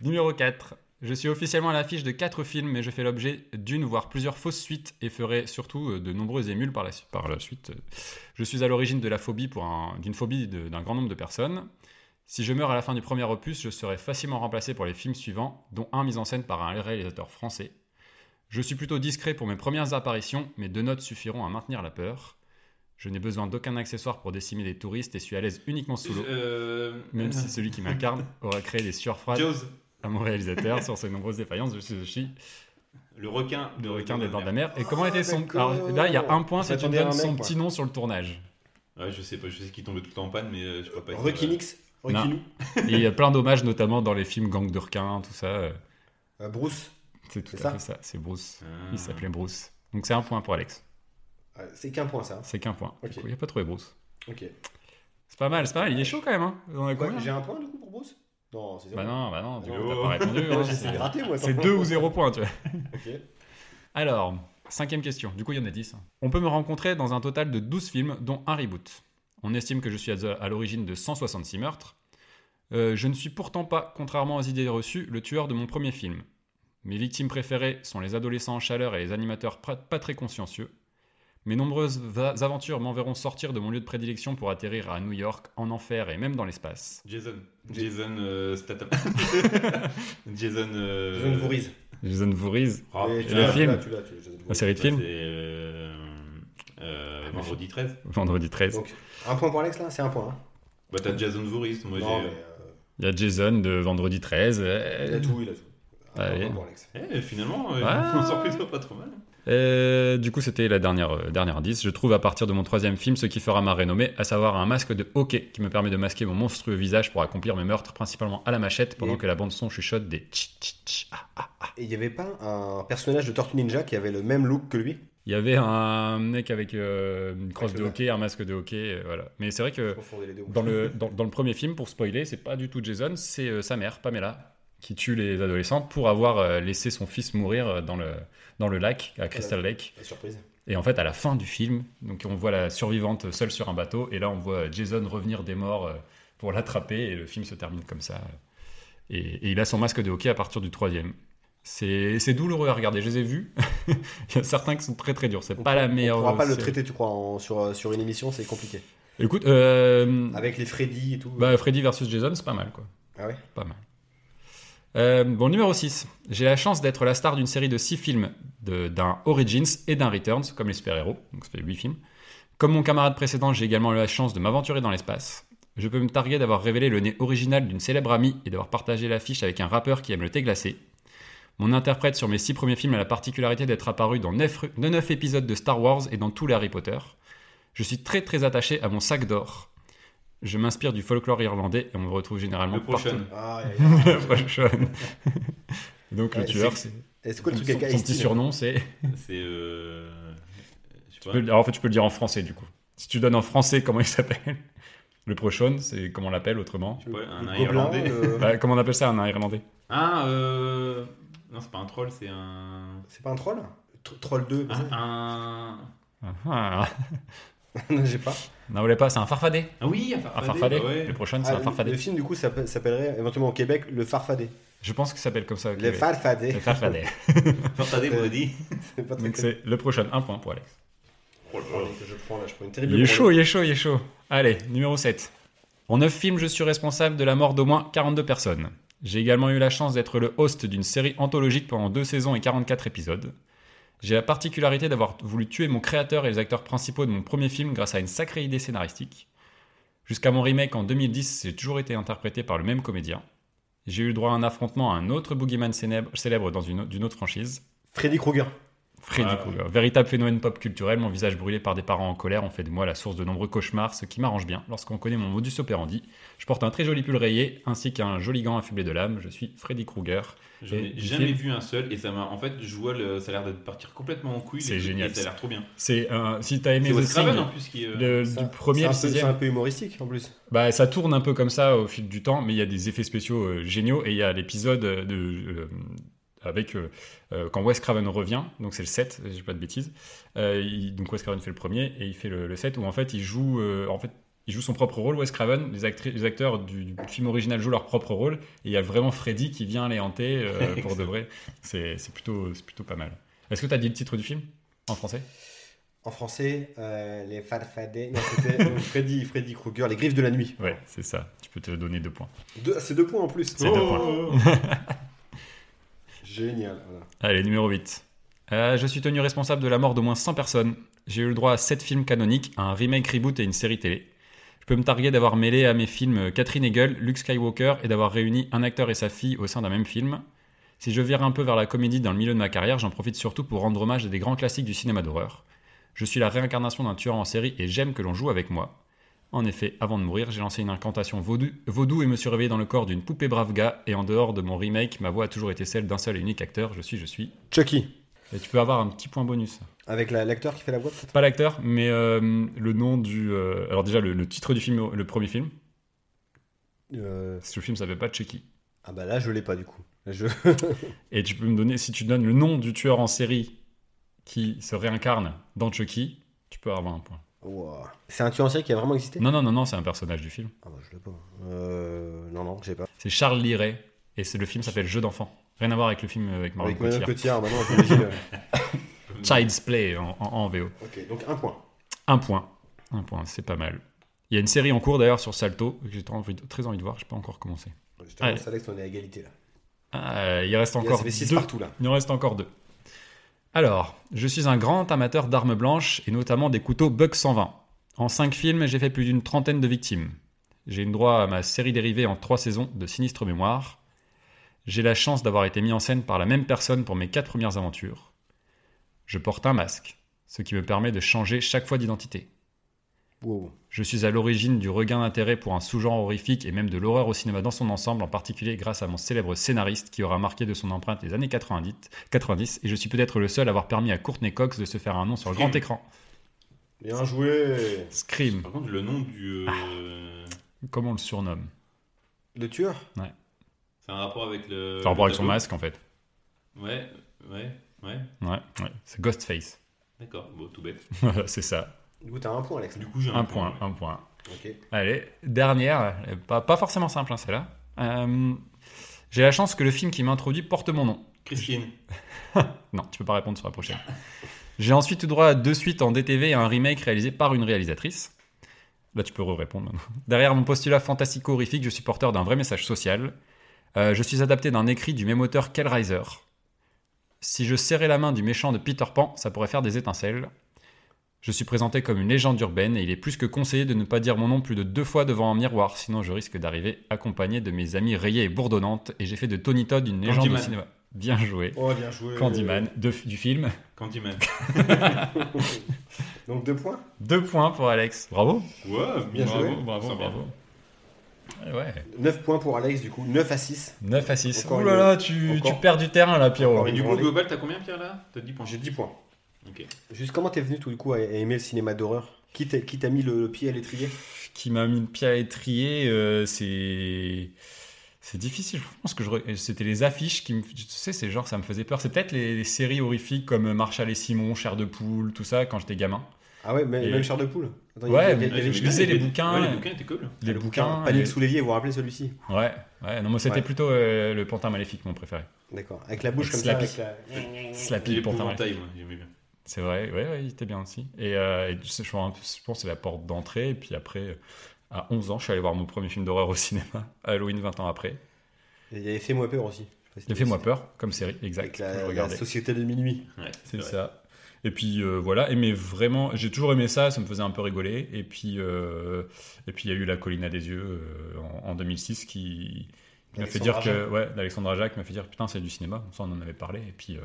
C: Numéro 4. Je suis officiellement à l'affiche de 4 films, mais je fais l'objet d'une voire plusieurs fausses suites et ferai surtout euh, de nombreuses émules par la, su- par la suite. Euh, Je suis à l'origine de la phobie pour un- d'une phobie de- d'un grand nombre de personnes. Si je meurs à la fin du premier opus, je serai facilement remplacé pour les films suivants, dont un mis en scène par un réalisateur français. Je suis plutôt discret pour mes premières apparitions, mais deux notes suffiront à maintenir la peur. Je n'ai besoin d'aucun accessoire pour décimer des touristes et suis à l'aise uniquement sous l'eau,
B: Euh,
C: même si celui qui m'incarne aura créé des surphrases
B: Jaws,
C: à mon réalisateur sur ses nombreuses défaillances. Je suis, je suis
B: le requin.
C: le
A: Oh,
C: requin des bords de la
B: dames.
C: mer. Et comment
A: Ah,
C: était son.
A: d'accord.
C: alors, là, il y a un point,
A: Je
C: c'est tu
A: m'attendais à
C: donnes
A: un mec,
C: son
A: moi.
C: petit nom sur le tournage.
B: Ouais, je sais pas, je sais qu'il tombe tout le temps en panne, mais euh, je peux pas. être-
A: Rekinix Rekinou
C: Et il y a plein d'hommages, notamment dans les films Gang de requins, tout ça. euh,
A: Euh, Bruce
C: C'est tout
A: C'est
C: à
A: ça
C: fait ça. C'est Bruce.
B: Ah.
C: Il s'appelait Bruce. Donc c'est un point pour Alex.
A: Ah, C'est qu'un point, ça.
C: C'est qu'un point.
A: Ok.
C: Il n'a pas trouvé Bruce.
A: Ok.
C: C'est pas mal, c'est pas mal. Il est chaud quand même. Hein. On a
A: Quoi,
C: combien
A: J'ai un point, du coup, pour Bruce Non, c'est zéro.
C: Bah non, bah non, du
A: Ah
C: coup,
B: non.
C: t'as pas répondu. hein.
A: Ouais, J'essaie de gratter, moi. ça.
C: C'est 2 ou 0 points, tu vois.
A: Ok.
C: Alors, cinquième question. Du coup, il y en a 10. On peut me rencontrer dans un total de 12 films, dont un reboot. On estime que je suis à à l'origine de 166 meurtres. Euh, je ne suis pourtant pas, contrairement aux idées reçues, le tueur de mon premier film. Mes victimes préférées sont les adolescents en chaleur et les animateurs pra- pas très consciencieux. Mes nombreuses va- aventures m'enverront sortir de mon lieu de prédilection pour atterrir à New York, en enfer et même dans l'espace.
B: Jason. Jason euh, Statham. Jason. euh,
A: Jason Voorhees.
C: Jason Voorhees,
B: Oh,
A: Et
B: putain,
C: le
A: l'as,
C: film. Ah,
A: l'as, tu l'as, tu l'as, Jason
C: la
A: Voorhees.
C: série de
B: ça,
C: films,
B: c'est, euh,
A: Ah,
B: euh, vendredi 13.
C: vendredi 13.
A: Donc, un point pour Alex, là C'est un point. hein.
B: Bah, t'as Jason Voorhees, moi
A: Non,
B: j'ai.
A: mais, euh,
C: Il y a Jason de vendredi 13. euh,
A: Il a tout, il a tout. Un
C: Allez.
A: point pour Alex.
B: Eh, finalement, euh,
C: Ah.
B: on sort plutôt pas trop mal.
C: Euh, du coup, c'était la dernière, euh, dernière indice. Je trouve à partir de mon troisième film ce qui fera ma renommée, à savoir un masque de hockey qui me permet de masquer mon monstrueux visage pour accomplir mes meurtres, principalement à la machette, pendant
A: Et-
C: que la bande-son chuchote des tch tch tch. Ah.
A: Et il n'y avait pas un personnage de Tortue Ninja qui avait le même look que lui
C: Il y avait un mec avec euh, une crosse
A: Avec
C: de
A: le
C: hockey, un masque de hockey, euh, voilà. Mais c'est vrai que
A: Je confondais les deux.
C: dans le, dans, dans le premier film, pour spoiler, c'est pas du tout Jason, c'est euh, sa mère, Pamela, qui tue les adolescents pour avoir euh, laissé son fils mourir euh, dans le, dans le lac, à Crystal Lake.
A: La surprise.
C: Et en fait, à la fin du film, donc on voit la survivante seule sur un bateau, et là on voit Jason revenir des morts euh, pour l'attraper, et le film se termine comme ça. Et, et il a son masque de hockey à partir du troisième. C'est c'est douloureux à regarder, je les ai vus. il y a certains qui sont très très durs, c'est
A: On
C: pas la
A: On
C: meilleure.
A: pourra pas le
C: série.
A: traiter, tu crois, en- sur, euh, sur une émission, c'est compliqué.
C: Écoute, euh,
A: Avec les Freddy et tout.
C: bah, Freddy versus Jason, c'est pas mal quoi.
A: Ah ouais
C: Pas mal. Euh, bon, numéro 6. J'ai la chance d'être la star d'une série de 6 films, de- d'un Origins et d'un Returns, comme les super-héros, donc ça fait 8 films. Comme mon camarade précédent, j'ai également eu la chance de m'aventurer dans l'espace. Je peux me targuer d'avoir révélé le nez original d'une célèbre amie et d'avoir partagé l'affiche avec un rappeur qui aime le thé glacé. Mon interprète sur mes 6 premiers films a la particularité d'être apparu dans 9, épisodes de Star Wars et dans tous les Harry Potter. Je suis très très attaché à mon sac d'or. Je m'inspire du folklore irlandais et on me retrouve généralement
B: Le prochain.
C: partout.
A: Ah, ouais, ouais.
C: Prochaine. Donc le
A: Ouais,
C: tueur,
A: c'est-
C: c'est
A: Et c'est quoi le
C: son,
A: truc avec
C: son petit
A: Ice-T, là
C: surnom, c'est.
B: C'est. Euh, je sais
C: Tu
B: pas.
C: peux le- alors, en fait, tu peux le dire en français du coup. Si tu donnes en français comment il s'appelle, le prochain, c'est comment on l'appelle autrement.
B: Je sais pas, un
A: Le gobelin, euh,
B: Irlandais.
A: le-
C: Bah, comment on appelle ça un irlandais
B: Ah, euh. Non, c'est pas un troll, c'est un.
A: C'est pas un troll Tro- Troll 2
B: Un. un-
C: Ah, ah.
A: Non, J'ai pas.
C: Non, on l'est pas, c'est un farfadet.
B: Ah oui, un
C: Un
B: farfadet.
C: farfadet.
B: bah ouais.
C: Le prochain, c'est
A: Ah,
C: un
A: le-
C: farfadet.
A: Le film, du coup, s'appelle- s'appellerait éventuellement au Québec le farfadet.
C: Je pense que ça s'appelle comme ça. au
A: Le
C: Québec.
A: farfadet.
C: Le farfadet.
B: Farfadet maudit.
A: C'est pas très
C: Donc
A: clair.
C: c'est le prochain, un point pour Alex.
A: Oh là là, que je prends là, je prends une terrible.
C: Il est
A: branlée.
C: chaud, il est chaud, il est chaud. Allez, numéro 7. En 9 films, je suis responsable de la mort d'au moins 42 personnes. J'ai également eu la chance d'être le host d'une série anthologique pendant 2 saisons et 44 épisodes. J'ai la particularité d'avoir voulu tuer mon créateur et les acteurs principaux de mon premier film grâce à une sacrée idée scénaristique. Jusqu'à mon remake en 2010, j'ai toujours été interprété par le même comédien. J'ai eu le droit à un affrontement à un autre boogeyman célèbre célèbre dans une, au- d'une autre franchise.
A: Freddy Krueger.
C: Freddy
B: Ah.
C: Krueger. Véritable phénomène pop culturel, mon visage brûlé par des parents en colère ont fait de moi la source de nombreux cauchemars, ce qui m'arrange bien lorsqu'on connaît mon modus operandi. Je porte un très joli pull rayé ainsi qu'un joli gant affublé de lame. Je suis Freddy Krueger.
B: J'en ai
C: Et
B: jamais
C: film-
B: vu un seul et ça m'a. En fait, je vois le- ça a l'air de partir complètement en couille.
C: C'est
B: les trucs,
C: génial,
B: et Ça a l'air trop bien.
C: C'est un. Si t'as aimé
B: C'est
C: The
B: Wes Craven
C: Thing,
B: en plus qui. euh,
C: le-
A: hein, Ça-
C: du premier
A: c'est un
C: au
A: peu- C'est
C: sixième,
A: un peu humoristique en plus.
C: Bah, ça tourne un peu comme ça au fil du temps, mais il y a des effets spéciaux euh, géniaux et il y a l'épisode euh, de euh, avec euh, euh, quand Wes Craven revient, donc c'est le 7, j'ai pas de bêtises. Euh, il- donc Wes Craven fait le premier et il fait le, le 7 où en fait il joue euh, en fait il joue son propre rôle Wes Craven, les, actri- les acteurs du, du film original jouent leur propre rôle et il y a vraiment Freddy qui vient les hanter euh, pour de vrai. C'est c'est plutôt c'est plutôt pas mal. Est-ce que tu as dit le titre du film en français
A: En français, euh, les farfadets. Non, c'était donc, Freddy, Freddy Krueger, les griffes de la nuit.
C: Ouais, c'est ça. Tu peux te donner deux points.
A: Deux- c'est deux points en plus.
C: C'est deux points.
A: Génial. voilà.
C: Allez, numéro 8. Euh, je suis tenu responsable de la mort d'au moins 100 personnes. J'ai eu le droit à 7 films canoniques, un remake, reboot et une série télé. Je peux me targuer d'avoir mêlé à mes films Catherine Hegel, Luke Skywalker et d'avoir réuni un acteur et sa fille au sein d'un même film. Si je vire un peu vers la comédie dans le milieu de ma carrière, j'en profite surtout pour rendre hommage à des grands classiques du cinéma d'horreur. Je suis la réincarnation d'un tueur en série et j'aime que l'on joue avec moi. En effet, avant de mourir, j'ai lancé une incantation vaudou, vaudou et me suis réveillé dans le corps d'une poupée brave gars. Et en dehors de mon remake, ma voix a toujours été celle d'un seul et unique acteur. Je suis, je suis.
A: Chucky.
C: Et tu peux avoir un petit point bonus.
A: Avec la- l'acteur qui fait la voix peut-être
C: Pas l'acteur, mais euh, le nom du. euh, alors déjà le, le titre du film, le premier film.
A: Euh,
C: Parce que le film s'appelle pas Chucky.
A: Ah bah là, je l'ai pas du coup. Là, Je...
C: Et tu peux me donner, si tu donnes le nom du tueur en série qui se réincarne dans Chucky, tu peux avoir un point.
A: Wow. C'est un tueur en série qui a vraiment existé
C: Non, non, non, non, c'est un personnage du film.
A: Ah bah je l'ai pas. Euh... Non, non, j'ai pas.
C: C'est Charles Liray. Et c'est le film s'appelle Jeu d'enfant. Rien à voir avec le film euh, avec Marion
A: Avec Manon
C: Cotillard.
A: Cotillard, maintenant, je me dis, euh,
C: Child's Play en- en- en VO.
A: Ok, donc un point.
C: Un point. Un point, c'est pas mal. Il y a une série en cours d'ailleurs sur Salto que j'ai très envie, de- très envie de voir, j'ai pas encore commencé.
A: Je
C: Allez.
A: t'annonce, Alex, on est à égalité là.
C: Ah, il reste
A: Encore
C: encore
A: ça fait 6
C: deux.
A: partout là.
C: Il en reste encore deux. Alors, je suis un grand amateur d'armes blanches et notamment des couteaux Buck 120. En cinq films, j'ai fait plus d'une trentaine de victimes. J'ai une droit à ma série dérivée en trois saisons de Sinistre Mémoire. J'ai la chance d'avoir été mis en scène par la même personne pour mes quatre premières aventures. Je porte un masque, ce qui me permet de changer chaque fois d'identité.
A: Wow.
C: Je suis à l'origine du regain d'intérêt pour un sous-genre horrifique et même de l'horreur au cinéma dans son ensemble, en particulier grâce à mon célèbre scénariste qui aura marqué de son empreinte les années 90, 90, et je suis peut-être le seul à avoir permis à Courtney Cox de se faire un nom sur le grand
B: Scream.
C: écran.
A: Bien joué.
C: Scream,
B: Par contre, le nom du.
C: Ah.
B: euh,
C: comme on le surnomme.
A: Le tueur
B: C'est un rapport avec le.
C: Par rapport
B: le
C: avec son
B: tableau
C: masque en fait.
B: Ouais, ouais, ouais.
C: Ouais, ouais. c'est Ghostface.
B: D'accord, bon, tout bête.
C: c'est ça.
A: Du coup, t'as un point, Alex.
B: Du coup, j'ai un,
C: Un point, un point.
A: Ok.
C: Allez, dernière, euh, pas, pas forcément simple hein, celle-là. Euh, J'ai la chance que le film qui m'introduit porte mon nom.
B: Christine.
C: Non, tu peux pas répondre sur la prochaine. J'ai ensuite eu droit à deux suites en DTV et un remake réalisé par une réalisatrice. Là, tu peux répondre maintenant. Derrière mon postulat fantastico-horrifique, je suis porteur d'un vrai message social. Euh, je suis adapté d'un écrit du même auteur qu'Hellraiser. Si je serrais la main du méchant de Peter Pan, ça pourrait faire des étincelles. Je suis présenté comme une légende urbaine et il est plus que conseillé de ne pas dire mon nom plus de deux fois devant un miroir, sinon je risque d'arriver accompagné de mes amis rayés et bourdonnantes et j'ai fait de Tony Todd une légende au
B: Candyman.
C: cinéma. Bien joué.
A: Oh, bien joué.
C: Euh, Candyman de- du film.
B: Candyman.
A: Donc deux points
C: Deux points pour Alex. Bravo.
B: Ouais,
A: Bien
B: bravo,
A: joué.
B: sympa.
C: Eh Ouais.
A: 9 points pour Alex, du coup. 9 à 6.
C: 9 à 6.
A: Encore
C: Ouh Oh là
A: une-
C: là, tu,
A: encore-
C: tu perds du terrain là, Pierrot.
A: encore
B: Et
A: une-
B: du coup, au
A: Allez.
B: global, t'as combien, Pierre, là T'as 10 points.
A: J'ai 10 points.
B: Ok.
A: Juste comment t'es venu, tout du coup, à à aimer le cinéma d'horreur Qui t'a qui t'a mis le, le pied à l'étrier
C: Qui m'a mis le pied à étrier, euh, c'est. C'est difficile, je pense que je re- c'était les affiches qui me. Tu sais, c'est genre, ça me faisait peur. C'est peut-être les, les séries horrifiques comme euh, Marshall et Simon, Chair de Poule, tout ça, quand j'étais gamin.
A: Ah ouais, même,
C: Et-
A: même Charles de Poule Attends,
C: Ouais,
A: il y a- il y a- il y
B: Ouais,
A: avait-
C: mais-
B: j'aimais
C: je
B: bien,
C: lisais
B: il y
C: les
B: avait-
C: bouquins.
B: Ouais, les bouquins étaient cool.
C: Les bouquins.
A: Panique
C: les-
A: sous l'évier, vous vous rappelez celui-ci
C: Ouais, ouais, non, moi c'était
A: Ouais.
C: plutôt euh, le pantin maléfique, mon préféré.
A: D'accord. Avec la bouche
C: Avec
A: comme
C: Slappy.
A: ça. Avec la...
C: Slappy
B: Les
C: le pantin maléfique.
B: épouvantails, moi, j'aimais bien.
C: C'est vrai, ouais, ouais, il était bien aussi. Et, euh, et tu sais, je, vois un peu- je pense que c'est la porte d'entrée. Et puis après, euh, à 11 ans, je suis allé voir mon premier film d'horreur au cinéma, Halloween 20 ans après.
A: Et Il y avait Fais-moi peur aussi. Je sais pas si
C: Il
A: t'as
C: fait
A: vu
C: moi
A: ça.
C: peur, comme série, exact.
A: Avec
C: que je
A: la, la
C: regardais.
A: société de minuit.
B: Ouais,
C: C'est
B: vrai.
C: ça. Et puis euh, voilà, et mais vraiment, j'ai toujours aimé ça, ça me faisait un peu rigoler. Et puis, euh, et puis il y a eu La Colline à des yeux euh, en, en 2006 qui, m'a fait dire
A: Alexandre
C: que ouais, d'Alexandre Ajac m'a fait dire putain c'est du cinéma. Ça on en avait parlé et puis euh,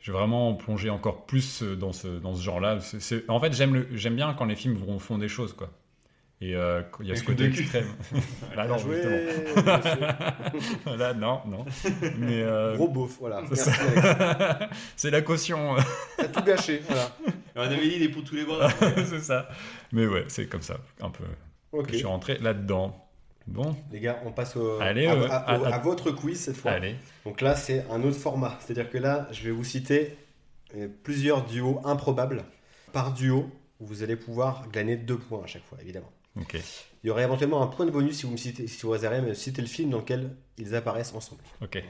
C: j'ai vraiment plongé encore plus euh, dans ce dans ce genre-là. C'est- c'est- En fait j'aime le- j'aime bien quand les films vont font des choses quoi. Et euh, il y a
B: Avec
C: ce
B: le
C: côté
B: cul.
C: extrême. Là Ah non,
A: Joué,
C: justement.
A: monsieur.
C: Là non non. Mais euh,
A: Gros beauf, voilà.
C: c'est
A: Merci, Alex.
C: c'est la caution.
A: T'as tout gâché, voilà.
B: On avait dit des poux tous les bras.
C: c'est ça. Mais ouais, c'est comme ça, un peu.
A: Ok.
C: que Je suis rentré là-dedans. Bon,
A: Les gars, on passe au,
C: Allez,
A: à,
C: euh,
A: à-
C: à-
A: au-
C: à-
A: à votre quiz cette fois.
C: allez.
A: Donc là, c'est un autre format. C'est-à-dire que là, je vais vous citer euh, plusieurs duos improbables. Par duo, vous allez pouvoir gagner deux points à chaque fois, évidemment.
C: Ok.
A: Il y aurait éventuellement un point de bonus si vous me citez, si vous réservez, mais citer le film dans lequel ils apparaissent ensemble.
C: Ok.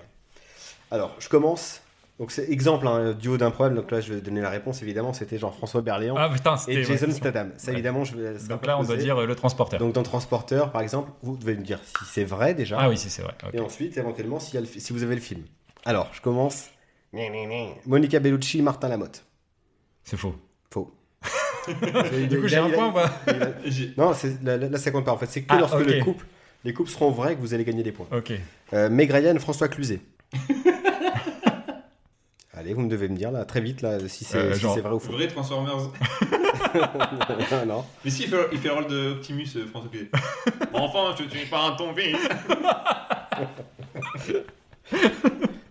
A: Alors, je commence. Donc c'est exemple, un duo d'improbable. Donc là, je vais donner la réponse, évidemment. C'était Jean-François Berléand
C: Ah
A: et
C: putain, c'était.
A: Jason
C: ouais.
A: Statham. Ça,
C: Ouais.
A: évidemment, je vais... ça sera
C: Donc
A: pas
C: là, on doit
A: posé.
C: dire euh, le transporteur.
A: Donc dans Transporteur, par exemple, vous devez me dire si c'est vrai déjà.
C: ah oui, si c'est vrai. ok.
A: Et ensuite, éventuellement, s'il y a le fi- si, vous avez le film. Alors, je commence. Monica Bellucci, Martin Lamotte.
C: C'est faux.
A: Faux.
C: Du coup, j'ai un point ou pas
B: J'ai-
A: Non, c'est- là, là, là, ça compte pas. En fait, c'est que
C: Ah,
A: lorsque
C: ok.
A: le couple, les couples seront vrais que vous allez gagner des points.
C: Ok.
A: Euh, Meg Ryan, François Cluzet. allez, vous me devez me dire là, très vite là, si c'est
C: Euh,
A: si
C: genre-
A: c'est vrai ou faux.
B: Vrai Transformers.
A: non, non.
B: Mais si, il fait, il fait le rôle de Optimus, euh, François Cluzet. enfin, je ne suis pas un tombé.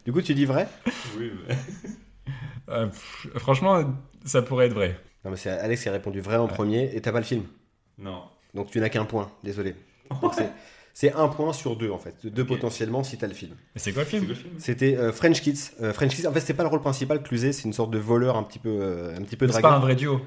A: Du coup, tu dis vrai
B: Oui, bah,
C: Euh, pff, franchement, ça pourrait être vrai.
A: Non, mais c'est Alex qui a répondu vrai en premier et t'as pas le film.
B: non.
A: Donc tu n'as qu'un point, désolé. Donc, c'est- C'est un point sur deux en fait, deux
B: Ok.
A: potentiellement si t'as le film.
C: Mais c'est quoi le
B: C'est quoi
C: film
B: le film
A: C'était euh, French Kids. Euh, French Kids, en fait, c'est pas le rôle principal. Cluzet, c'est une sorte de voleur un petit peu, euh, un petit peu
C: C'est pas un
A: dragueur.
C: vrai duo.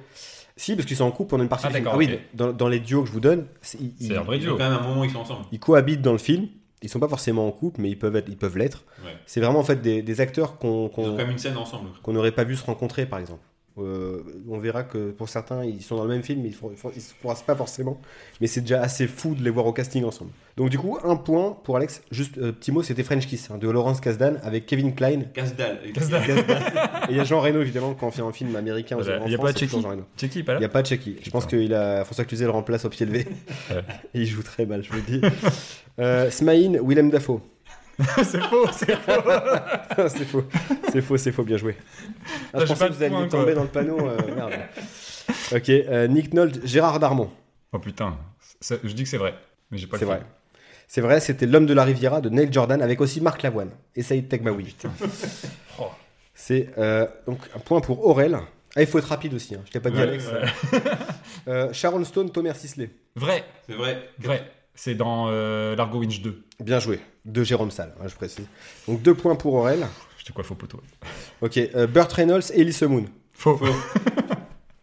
A: Si, parce qu'ils sont en couple pendant une partie
C: Ah,
A: du film.
C: d'accord,
A: oui,
C: ok.
A: dans, dans les duos que je vous donne, c'est- ils,
C: C'est un
A: ils-
C: vrai
B: Il y a
C: duo.
B: quand même un moment où ils sont ensemble.
A: ils cohabitent dans le film. Ils sont pas forcément en couple, mais ils peuvent être, ils peuvent l'être.
B: Ouais.
A: C'est vraiment en fait des, des acteurs qu'on
B: Ils ont
A: qu'on
B: quand même une scène ensemble.
A: qu'on n'aurait pas vu se rencontrer, par exemple. Euh, on verra que pour certains, ils sont dans le même film, mais ils font- ils font- ils se croisent pas forcément. Mais c'est déjà assez fou de les voir au casting ensemble. Donc du coup, un point pour Alex. Juste euh, petit mot, c'était French Kiss hein, de Laurence Kasdan avec Kevin Klein
B: Casdal.
C: Kasdal.
A: Et il y a Jean Reno, évidemment, quand on fait un film américain.
C: Voilà,
A: en
C: il y a
A: France,
C: pas
A: c'est toujours
C: Chucky.
A: Jean Reno.
C: C'est qui, pas
A: Il n'y
C: là
A: a pas Chucky. Je pense qu'il a François Cluzet le remplace au pied levé.
C: Ouais.
A: Et il joue très mal, je vous le dis. Euh, Smaïn, Willem Dafoe.
C: C'est faux. c'est-
A: c'est faux. C'est faux, c'est faux, bien joué. Ah,
C: J'ai
A: je pensais
C: pas
A: que vous
C: le point,
A: alliez tomber
C: quoi.
A: dans le panneau. euh, merde. Ok, euh, Nick Nolte, Gérard Darmon.
C: Oh putain. Ça- je dis que c'est vrai. Mais j'ai pas
A: C'est
C: le
A: vrai.
C: film.
A: C'est vrai, c'était L'homme de la Riviera de Neil Jordan avec aussi Marc Lavoine et Saïd Tagmaoui.
C: Oh.
A: C'est euh, donc un point pour Aurel. Ah, il faut être rapide aussi, hein. je t'ai pas dit
C: Ouais,
A: Alex.
C: ouais.
A: Euh, Sharon Stone, Thomas Sisley.
C: Vrai.
B: C'est vrai.
C: Vrai. C'est dans euh, Largo Winch 2.
A: Bien joué. De Jérôme Salle, hein, je précise. Donc deux points pour Aurel.
C: Je te coiffe au poteau.
A: Ok, euh, Burt Reynolds et Elise Moon.
C: Faux.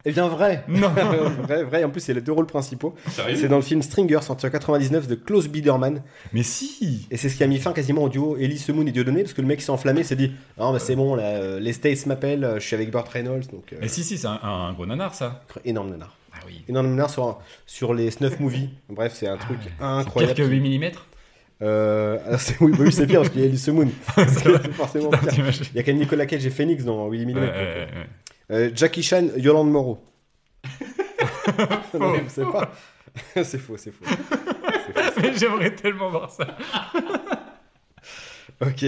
A: Eh bien, vrai
C: Non.
A: Vrai, vrai, en plus, c'est les deux rôles principaux. C'est
B: Sérieux
A: dans le film Stringer, sorti en 99 de Klaus Biederman.
C: Mais si.
A: Et c'est ce qui a mis fin quasiment au duo Elise Moon et Dieudonné, parce que le mec s'est enflammé, s'est dit Non, mais c'est bon, là, euh, les States m'appellent, euh, je suis avec Burt Reynolds. Donc, euh,
C: Mais si, si, c'est un, un gros nanar, ça.
A: énorme nanar.
C: Ah oui.
A: Énorme nanar sur, sur les Snuff Movies. Bref, c'est un truc
C: Ah, Pire
A: incroyable.
C: que 8 mm
A: Euh, alors c'est- oui, bah oui, c'est pire parce qu'il y a Elise Moon. C'est forcément pire.
C: T'imagines
A: Il y a quand même Nicolas Cage et Phoenix dans Willy
C: Ouais,
A: Million.
C: ouais, ouais.
A: Euh, Jackie Chan, Yolande Moreau. Non, je sais pas. c'est faux, c'est faux.
C: Mais J'aimerais tellement voir ça.
A: Ok.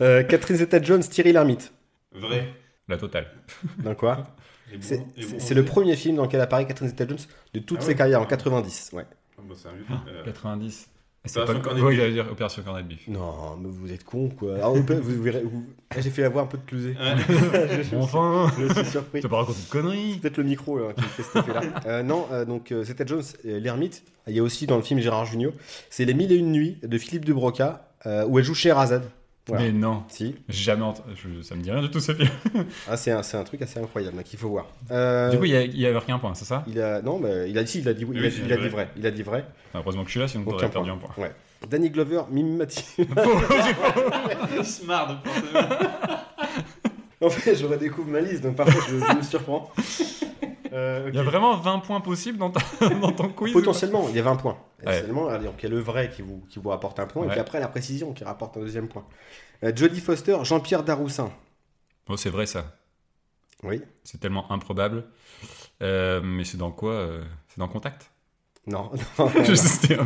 A: Euh, Catherine Zeta-Jones, Thierry Lhermitte.
B: Vrai.
C: La totale.
A: Dans quoi
B: Les bons-
A: C'est
B: les
A: c'est-
B: bons-
A: c'est le premier film dans lequel apparaît Catherine Zeta-Jones de toutes
B: Ah
A: ses
B: ouais
A: carrières en 90. Ouais.
B: Ah, bah, sérieux. Euh,
C: 90. Ah, C'est pas
B: Opération
C: le
B: Cornet de
C: ouais,
B: Bif.
C: j'allais dire Opération Cornet de Bif.
A: Non, mais vous êtes con quoi. Alors, vous, vous verrez- vous- Ah, J'ai fait la voix un peu de Clouzet.
B: ouais.
C: Enfin
A: Je suis surpris.
C: T'as pas raconté de conneries
A: C'est peut-être le micro là, qui fait cet effet-là. Euh, non, euh, donc euh, c'était Jones, euh, l'ermite. Il y a aussi dans le film Gérard Jugnot, c'est Les Mille et Une Nuits de Philippe de Broca, euh, où elle joue Sherazade. Voilà.
C: Mais non,
A: Si,
C: j'ai jamais entendu. je- Ça me dit rien du tout ce film.
A: ah, c'est un, c'est un truc assez incroyable hein, qu'il faut voir. Euh,
C: Du coup, il y, a- il y avait qu'un point, c'est ça
A: il a non, mais il a dit, il a dit, il a,
B: Oui,
A: dit-
B: c'est
A: il a
B: vrai.
A: dit vrai, il a dit vrai.
C: Enfin, Heureusement que je suis là, sinon
A: Aucun
C: t'aurais perdu un point.
A: Ouais. Danny Glover, Mimi Mati.
B: Il se marre de penser.
A: en fait, je redécouvre ma liste, donc parfois je, je me surprends. Euh,
C: Il y a vraiment 20 points possibles dans, ta- dans ton quiz
A: Potentiellement, il y avait un point.
C: Ouais.
A: Seulement, alors, donc, il y a le vrai qui vous, qui vous rapporte un point, et
C: Ouais.
A: puis après la précision qui rapporte un deuxième point. Euh, Jodie Foster, Jean-Pierre Daroussin.
C: Oh, c'est vrai ça.
A: Oui.
C: C'est tellement improbable. Euh, mais c'est dans quoi euh, C'est dans Contact
A: Non, non,
C: Je sais,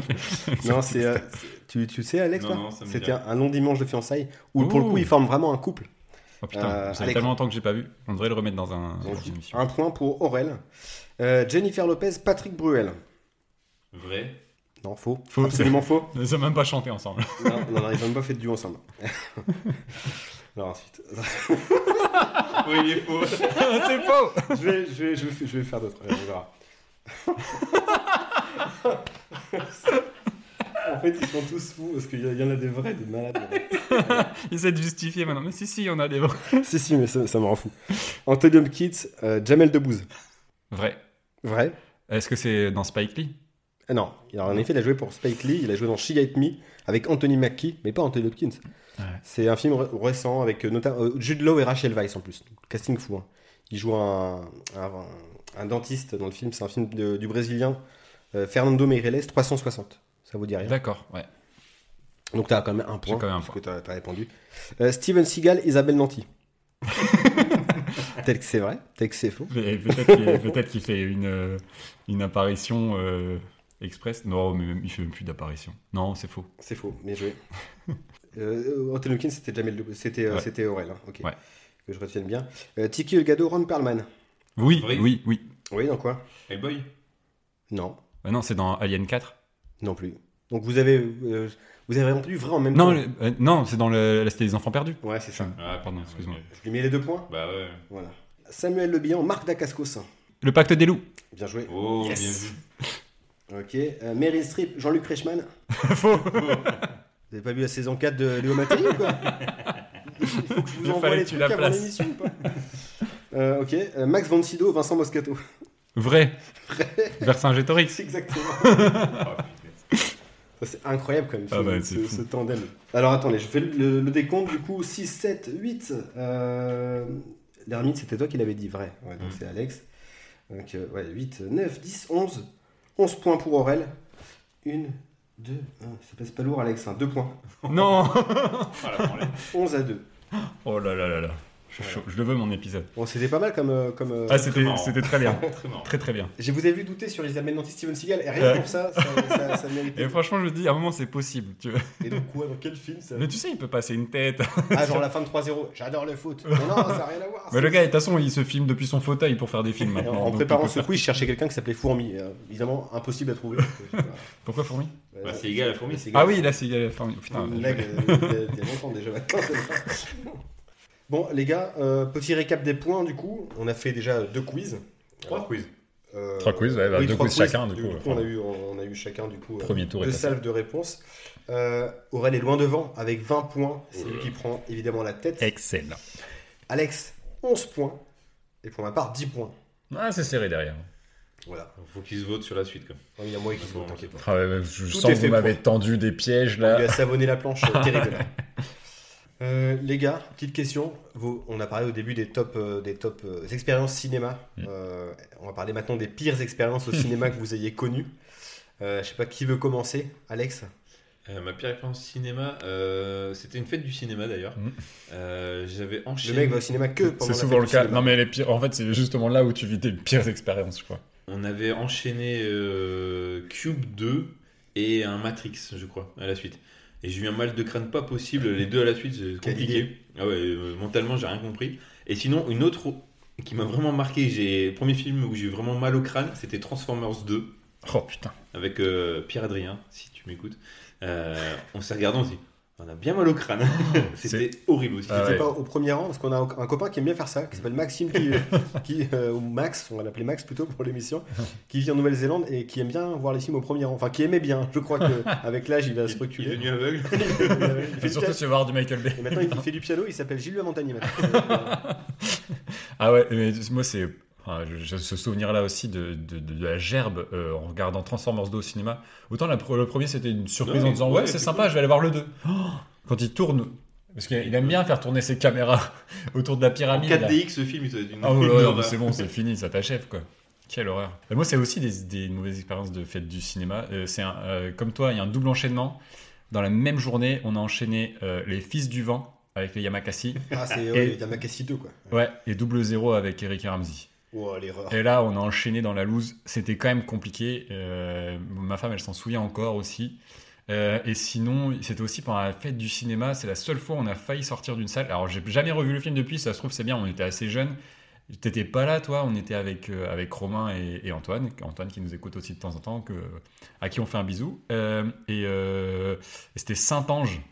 A: non, c'est. euh, c'est- tu, tu sais, Alex,
B: Non,
A: toi
B: non, ça me dit
A: C'était
B: rien.
A: un, un long dimanche de fiançailles où, pour le coup,
C: Ouh.
A: ils forment vraiment un couple.
C: Oh putain,
A: Euh,
C: ça fait
A: Alex-
C: tellement longtemps que j'ai pas vu. On devrait le remettre dans un.
A: Donc,
C: dans une émission.
A: un point pour Aurel. Euh, Jennifer Lopez, Patrick Bruel.
B: Vrai.
A: Non, faux.
C: Faux.
A: Absolument faux.
C: Ils ont même pas chanté ensemble.
A: Non, non, non, ils n'ont pas fait de duo ensemble. Alors ensuite,
B: Oui, il est faux.
C: c'est faux
A: je vais, je vais, je vais, je vais faire d'autres. euh, on verra. en fait, ils sont tous fous parce qu'il y, a- il y en a des vrais, des malades.
C: Ils essaient de justifier maintenant. Mais si, si, on a des
A: si, si, mais ça, ça me rend fou. Anthony Hopkins, euh, Jamel Debbouze.
C: Vrai.
A: Vrai
C: Est-ce que c'est dans Spike Lee
A: Ah Non, il a en effet, il a joué pour Spike Lee, il a joué dans She Hate Me avec Anthony Mackie, mais pas Anthony Hopkins.
C: Ouais.
A: C'est un film ré- récent avec euh, notamment euh, Jude Law et Rachel Weisz en plus. Donc, casting fou. hein. Il joue un, un- un dentiste dans le film, c'est un film de- du brésilien euh, Fernando Meirelles, 360. Ça vous dit rien
C: D'accord, ouais.
A: Donc t'as quand même un point,
C: quand même un
A: parce que t'as t'as répondu. Euh, Steven Seagal, Isabelle Nanty. tel que c'est vrai, tel que c'est faux.
C: Mais Peut-être qu'il peut-être qu'il fait une, euh, une apparition euh, express. Non, mais il fait même plus d'apparition. Non, c'est faux.
A: C'est faux, bien joué. euh, Anthony Hopkins, c'était Jamel Debbouze- c'était euh,
C: Ouais.
A: c'était Aurel, hein, ok.
C: Ouais.
A: Que je retienne bien. Euh, Tiki Elgado, Ron Perlman.
C: Oui,
B: Vrai.
C: oui, oui.
A: Oui, dans quoi
B: Hellboy.
A: Non,
C: Ah non, c'est dans Alien 4.
A: non plus. Donc vous avez euh, vous avez répondu vrai en même
C: Non,
A: temps.
C: le- euh, non c'est dans le, la Cité des Enfants Perdus.
A: Ouais, c'est ça.
B: Ah,
C: Pardon,
B: putain,
C: excuse-moi.
B: ouais.
A: Je lui mets les deux points.
B: Bah ouais.
A: Voilà. Samuel Le Bihan, Marc Dacascos.
C: Le Pacte des Loups.
A: Bien joué.
B: Oh,
C: Yes.
B: bien vu.
A: Ok. Euh, Meryl Streep, Jean-Luc Reichmann.
C: faux
A: Vous avez pas vu la saison 4 de Léo Mattei ou quoi Il faut que je vous
C: Il
A: envoie les
C: fallait que tu
A: trucs
C: la
A: avant
C: places.
A: l'émission ou pas Euh, Ok. Euh, Max Van Sydow, Vincent Moscato.
C: Vrai. Vercingétorix.
A: C'est exactement.
B: Oh, putain.
A: Ça, C'est incroyable quand même,
C: Ah
A: ce,
C: bah,
A: ce-
C: c'est fou.
A: ce tandem. Alors attendez, je fais le, le- le décompte du coup 6, 7, 8. Euh, L'ermite, c'était toi qui l'avais dit vrai. Ouais, donc
B: Mm.
A: c'est Alex. Donc euh, ouais, 8, 9, 10, 11. 11 points pour Aurel. 1, 2, 1. Ça passe pas lourd, Alex. 2 points.
C: non
B: Ah, la branlée.
A: 11 à 2.
C: Oh là là là là. Je, suis chaud. Je le veux, mon épisode.
A: Bon, c'était pas mal comme. euh, comme euh,
C: Ah, c'était
B: marrant.
C: c'était très bien.
B: Très marrant.
C: Très très bien.
A: Je vous ai vu douter sur Isabelle Nanty Steven Seagal. Et rien
C: Ouais.
A: que pour ça, ça, ça, ça méritait.
C: Et franchement, je me dis, à un moment, c'est possible. Tu vois.
A: Et donc, quoi, dans quel film ça
C: Mais tu sais, il peut passer une tête.
A: Ah, genre la fin de 3-0. J'adore le foot. Mais non, ça n'a rien à voir.
C: Mais le gars, de toute façon, il se filme depuis son fauteuil pour faire des films
A: Et
C: maintenant.
A: Ah, En, en
C: donc
A: préparant
C: il peut
A: ce quiz, je cherchais quelqu'un qui s'appelait Fourmi. Euh, évidemment, impossible à trouver. euh,
C: faire- Pourquoi Fourmi
B: Bah, c'est égal à Fourmi.
A: C'est égal.
C: Ah oui, là, c'est euh, Fourmi. Putain,
A: Une blague, euh, il y a- il y a longtemps déjà maintenant, celle-là. Bon, les gars, euh, petit récap des points du coup. On a fait déjà deux quiz.
B: Trois quiz.
A: Euh,
C: Trois quiz, ouais, bah, deux
A: trois
C: quiz chacun, du coup,
A: on, a
C: enfin.
A: eu, on a eu chacun du coup euh,
C: Premier tour est
A: deux
C: passé.
A: salves de réponses. Euh, Aurel est loin devant avec 20 points. C'est
B: Oh là
A: lui
B: là.
A: qui prend évidemment la tête.
C: excellent.
A: Alex, 11 points. Et pour ma part, 10 points.
C: Ah, c'est serré derrière.
A: Voilà.
B: Faut qu'ils se votent sur la suite, comme.
A: Oh, Il y a moi qui
B: Bah, Bon,
A: bon, t'inquiète pas.
C: Ah ouais, je
A: Tout est fait pour.
C: tendu des pièges
A: Il lui a savonné la planche, euh, terrible. Euh, les gars, petite question. Vos- on a parlé au début des top, euh, des top euh, expériences cinéma.
C: Mm.
A: Euh, on va parler maintenant des pires expériences au cinéma que vous ayez connues. Euh, je sais pas qui veut commencer. Alex
B: Euh, ma pire expérience cinéma, euh, c'était une fête du cinéma d'ailleurs.
C: Mhm.
B: Euh, J'avais
A: Le
B: enchaîné.
A: mec va au cinéma que pendant
C: C'est
A: la
C: souvent
A: fête
C: le
A: du
C: cas.
A: cinéma.
C: Non, mais les pires, en fait, c'est justement là où tu vis tes pires expériences, je crois.
B: On avait enchaîné euh, Cube 2 et un Matrix, je crois, à la suite. Et j'ai eu un mal de crâne pas possible, les deux à la suite, c'est
A: Quelle
B: compliqué. Ah ouais, euh, mentalement, j'ai rien compris. Et sinon, une autre qui m'a vraiment marqué, j'ai premier film où j'ai eu vraiment mal au crâne, c'était Transformers 2
C: Oh putain.
B: avec euh, Pierre Adrien, si tu m'écoutes. Euh, on s'est regardé, on s'est dit, on a bien mal au crâne. c'était horrible aussi.
C: Ah
A: J'étais
C: ouais.
A: pas au premier rang parce qu'on a un copain qui aime bien faire ça, qui s'appelle Maxime, qui, qui, euh, ou Max, on va l'appeler Max plutôt pour l'émission, qui vit en Nouvelle-Zélande et qui aime bien voir les films au premier rang. Enfin, qui aimait bien. Je crois qu'avec l'âge, il va se
B: Il- Il est
A: reculer.
B: devenu aveugle.
A: Il fait du
C: Et surtout,
A: piano.
C: c'est voir du Michael Bay.
A: Et maintenant, il fait du piano, il s'appelle Gilles Montagnier. maintenant.
C: Ah ouais, mais moi, c'est. ah, je- J'ai ce souvenir-là aussi de, de- de- de la gerbe euh, en regardant Transformers 2 au cinéma. Autant la pre- le premier, c'était une surprise
B: Ouais,
C: en disant
B: ouais,
C: Ouais, c'est
B: c'est
C: sympa, je vais aller voir le 2. quand il tourne, parce qu'il aime bien faire tourner ses caméras autour de la
B: En
C: pyramide. là.
B: 4DX, ce film, il doit être une.
C: Ah ouais,
B: une
C: ouais, non,
B: horreur.
C: mais c'est bon, c'est fini, ça t'achève quoi. Quelle horreur. Et moi, c'est aussi des, des mauvaises expériences de fête du cinéma. Euh, c'est un, euh, comme toi, il y a un double enchaînement. Dans la même journée, on a enchaîné euh, les Fils du Vent avec les Yamakasi.
A: Ah, c'est
C: Et-
A: ouais, Yamakasi 2, quoi.
C: Ouais, et double zéro avec Eric et Ramsey.
A: Oh, l'erreur.
C: Et là, on a enchaîné dans la loose. C'était quand même compliqué. Euh, ma femme, elle s'en souvient encore aussi. Euh, et sinon, c'était aussi pendant la fête du cinéma. C'est la seule fois où on a failli sortir d'une salle. Alors, j'ai jamais revu le film depuis. Ça se trouve, c'est bien. On était assez jeunes. T'étais pas là, toi. On était avec, euh, avec Romain et, et Antoine. Antoine qui nous écoute aussi de temps en temps, que, à qui on fait un bisou. Euh, et euh, et c'était Saint-Ange,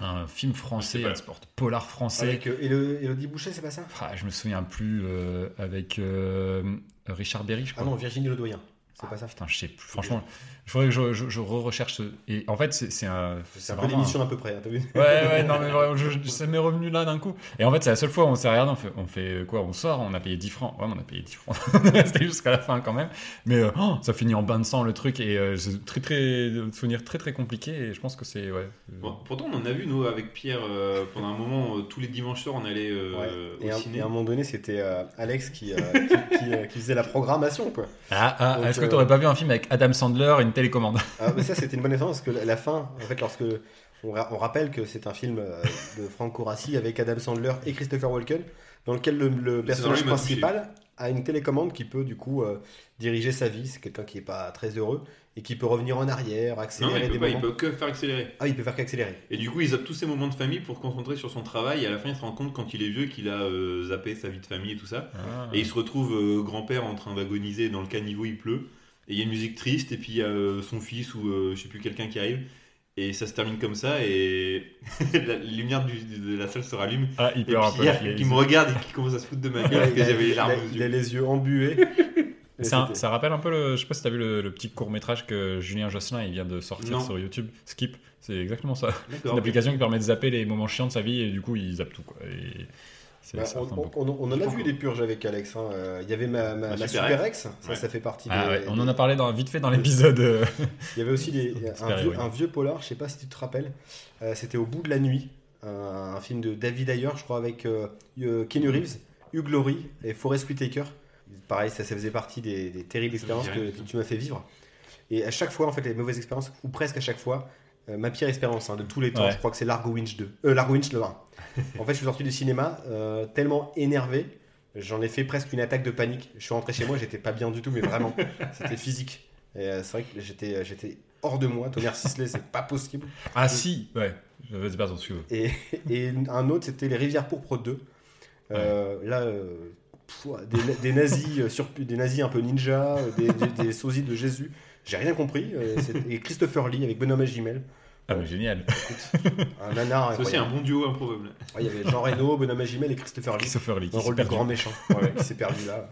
C: un film français,
B: pas
C: un
B: là.
C: sport polar français.
A: Avec euh, Élo- Élodie Boucher, c'est pas ça
C: Ah, je me souviens plus euh, avec euh, Richard Berry, je crois.
A: Ah non, Virginie Ledoyen. C'est
C: Ah,
A: pas ça.
C: Putain, je sais plus. Franchement, je faudrait que je, je- je re-recherche. ce- Et en fait, c'est c'est un.
A: C'est un peu
C: vraiment un-
A: l'émission à peu près, hein, t'as vu
C: Ouais, ouais, non, mais vraiment, je- je- ça m'est revenu là d'un coup. Et en fait, c'est la seule fois où on s'est regardé, on fait, on fait quoi On sort, on a payé 10 francs. Ouais, mais on a payé 10 francs. C'était jusqu'à la fin quand même. Mais euh, oh, ça finit en bain de sang le truc. Et euh, c'est très, très. Souvenir très, très compliqué. Et je pense que c'est. Ouais. euh,
B: Bon, pourtant, on en a vu, nous, avec Pierre, euh, pendant un moment, euh, tous les dimanches soirs, on allait euh,
A: Ouais. Et,
B: au
A: à-
B: ciné.
A: et à un moment donné, c'était euh, Alex qui, euh, qui, qui, euh, qui faisait la programmation. Quoi.
C: Ah, ah,
A: Donc,
C: est-ce que
A: euh,
C: t'aurais pas vu un film avec Adam Sandler et une télécommande
A: Ah, mais ça, c'était une bonne expérience parce que la, la fin, en fait, lorsque on, ra- on rappelle que c'est un film euh, de Franco Rassi avec Adam Sandler et Christopher Walken, dans lequel le, le personnage
B: lui m'a
A: principal a une télécommande qui peut du coup euh, diriger sa vie. C'est quelqu'un qui n'est pas très heureux et qui peut revenir en arrière,
B: Non, il
A: accélérer
B: peut
A: des
B: pas, il
A: moments.
B: peut que faire accélérer.
A: Ah, il peut faire qu'accélérer.
B: Et du coup, il zappe tous ses moments de famille pour se concentrer sur son travail. Et à la fin, il se rend compte, quand il est vieux, qu'il a euh, zappé sa vie de famille et tout ça.
C: Ah.
B: Et il se retrouve euh, grand-père en train d'agoniser dans le caniveau, il pleut. Et il y a une musique triste, et puis il y a euh, son fils ou euh, je sais plus quelqu'un qui arrive. Et ça se termine comme ça, et la lumière du- de la salle se rallume.
C: Ah, il
B: Et
C: pleure un peu.
B: Pierre
C: il-
B: qui me regarde et qui commence à se foutre de ma gueule parce que
A: Il a-
B: j'avais les
A: il a-
B: larmes aux
A: il a
B: yeux.
A: les yeux embués. Et
C: Ça,
A: c'était- Bah,
C: ça rappelle un peu le. Je sais pas si t'as vu le, le petit court métrage que Julien Josselin il vient de sortir
B: Non.
C: sur YouTube. Skip, c'est exactement ça. C'est
B: D'accord.
C: une application qui permet de zapper les moments chiants de sa vie et du coup il zappe tout quoi. Et c'est
A: Bah,
C: ça
A: on,
C: ressemble
A: on-
C: beaucoup.
A: on- on en a
B: Franco.
A: vu des purges avec Alex. hein. Euh, Il y avait ma, ma-
B: Ma
A: ma
B: Super
A: Super Ex, ça,
B: Ouais.
A: ça fait partie.
C: Ah
A: des-
C: ouais, on
A: des-
C: en a parlé dans, vite fait dans l'épisode. euh,
A: Il y avait aussi des-
C: Super
A: un,
C: Héroïne.
A: vieux, un vieux polar, je sais pas si tu te rappelles. euh, C'était Au bout de la nuit, un, un film de David Ayer, je crois, avec euh, euh, Keanu Reeves, Hugh Laurie et Forrest Whitaker. Pareil, ça, ça faisait partie des, des terribles
B: Ça me dit
A: expériences que,
B: rien.
A: que tu m'as fait vivre. Et à chaque fois, en fait, les mauvaises expériences, ou presque à chaque fois, euh, ma pire expérience hein, de tous les temps,
C: Ouais.
A: je crois que c'est Largo Winch 2. Euh, Largo Winch le 1. en fait, je suis sorti du cinéma euh, tellement énervé, j'en ai fait presque une attaque de panique. Je suis rentré chez moi, j'étais pas bien du tout, mais vraiment, c'était physique. Et euh, c'est vrai que j'étais, euh, j'étais hors de moi. Tonnerre Sisley, c'est pas possible.
C: Ah si, ouais. Vas-y, pardon, excuse
A: Et, et un autre, c'était Les Rivières Pourpres 2. Euh, Là, euh, pff, des, des nazis, euh, sur, des nazis un peu ninja, euh, des, des, des sosies de Jésus. J'ai rien compris. euh, c'est- et Christopher Lee avec Benoît Magimel,
C: Ah, mais génial.
A: un nanar.
B: C'est aussi un
A: incroyable.
B: bon duo improbable.
A: Ouais, Il y avait Jean Reno, Benoît Magimel et Christopher Lee.
C: Christopher Lee. qui
A: Un
C: s'est
A: rôle de
C: perdu.
A: grand méchant ouais, qui s'est perdu là.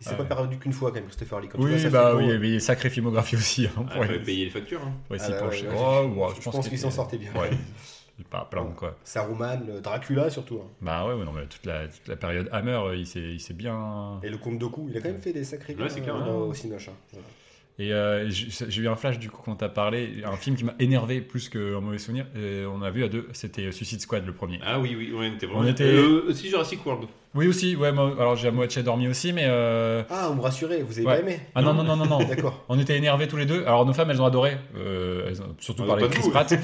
A: Il s'est
C: Ah
A: pas
C: ouais.
A: perdu qu'une fois quand même, Christopher Lee. Quand tu vois
C: Oui,
A: sa euh.
C: bah
A: filmo,
C: oui, mais il y a sacrée filmographie aussi. hein,
B: Ah,
C: pour
B: fallait
C: y-
B: payer les factures. hein.
C: pour y
A: Ah,
C: s'y
A: bah,
C: pencher.
A: ouais, ouais.
C: Oh, wow,
A: Je pense
C: que
A: qu'ils
C: c'est-
A: s'en sortaient bien.
C: Ouais. Il est pas à plaindre, quoi.
A: Saruman, le Dracula surtout. hein.
C: Bah ouais, ouais, non, mais toute la, toute la période Hammer, euh, il s'est il s'est bien.
A: Et le comte Doku, il a quand même fait des sacrés
B: Ouais, c'est
A: euh,
B: clair, hein.
A: au Cinoche. hein. Voilà.
C: Et euh, j'ai j'ai eu un flash du coup quand t'as parlé, un film qui m'a énervé plus qu'un mauvais souvenir. Euh, on a vu à deux, c'était Suicide Squad le premier.
B: Ah oui, oui, ouais, on était vraiment.
C: On était-
B: Euh, aussi Jurassic World.
C: Oui aussi, ouais. moi- alors j'ai à moitié dormi aussi, mais euh,
A: Ah, vous me rassurez, vous avez
C: Ouais.
A: pas aimé
C: ah non non non non non.
A: D'accord.
C: On était énervés tous les deux. Alors nos femmes, elles ont adoré, euh, elles ont- surtout
B: Ah,
C: par
B: bah,
C: les
B: pas
C: Chris
B: nous.
C: Pratt.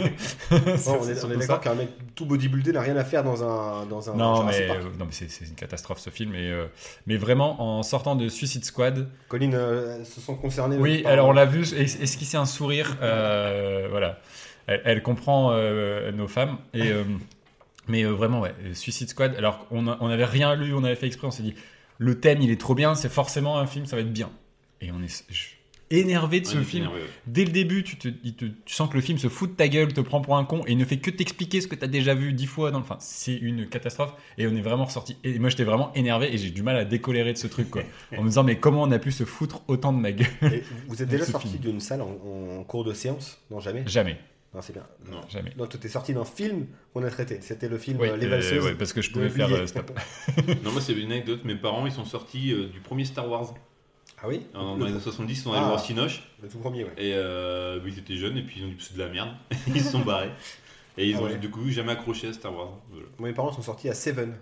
A: Non,
C: C'est-
A: Oh, on
C: c'est
A: est, on est
C: surtout
A: d'accord
C: ça.
A: qu'un mec tout bodybuildé n'a rien à faire dans un. Dans un
C: Non
A: Jurassic
C: mais,
A: Park.
C: euh, non mais c'est c'est une catastrophe ce film. Et, euh, mais vraiment en sortant de Suicide Squad,
A: Colin euh, se sent concerné.
C: Oui,
A: par-
C: alors on l'a vu, es- esquisser un sourire, euh, voilà. Elle, elle comprend euh, nos femmes. Et, euh, mais euh, vraiment, ouais, euh, Suicide Squad, alors qu'on a- on n'avait rien lu, on avait fait exprès, on s'est dit, le thème il est trop bien, c'est forcément un film, ça va être bien. Et on est je- énervé de
B: Ouais,
C: ce
B: on était
C: film.
B: énervés, ouais.
C: Dès le début, tu, te, il te- tu sens que le film se fout de ta gueule, te prend pour un con et il ne fait que t'expliquer ce que t'as déjà vu dix fois. Dans le... Enfin, c'est une catastrophe. Et on est vraiment ressorti. Et moi, j'étais vraiment énervé et j'ai du mal à décolérer de ce truc, quoi. en me disant, mais comment on a pu se foutre autant de ma gueule
A: Et vous- Vous êtes
C: Avec
A: déjà
C: ce
A: sorti
C: film.
A: d'une salle en, en cours de séance Non, jamais
C: Jamais.
A: Non, c'est bien.
B: Non.
C: Jamais.
A: Non, tu es sorti d'un film qu'on a traité. C'était le film
C: Oui,
A: euh, Les
C: euh,
A: Valseuses.
C: ouais, parce que je
A: de
C: pouvais faire
A: Blier.
C: euh, stop.
B: Non, moi, c'est une anecdote. Mes parents, ils sont sortis euh, du premier Star Wars.
A: Ah oui
B: En-
A: le,
B: Dans les années 70, ils sont allés
A: Ah.
B: voir Cinoche.
A: le tout premier, ouais.
B: Et euh, ils étaient jeunes, et puis ils ont dit c'est de la merde. ils se sont barrés. Et ils
A: Ah
B: ont
A: ouais.
B: du coup jamais accroché à Star Wars. Voilà.
A: Moi, Mes parents sont sortis à Seven.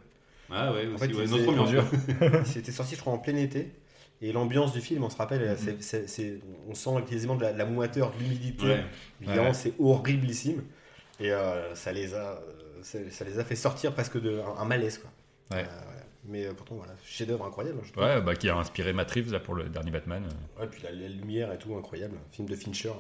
B: Ah ouais, aussi,
A: fait,
B: ouais,
A: ils
B: notre
A: faisaient
B: ambiance.
A: conduire. C'était sorti, je crois, en plein été. Et l'ambiance du film, on se rappelle, c'est- c'est- c'est- on sent quasiment de la, la moiteur, de l'humidité.
B: Ouais.
A: Évidemment,
C: Ouais.
A: c'est horriblissime. Et euh, ça, les a, euh, ça ça les a fait sortir presque d'un un malaise. Quoi.
C: Ouais.
A: Euh, voilà. Mais euh, pourtant, voilà, chef-d'œuvre incroyable. hein, je trouve.
C: Ouais, bah, qui a inspiré Matt Reeves là, pour le dernier Batman.
A: Ouais, puis la, la lumière et tout, incroyable. Film de Fincher,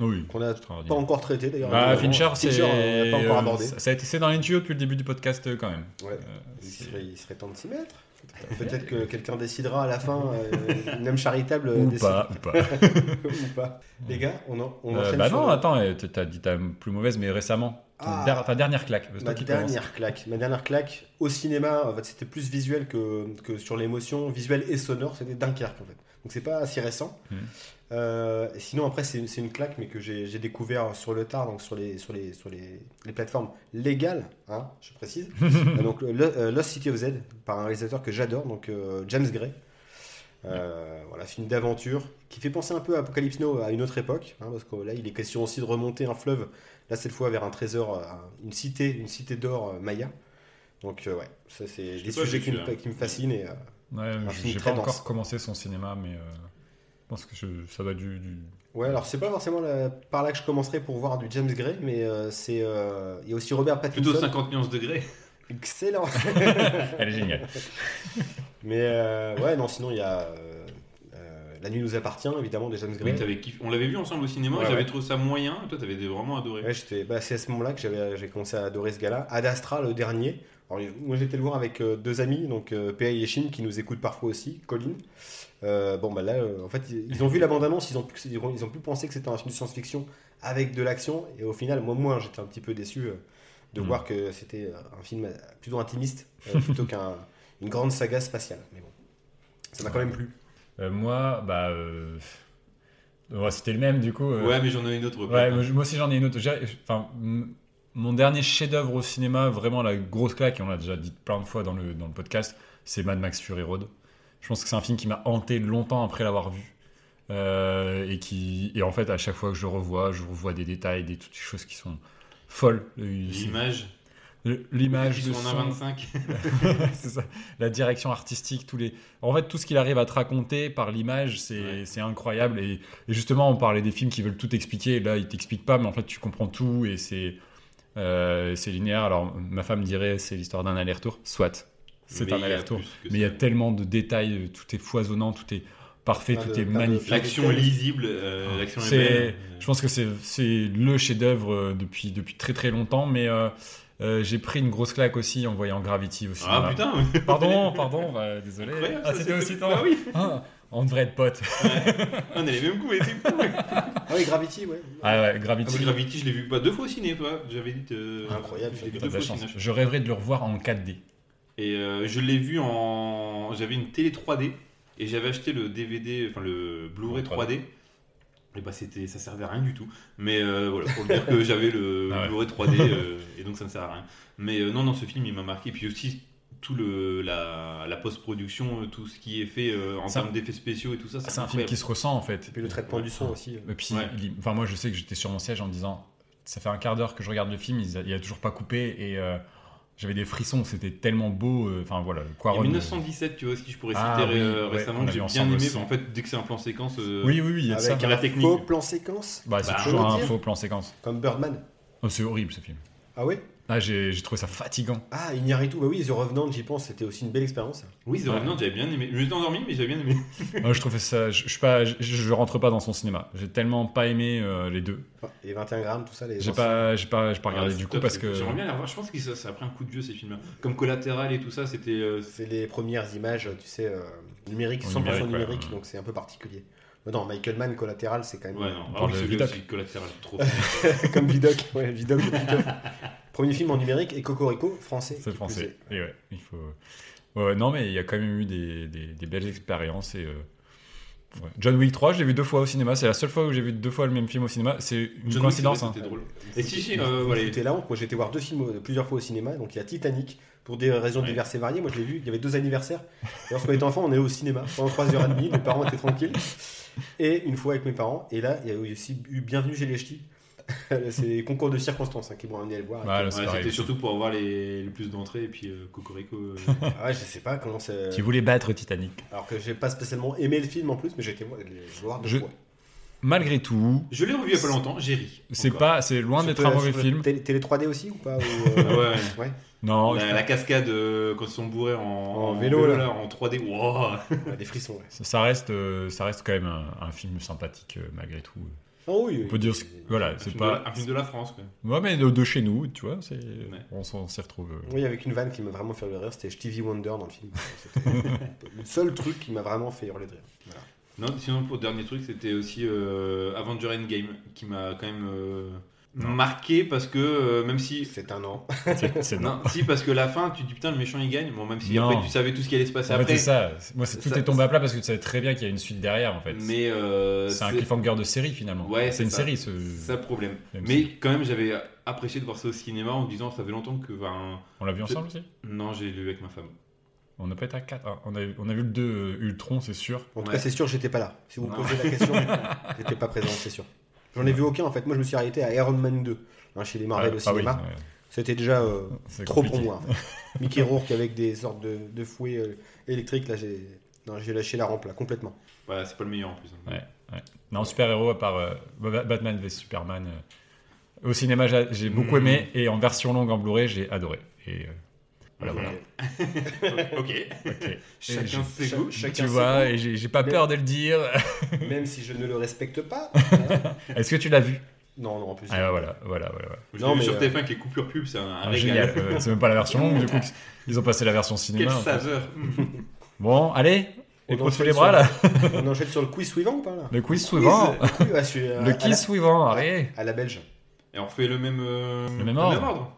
C: Ah Oui.
A: qu'on a pas
C: Extraordinaire.
A: encore traité d'ailleurs.
C: Bah,
A: Vraiment,
C: Fincher, c'est.
A: on l'a pas encore
C: euh,
A: abordé.
C: ça- ça a été- C'est dans les tuyaux depuis le début du podcast euh, quand même.
A: Ouais.
C: Euh,
A: Il
C: c'est-
A: serait, il serait temps de s'y mettre. Peut-être que quelqu'un décidera à la fin, euh, une âme charitable
C: Ou
A: décide-
C: pas, ou pas.
A: ou pas. Les gars, on, en, on
C: Euh,
A: enchaîne
C: bah
A: sur
C: non, attends, euh, t'as dit ta plus mauvaise, mais récemment. Ton
A: Ah.
C: der- ta dernière claque. C'est toi
A: ma
C: qui commence.
A: dernière claque. Ma dernière claque au cinéma, en fait, c'était plus visuel que, que sur l'émotion, visuel et sonore, c'était Dunkerque en fait. Donc c'est pas si récent.
C: Mhm.
A: Euh, et sinon après c'est une, c'est une claque mais que j'ai j'ai découvert sur le tard, donc sur les, sur les, sur les, les plateformes légales, hein, je précise. Euh, donc le- euh, Lost City of Z par un réalisateur que j'adore, donc euh, James Gray. Euh, voilà, film d'aventure qui fait penser un peu à Apocalypse Now à une autre époque, hein, parce que là il est question aussi de remonter un fleuve Là, cette fois, vers un trésor, euh, un- une cité, une cité d'or euh, maya. Donc, euh, ouais, ça, c'est des
B: pas
A: sujets
B: vu
A: qui me,
B: celui-là.
A: qui me fascinent. Et, euh,
C: Ouais,
A: Un
C: je-
A: film
C: j'ai
A: très
C: pas
A: dense.
C: encore commencé son cinéma, mais euh, je pense que je- ça va du. du-
A: Ouais, alors, c'est pas forcément la- par là que je commencerai pour voir du James Gray, mais euh, c'est. euh, Il y a aussi Robert Pattinson.
B: Plutôt 50 nuances degrés.
A: Excellent
C: Elle est géniale.
A: Mais, euh, ouais, non, sinon, il y a. euh, euh, La nuit nous appartient, évidemment, de James Gray.
B: Oui, t'avais kiffé. On l'avait vu ensemble au cinéma,
A: Ouais,
B: j'avais
A: ouais.
B: trouvé ça moyen, et toi t'avais vraiment adoré.
A: Ouais, j'étais- bah, c'est à ce moment-là que j'avais, j'ai commencé à adorer ce gars-là. Ad Astra, le dernier. Alors, il- moi, j'étais le voir avec euh, deux amis, donc euh, PA et Shin, qui nous écoutent parfois aussi, Colin. Euh, bon, bah là, euh, en fait, ils ils ont vu la bande-annonce, ils ont, plus, ils, ont, ils ont plus pensé que c'était un film de science-fiction avec de l'action. Et au final, moi, moi j'étais un petit peu déçu euh, de
C: Mm.
A: voir que c'était euh, un film euh, plutôt intimiste euh, plutôt qu'un une grande saga spatiale. Mais bon, ça m'a quand même plu.
C: Euh, moi, bah. euh, ouais, C'était le même, du coup. euh,
B: Ouais, mais j'en ai une autre. hein.
C: Ouais, moi, je- moi aussi j'en ai une autre. J'ai- Enfin, m- mon dernier chef-d'œuvre au cinéma, vraiment la grosse claque, et on l'a déjà dit plein de fois dans le, dans le podcast, c'est Mad Max Fury Road. Je pense que c'est un film qui m'a hanté longtemps après l'avoir vu. Euh, et qui et en fait à chaque fois que je le revois je revois des détails des toutes des choses qui sont folles Euh, c'est-
B: L'image.
C: le- l'image
B: Ils
C: le
B: sont
C: son,
B: en 25
C: c'est ça. La direction artistique, tous les. En fait, tout ce qu'il arrive à te raconter par l'image, c'est
B: Ouais.
C: c'est incroyable. Et, et justement, on parlait des films qui veulent tout expliquer. Là, ils t'expliquent pas, mais en fait, tu comprends tout et c'est euh, c'est linéaire. Alors, ma femme dirait c'est l'histoire d'un aller-retour. Soit, c'est
B: Mais il
C: un
B: y a
C: aller-retour.
B: plus que
C: Mais il y a
B: ça.
C: tellement de détails, euh, tout est foisonnant, tout est parfait,
A: Plein
C: tout
A: de-
C: est
A: plein de-
C: magnifique.
B: L'action est lisible, euh, l'action est
C: C'est-
B: belle.
C: Je pense que c'est c'est le chef-d'œuvre euh, depuis, depuis très très longtemps, mais euh, euh, j'ai pris une grosse claque aussi en voyant Gravity aussi.
B: Ah putain, mais-
C: Pardon, pardon, euh, désolé.
B: Incroyable,
C: Ah,
B: ça,
C: c'était
B: c'est-
C: aussi
B: Ah
C: toi.
B: oui,
C: Ah, on devrait être potes.
B: on a les mêmes coups, mais c'est fou. ouais.
A: Ah oui, Gravity, ouais.
C: Ah ouais,
B: Ah, mais
C: Gravity.
B: Gravity, je l'ai vu bah, deux fois au ciné, toi. J'avais dit. euh,
A: Incroyable,
B: je l'ai vu
C: T'as
B: deux
C: de la
B: fois au
C: chance.
B: ciné.
C: Je rêverais de le revoir en 4D.
B: Et euh, je l'ai vu en. J'avais une télé 3D et j'avais acheté le DVD, enfin le Blu-ray 3D. Et bah c'était, ça servait à rien du tout. Mais euh, voilà, pour dire que j'avais le
C: Ah ouais.
B: Blu-ray 3D euh, et donc ça ne sert à rien. Mais euh, non, non, ce film il m'a marqué. Puis aussi tout le la, la post-production, euh, tout ce qui est fait euh, en
C: C'est un-
B: termes d'effets spéciaux et tout ça.
C: C'est un film qui se ressent en fait.
A: Et puis le traitement du son aussi. euh,
C: Et puis,
B: Ouais.
C: il- enfin, moi je sais que j'étais sur mon siège en me disant Ça fait un quart d'heure que je regarde le film, il n'y a toujours pas coupé et euh, j'avais des frissons, c'était tellement beau. euh, Enfin voilà,
B: en
C: Quaron.
B: 1917, tu vois, ce que je pourrais citer
C: Ah oui,
B: euh,
C: ouais,
B: récemment,
C: on
B: que
C: l'a
B: j'ai
C: vu
B: bien
C: ensemble
B: aimé.
C: aussi.
B: En fait, dès que c'est un plan séquence, euh,
C: Oui, oui, oui, il y a de ça.
A: Avec
B: la
A: un
B: technique.
A: faux plan séquence,
C: Bah, c'est
B: Bah,
C: toujours un
A: dire.
C: faux plan séquence.
A: comme Birdman.
C: Oh, c'est horrible ce film.
A: Ah ouais
C: Ah, j'ai j'ai trouvé ça fatigant.
A: Ah, Iñárritu, bah oui, The Revenant, j'y pense, c'était aussi une belle expérience.
B: oui, The
C: Ouais.
B: Revenant, j'avais bien aimé. Je me suis endormi, mais j'avais bien aimé.
C: Moi, Ah, je trouvais ça. Je, je suis pas, je, je rentre pas dans son cinéma. J'ai tellement pas aimé euh, les deux.
A: Et 21 grammes, tout ça, les.
C: J'ai pas, j'ai pas, j'ai pas regardé
B: Ah,
C: du
B: c'est
C: coup
B: top,
C: parce
B: c'est-
C: que.
B: J'aimerais bien la revoir. Je pense que ça, ça a pris un coup de vieux ces films-là. Comme Collateral et tout ça, c'était. euh,
A: C'est les premières images, tu sais, euh, numériques,
C: En
A: 100% numériques,
C: numérique, ouais, ouais.
A: donc c'est un peu particulier. Mais non, Michael Mann, collatéral, c'est quand même.
B: Ouais, non,
C: On
B: ah
C: parle
B: oui,
C: de
B: celui-là
C: Vidocq.
B: aussi, Collateral, trop.
A: Comme Vidoc, ouais, Vidoc de Tito. Premier film en numérique et Cocorico, français. qui
C: C'est
A: plus
C: français.
A: est.
C: Et ouais, il faut. Ouais, non, mais il y a quand même eu des, des, des belles expériences et. euh, ouais. John Wick 3, je l'ai vu deux fois au cinéma. C'est la seule fois où j'ai vu deux fois le même film au cinéma. C'est une
B: John Wick, c'est vrai,
C: coïncidence. hein.
B: C'était drôle. Et si, si, euh, voilà.
A: C'était la honte. Moi, j'ai été voir deux films euh, plusieurs fois au cinéma. Donc, il y a Titanic pour des raisons
B: Ouais.
A: diverses et variées. Moi, je l'ai vu. Il y avait deux anniversaires. Et lorsqu'on était enfant, on allait au cinéma pendant 3h30. Mes parents étaient tranquilles. Et une fois avec mes parents. Et là, il y a eu aussi eu Bienvenue chez les Ch'tis. C'est les concours de circonstances hein, qui m'ont amené à le voir.
C: Voilà,
B: Ouais,
C: Ah, c'est
B: c'était
C: pareil.
B: surtout pour avoir les, le plus d'entrées et puis euh, Cocorico. euh,
A: Ah ouais, je sais pas comment c'est.
C: Tu voulais battre Titanic.
A: Alors que j'ai pas spécialement aimé le film en plus, mais j'ai été voir- je l'ai voir deux
C: Je-
A: fois.
C: malgré tout,
B: Je l'ai revu il y a pas longtemps, j'ai ri.
C: c'est
B: Encore.
C: pas, c'est loin
A: Sur
C: d'être
A: télé-
C: un mauvais
A: sur
C: film.
A: Télé, télé 3D aussi ou pas ou,
B: Ah
A: euh,
B: ouais, ouais.
A: ouais.
C: Non,
B: la,
C: je-
B: la cascade euh, quand ils sont bourrés en, en
A: vélo, là.
B: en 3D. Wouah.
A: Ouais, Ah, Des frissons, ouais.
C: ça, ça reste, euh, ça reste quand même un, un film sympathique euh, malgré tout.
A: Oh, oui, oui.
C: On peut dire, ce- voilà,
B: Un
C: c'est
B: film
C: pas,
B: de la- un film de la France. quoi.
C: ouais, mais de, de chez nous, tu vois, c'est, on s'en on s'y retrouve. euh.
A: Oui, avec une vanne qui m'a vraiment fait rire, c'était Stevie Wonder dans le film. C'était le seul truc qui m'a vraiment fait hurler de rire.
B: Non, sinon pour dernier truc, c'était aussi euh, Avenger Endgame qui m'a quand même euh, marqué parce que euh, même si
A: C'est un an.
C: C'est- c'est-
B: non, si parce que la fin, tu te dis putain le méchant il gagne. Bon, même si
C: Non.
B: après tu savais tout ce qui allait se passer
C: En fait,
B: après.
C: c'est ça. C'est- Moi, c'est- tout
B: ça-
C: est tombé à plat parce que tu savais très bien qu'il y a une suite derrière, en fait.
B: Mais euh,
C: c'est un Euh,
B: c'est-
C: cliffhanger de série, finalement.
B: Ouais,
C: c'est
B: c'est
C: une
B: ça.
C: série, ce.
B: C'est ça le problème.
C: Même
B: Mais
C: si-
B: quand même, j'avais apprécié de voir ça au cinéma en me disant ça fait longtemps que. ben,
C: On l'a vu ensemble aussi
B: non, j'ai lu avec ma femme.
C: On n'a pas été à 4. on, a, on a vu le 2 euh, Ultron, c'est sûr.
A: En tout
B: Ouais.
A: cas, c'est sûr, j'étais pas là. Si vous me
B: Non.
A: posez la question, j'étais pas présent, c'est sûr. J'en ai vu aucun en fait. Moi, je me suis arrêté à Iron Man 2 hein, chez les Marvel
C: Ah,
A: au
C: ah oui,
A: cinéma.
C: ouais,
A: C'était déjà euh,
C: c'est
A: trop
C: compliqué.
A: pour moi. en fait. Mickey Rourke avec des sortes de, de fouets euh, électriques, là, j'ai non, j'ai lâché la rampe là complètement.
B: Voilà, c'est pas le meilleur en plus. hein.
C: Ouais. Non, super-héros, à part euh, Ba- Batman vs Superman. euh, au cinéma, j'a- j'ai beaucoup
B: Mm.
C: aimé. Et en version longue en Blu-ray, j'ai adoré. Et, euh, voilà,
B: Ok.
C: voilà.
B: ok.
C: Ok.
B: Chacun
C: je-
B: ses
A: euh, cha-
B: goûts.
A: chacun
C: tu
A: ses
C: vois, et j'ai j'ai pas
A: Mais-
C: peur de le dire.
A: goûts, même si je ne le respecte pas.
C: Est-ce que tu l'as vu
A: non, non, en plus.
C: Ah, bah, voilà, voilà, voilà. voilà.
B: Je
A: Non,
B: l'ai vu
A: mais,
B: sur
A: euh,
B: TF1 qui est coupure pub, c'est un, un régal.
C: Génial. euh, c'est même pas la version longue, du coup, ils ont passé la version
B: Quelle
C: cinéma. hein. en fait.
B: saveur. Mm.
C: Bon, allez,
A: On
C: et
A: enchaîne
C: pour les
A: sur-
C: bras là.
A: On enchaîne sur le quiz suivant ou pas là
C: Le quiz
A: Quiz,
C: suivant.
A: le quiz, ouais, je suis, euh,
C: Le
A: à
C: quiz
A: la-
C: suivant, allez.
A: à la belge.
B: Et on refait le même, euh,
C: Le même ordre.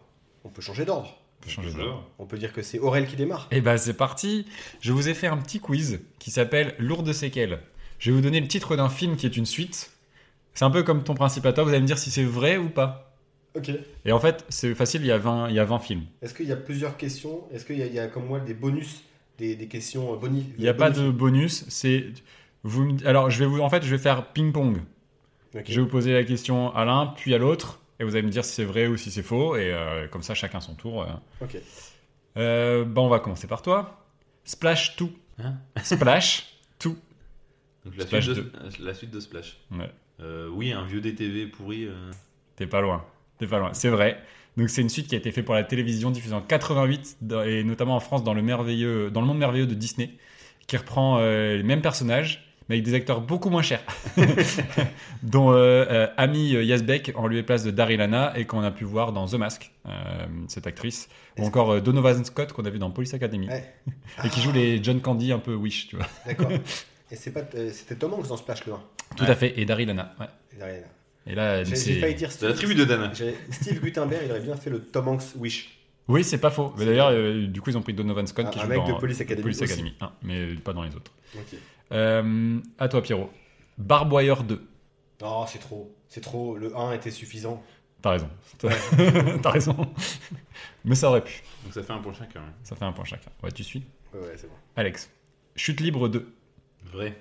A: On peut changer d'ordre.
C: On peut changer d'ordre.
B: Alors,
A: On peut dire que c'est Aurel qui démarre.
C: Et ben c'est parti. Je vous ai fait un petit quiz qui s'appelle Lourde séquelles. Je vais vous donner le titre d'un film qui est une suite. C'est un peu comme ton principe à toi, vous allez me dire si c'est vrai ou pas.
A: Ok.
C: Et en fait, c'est facile, il y a 20, il y a 20 films.
A: Est-ce qu'il y a plusieurs questions Est-ce qu'il y, a- il y a, comme moi, des bonus Des, des questions euh, boni
C: Il n'y a pas de bonus, c'est vous me- alors je vais vous en fait, je vais faire ping-pong.
A: Ok.
C: Je vais vous poser la question à l'un puis à l'autre et vous allez me dire si c'est vrai ou si c'est faux et euh, comme ça chacun son tour. euh,
A: Ok.
C: Euh, bah, on va commencer par toi. Splash tout.
B: Hein
C: Splash.
B: Donc la
C: Splash
B: suite, de, la suite de Splash.
C: Ouais.
B: Euh, oui, un vieux DTV pourri. euh.
C: T'es pas loin. T'es pas loin. C'est vrai. Donc c'est une suite qui a été faite pour la télévision, diffusée en 88 dans- et notamment en France dans le merveilleux, dans le monde merveilleux de Disney, qui reprend euh, les mêmes personnages mais avec des acteurs beaucoup moins chers, dont euh, euh, Ami Yazbek en lieu et place de Daryl Hannah et qu'on a pu voir dans The Mask, euh, cette actrice, ou
A: Est-ce-
C: encore euh, Donovan Scott qu'on a vu dans Police Academy
A: Ouais. Ah.
C: et qui joue les John Candy un peu Wish, tu vois.
A: D'accord. Et c'est pas, euh, c'était Tom Hanks dans Splash le 1.
C: Tout à fait. Et Daryl Hannah. ouais.
A: Derrière.
C: Et là,
A: J'ai-
C: Ah, c'est-
A: J'ai failli dire
B: C'est la tribu de Dana.
A: J'ai- Steve Gutenberg, il aurait bien fait le Tom Hanks Wish.
C: Oui, c'est pas faux. Mais D'ailleurs, euh, du coup, ils ont pris Donovan Scott
A: Un-
C: qui
A: un
C: joue
A: mec
C: dans euh,
A: de Police Academy
C: Police
A: aussi.
C: Academy 1, mais pas dans les autres.
A: Ok.
C: Euh, à toi, Pierrot. Barboyeur 2.
A: Non, Oh, c'est trop. C'est trop. Le 1 était suffisant.
C: T'as raison. T'as raison. Mais ça aurait pu.
B: Donc ça fait un point chacun. hein.
C: Ça fait un point chacun. Ouais, tu suis.
A: Ouais, ouais, c'est bon.
C: Alex. Chute libre 2.
B: Vrai.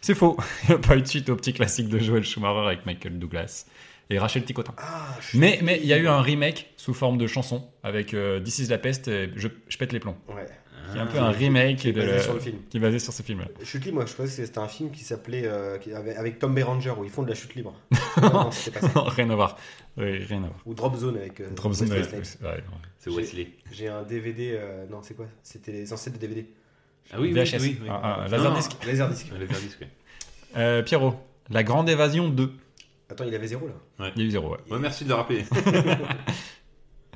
C: C'est faux. Il n'y a pas eu de suite au petit classique de Joel Schumacher avec Michael Douglas et Rachel Ticotin.
A: Ah, je suis-
C: Mais mais il y a eu un remake sous forme de chanson avec euh, This is la peste et je, je pète les plombs.
A: Ouais.
C: Il y a un
B: Ah.
C: peu un remake de
A: Basé
C: la-
A: sur le film.
C: qui est basé sur ce film-là.
A: Chute libre, je pensais que c'était un film qui s'appelait. euh, qui- avec, avec Tom Berenger où ils font de la chute libre. non, c'était pas ça.
C: rien à voir. Oui, rien à voir.
A: Ou Drop Zone avec. euh,
C: Drop Zone,
A: Wesley
C: ouais,
A: Snipes.
C: ouais, non.
B: C'est Wesley.
A: J'ai un DVD. euh, non, c'est quoi C'était les ancêtres de DVD.
B: Ah oui, oui,
C: VHS.
B: oui, oui.
C: Ah, ah,
B: Non,
C: Laserdisc.
A: Laserdisc.
B: non, ah, Laserdisc, ouais.
C: Euh, Pierrot, La Grande Évasion 2.
A: Attends, il avait zéro là.
C: Il y a eu zéro, ouais.
B: Ouais, merci de le rappeler.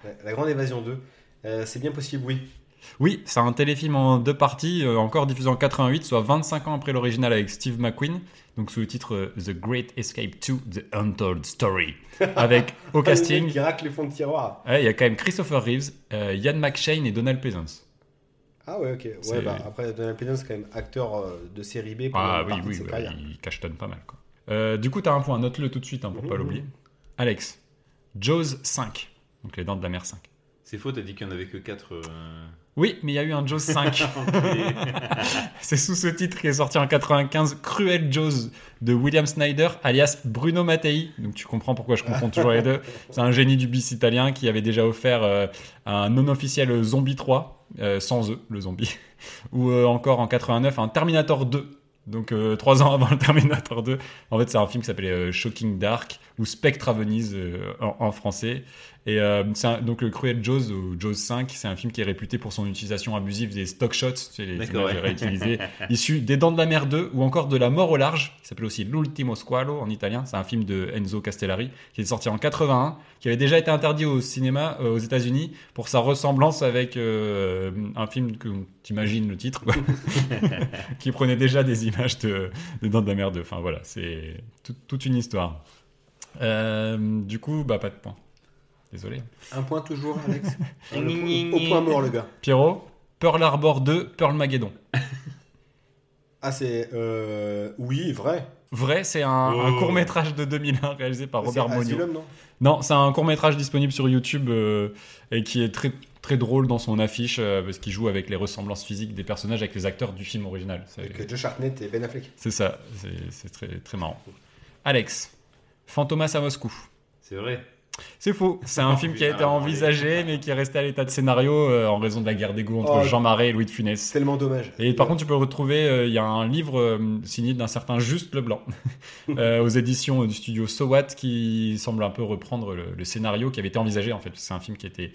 A: Ouais, La Grande Évasion 2. Euh, c'est bien possible, oui.
C: Oui, c'est un téléfilm en deux parties, euh, encore diffusé en 88, soit 25 ans après l'original avec Steve McQueen, donc sous le titre euh, The Great Escape 2, The Untold Story, avec au
A: Le mec
C: casting,
A: Qui racle les fonds de tiroir.
C: ouais, il y a quand même Christopher Reeves, euh, Ian McShane et Donald Pleasance.
A: Ah ouais, ok.
C: C'est-
A: Ouais, bah, après, Donald Pleasance, c'est quand même acteur euh, de série B. pendant
C: Ah
A: une
C: oui,
A: partie de
C: oui,
A: sa
C: ouais,
A: carrière.
C: il cachetonne pas mal. Quoi. Euh, du coup, t'as un point, note-le tout de suite hein, pour
A: Mhm,
C: pas
A: mhm.
C: l'oublier. Alex, Jaws 5, donc les dents de la mer 5.
B: C'est faux, t'as dit qu'il n'y en avait que euh, 4.
C: Oui, mais il y a eu un Jaws 5. C'est sous ce titre qui est sorti en 95, Cruel Jaws de William Snyder, alias Bruno Mattei. Donc tu comprends pourquoi je confonds toujours les deux. C'est un génie du bis italien qui avait déjà offert euh, un non officiel Zombie 3, euh, sans eux, le zombie, ou euh, encore en 89 un Terminator 2 Donc euh, trois ans avant le Terminator 2. En fait, c'est un film qui s'appelait euh, Shocking Dark ou Spectre à Venise euh, en, en français. Et euh, c'est un- donc le Cruel Jaws ou Jaws 5, c'est un film qui est réputé pour son utilisation abusive des stock shots, c'est les
B: D'accord,
C: images
B: ouais.
C: réutilisées, issues des Dents de la Mer 2 ou encore de La Mort au large, qui s'appelle aussi L'ultimo squalo en italien. C'est un film de Enzo Castellari qui est sorti en 81, qui avait déjà été interdit au cinéma euh, aux États-Unis pour sa ressemblance avec euh, un film que t'imagines le titre, quoi qui prenait déjà des images de, de Dents de la Mer 2. Enfin voilà, c'est tout- toute une histoire. Euh, du coup, bah pas de point. Désolé.
A: Un point toujours, Alex.
E: Au-
A: au, point mort, le gars.
C: Pierrot, Pearl Harbor 2, Pearl Mageddon.
A: Ah, c'est. euh, Oui, vrai.
C: Vrai, c'est un,
B: Oh.
C: court métrage de 2001 réalisé par Robert
A: C'est
C: Monio.
A: Asylum, non
C: Non, c'est un court métrage disponible sur YouTube euh, et qui est très très drôle dans son affiche euh, parce qu'il joue avec les ressemblances physiques des personnages avec les acteurs du film original. C'est-
A: Avec Josh Hartnett et Ben Affleck.
C: C'est ça, c'est- c'est très très marrant. Alex, Fantomas à Moscou.
B: C'est vrai.
C: C'est faux. C'est un
B: Oh,
C: film qui a
B: putain,
C: été envisagé, mais qui est resté à l'état de scénario euh, en raison de la guerre des goûts entre
A: Oh.
C: Jean Marais et Louis de
A: C'est
C: Funès.
A: tellement dommage.
C: Et par contre, tu peux retrouver, euh, il y a un livre euh, signé d'un certain Juste Leblanc euh, aux éditions euh, du studio Sowat qui semble un peu reprendre le, le scénario qui avait été envisagé en fait. C'est un film qui était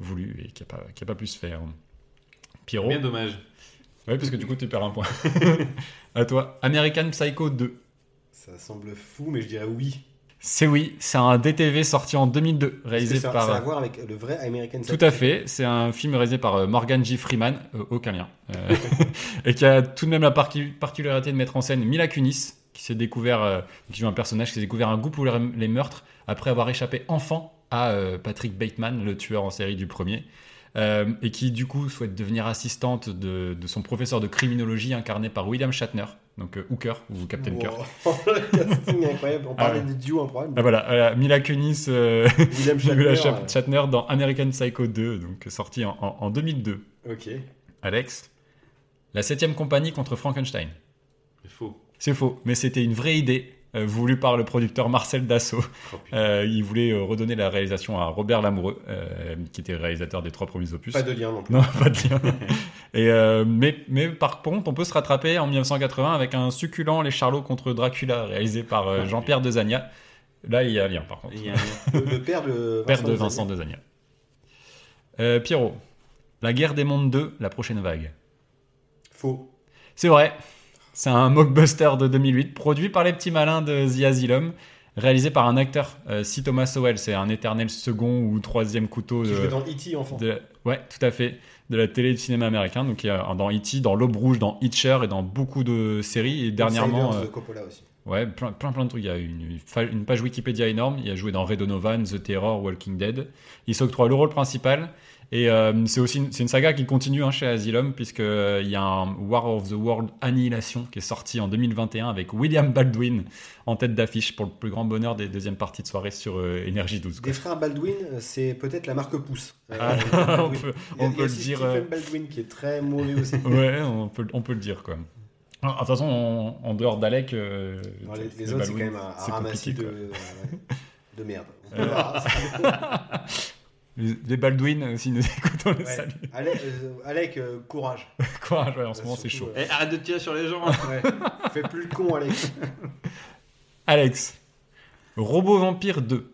C: voulu et qui n'a pas, qui a pas pu se faire. Pierrot
B: Bien dommage.
C: Oui, parce que du coup, tu perds un point. à toi. American Psycho 2.
A: Ça semble fou, mais je dirais oui.
C: C'est oui, c'est un DTV sorti en 2002,
A: Parce que
C: réalisé
A: ça,
C: par... euh,
A: ça a à voir avec le vrai American
C: Tout
A: Psycho.
C: à fait, c'est un film réalisé par euh, Morgan G. Freeman, euh, aucun lien, euh, et qui a tout de même la parti- particularité de mettre en scène Mila Kunis, qui s'est découvert, euh, qui joue un personnage qui s'est découvert un goût pour les les meurtres après avoir échappé enfant à euh, Patrick Bateman, le tueur en série du premier, euh, et qui du coup souhaite devenir assistante de, de son professeur de criminologie incarné par William Shatner, donc euh, Hooker ou Captain
A: Wow.
C: Kirk.
A: le casting est incroyable. On parlait
C: ouais.
A: des duos en programme.
C: Ah, voilà, voilà, Mila Kunis. euh,
A: William
C: Nicolas
A: Shatner.
C: Chap- Shatner dans American Psycho 2, donc sorti en, en- en 2002.
A: euh, Ok.
C: Alex La 7 compagnie contre Frankenstein.
B: C'est faux.
C: C'est faux, mais c'était une vraie idée euh, voulue par le producteur Marcel Dassault.
B: Oh, putain.
C: Euh, il voulait euh, redonner la réalisation à Robert Lamoureux, euh, qui était réalisateur des trois premiers opus.
A: Pas de lien non plus.
C: Non, pas de lien. Et, euh, mais, mais par contre, on peut se rattraper en 1980 avec un succulent Les Charlots contre Dracula, réalisé par euh, Jean-Pierre Dezagna. Là, il y a un lien, par contre.
B: Il y a un-
A: Le, le père de.
C: Père de Vincent Desagna. Euh, Pierrot, La guerre des mondes 2, la prochaine vague.
A: Faux.
C: C'est vrai, c'est un mockbuster de 2008, produit par les petits malins de The Asylum, réalisé par un acteur, euh, C. Thomas Howell, c'est un éternel second ou troisième couteau
A: Qui
C: de,
A: jouait dans E.T. enfant.
C: de- ouais, tout à fait, de la télé et du cinéma américain, donc il y a dans E.T., dans L'Aube Rouge, dans Hitcher et dans beaucoup de séries, et dernièrement...
A: Siders
C: euh,
A: de Coppola aussi.
C: Ouais, plein, plein, plein de trucs. Il y a une, fa- une page Wikipédia énorme. Il a joué dans Red Donovan, The Terror, Walking Dead. Il s'octroie le rôle principal. Et euh, c'est aussi une, c'est une saga qui continue hein, chez Asylum, puisqu'il il y a un War of the World Annihilation qui est sorti en 2021 avec William Baldwin en tête d'affiche pour le plus grand bonheur des deuxièmes parties de soirée sur euh, Energy 12. quoi.
A: Des frères Baldwin, euh, c'est peut-être la marque pouce. Euh,
C: Ah, on
A: Baldwin.
C: peut,
A: Il y a-
C: on
A: il y a
C: peut le
A: aussi
C: dire. euh,
A: Stephen Baldwin qui est très mauvais aussi.
C: ouais, on peut, on peut le dire, quoi. Alors, de toute façon, en, en dehors d'Alec. euh,
A: Non, les, les
C: de
A: autres, c'est quand
C: Baldwin,
A: même un, un
C: c'est
A: ramassis
C: compliqué,
A: de,
C: quoi.
A: ouais, de merde. On hein,
C: Euh,
A: verra.
C: Les, les Baldwin, euh, s'ils nous écoutent, on les
A: Ouais.
C: salue.
A: Alec, euh, Alec, euh, courage.
C: Courage, ouais, en ce
A: Euh,
C: moment c'est chaud.
A: surtout,
B: Eh, arrête de tirer sur les gens. hein.
A: euh, ouais. Fais plus le con, Alec.
C: Alex, Robot Vampire 2.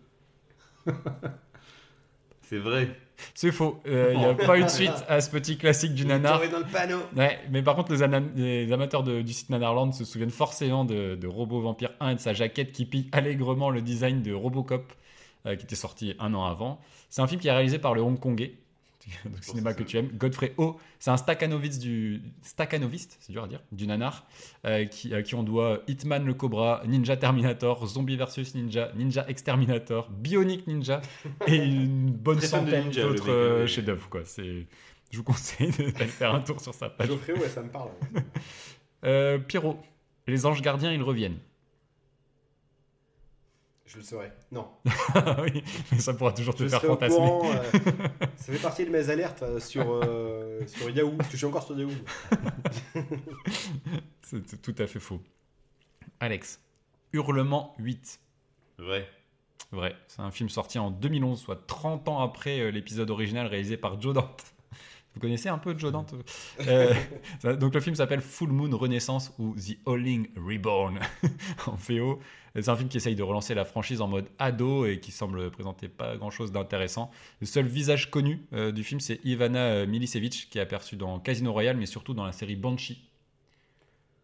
B: C'est vrai.
C: C'est faux, il n'y a pas eu de suite à ce petit classique du nanar.
A: Tombé dans le panneau.
C: Ouais, mais par contre, les, ana- les amateurs de- du site Nanarland se souviennent forcément de, de Robot Vampire 1 et de sa jaquette qui pille allègrement le design de Robocop euh, qui était sorti un an avant. C'est un film qui est réalisé par le Hongkongais, donc cinéma que tu aimes, Godfrey Ho. C'est un Stakhanoviste, du, Stakhanoviste, c'est dur à dire, du nanar, euh, qui, à qui on doit Hitman le Cobra, Ninja Terminator, Zombie versus Ninja, Ninja Exterminator, Bionic Ninja et une bonne
B: Très fan de
C: centaine
B: ninja, le
C: d'autres
B: mec, euh,
C: euh,
B: oui.
C: chefs-d'œuvre. quoi. C'est- Je vous conseille de- d'aller faire un tour sur sa page.
A: Geoffrey, ouais, ça me parle.
C: Euh, Pierrot, les anges gardiens, ils reviennent.
A: Je le saurais. Non.
C: Ah oui, mais ça pourra toujours te
A: Je
C: faire
A: serais au
C: fantasmer.
A: courant. euh, ça fait partie de mes alertes euh, sur, euh, sur Yahoo. Parce que je suis encore sur Yahoo.
C: C'est c'est tout à fait faux. Alex, Hurlement 8.
B: Vrai.
C: Vrai, c'est un film sorti en 2011, soit 30 ans après euh, l'épisode original réalisé par Joe Dante. Vous connaissez un peu Joe Dante Euh, ça- Donc le film s'appelle Full Moon Renaissance ou The Howling Reborn en VO. C'est un film qui essaye de relancer la franchise en mode ado et qui semble présenter pas grand chose d'intéressant. Le seul visage connu euh, du film, c'est Ivana euh, Milicevic qui est aperçue dans Casino Royale, mais surtout dans la série Banshee.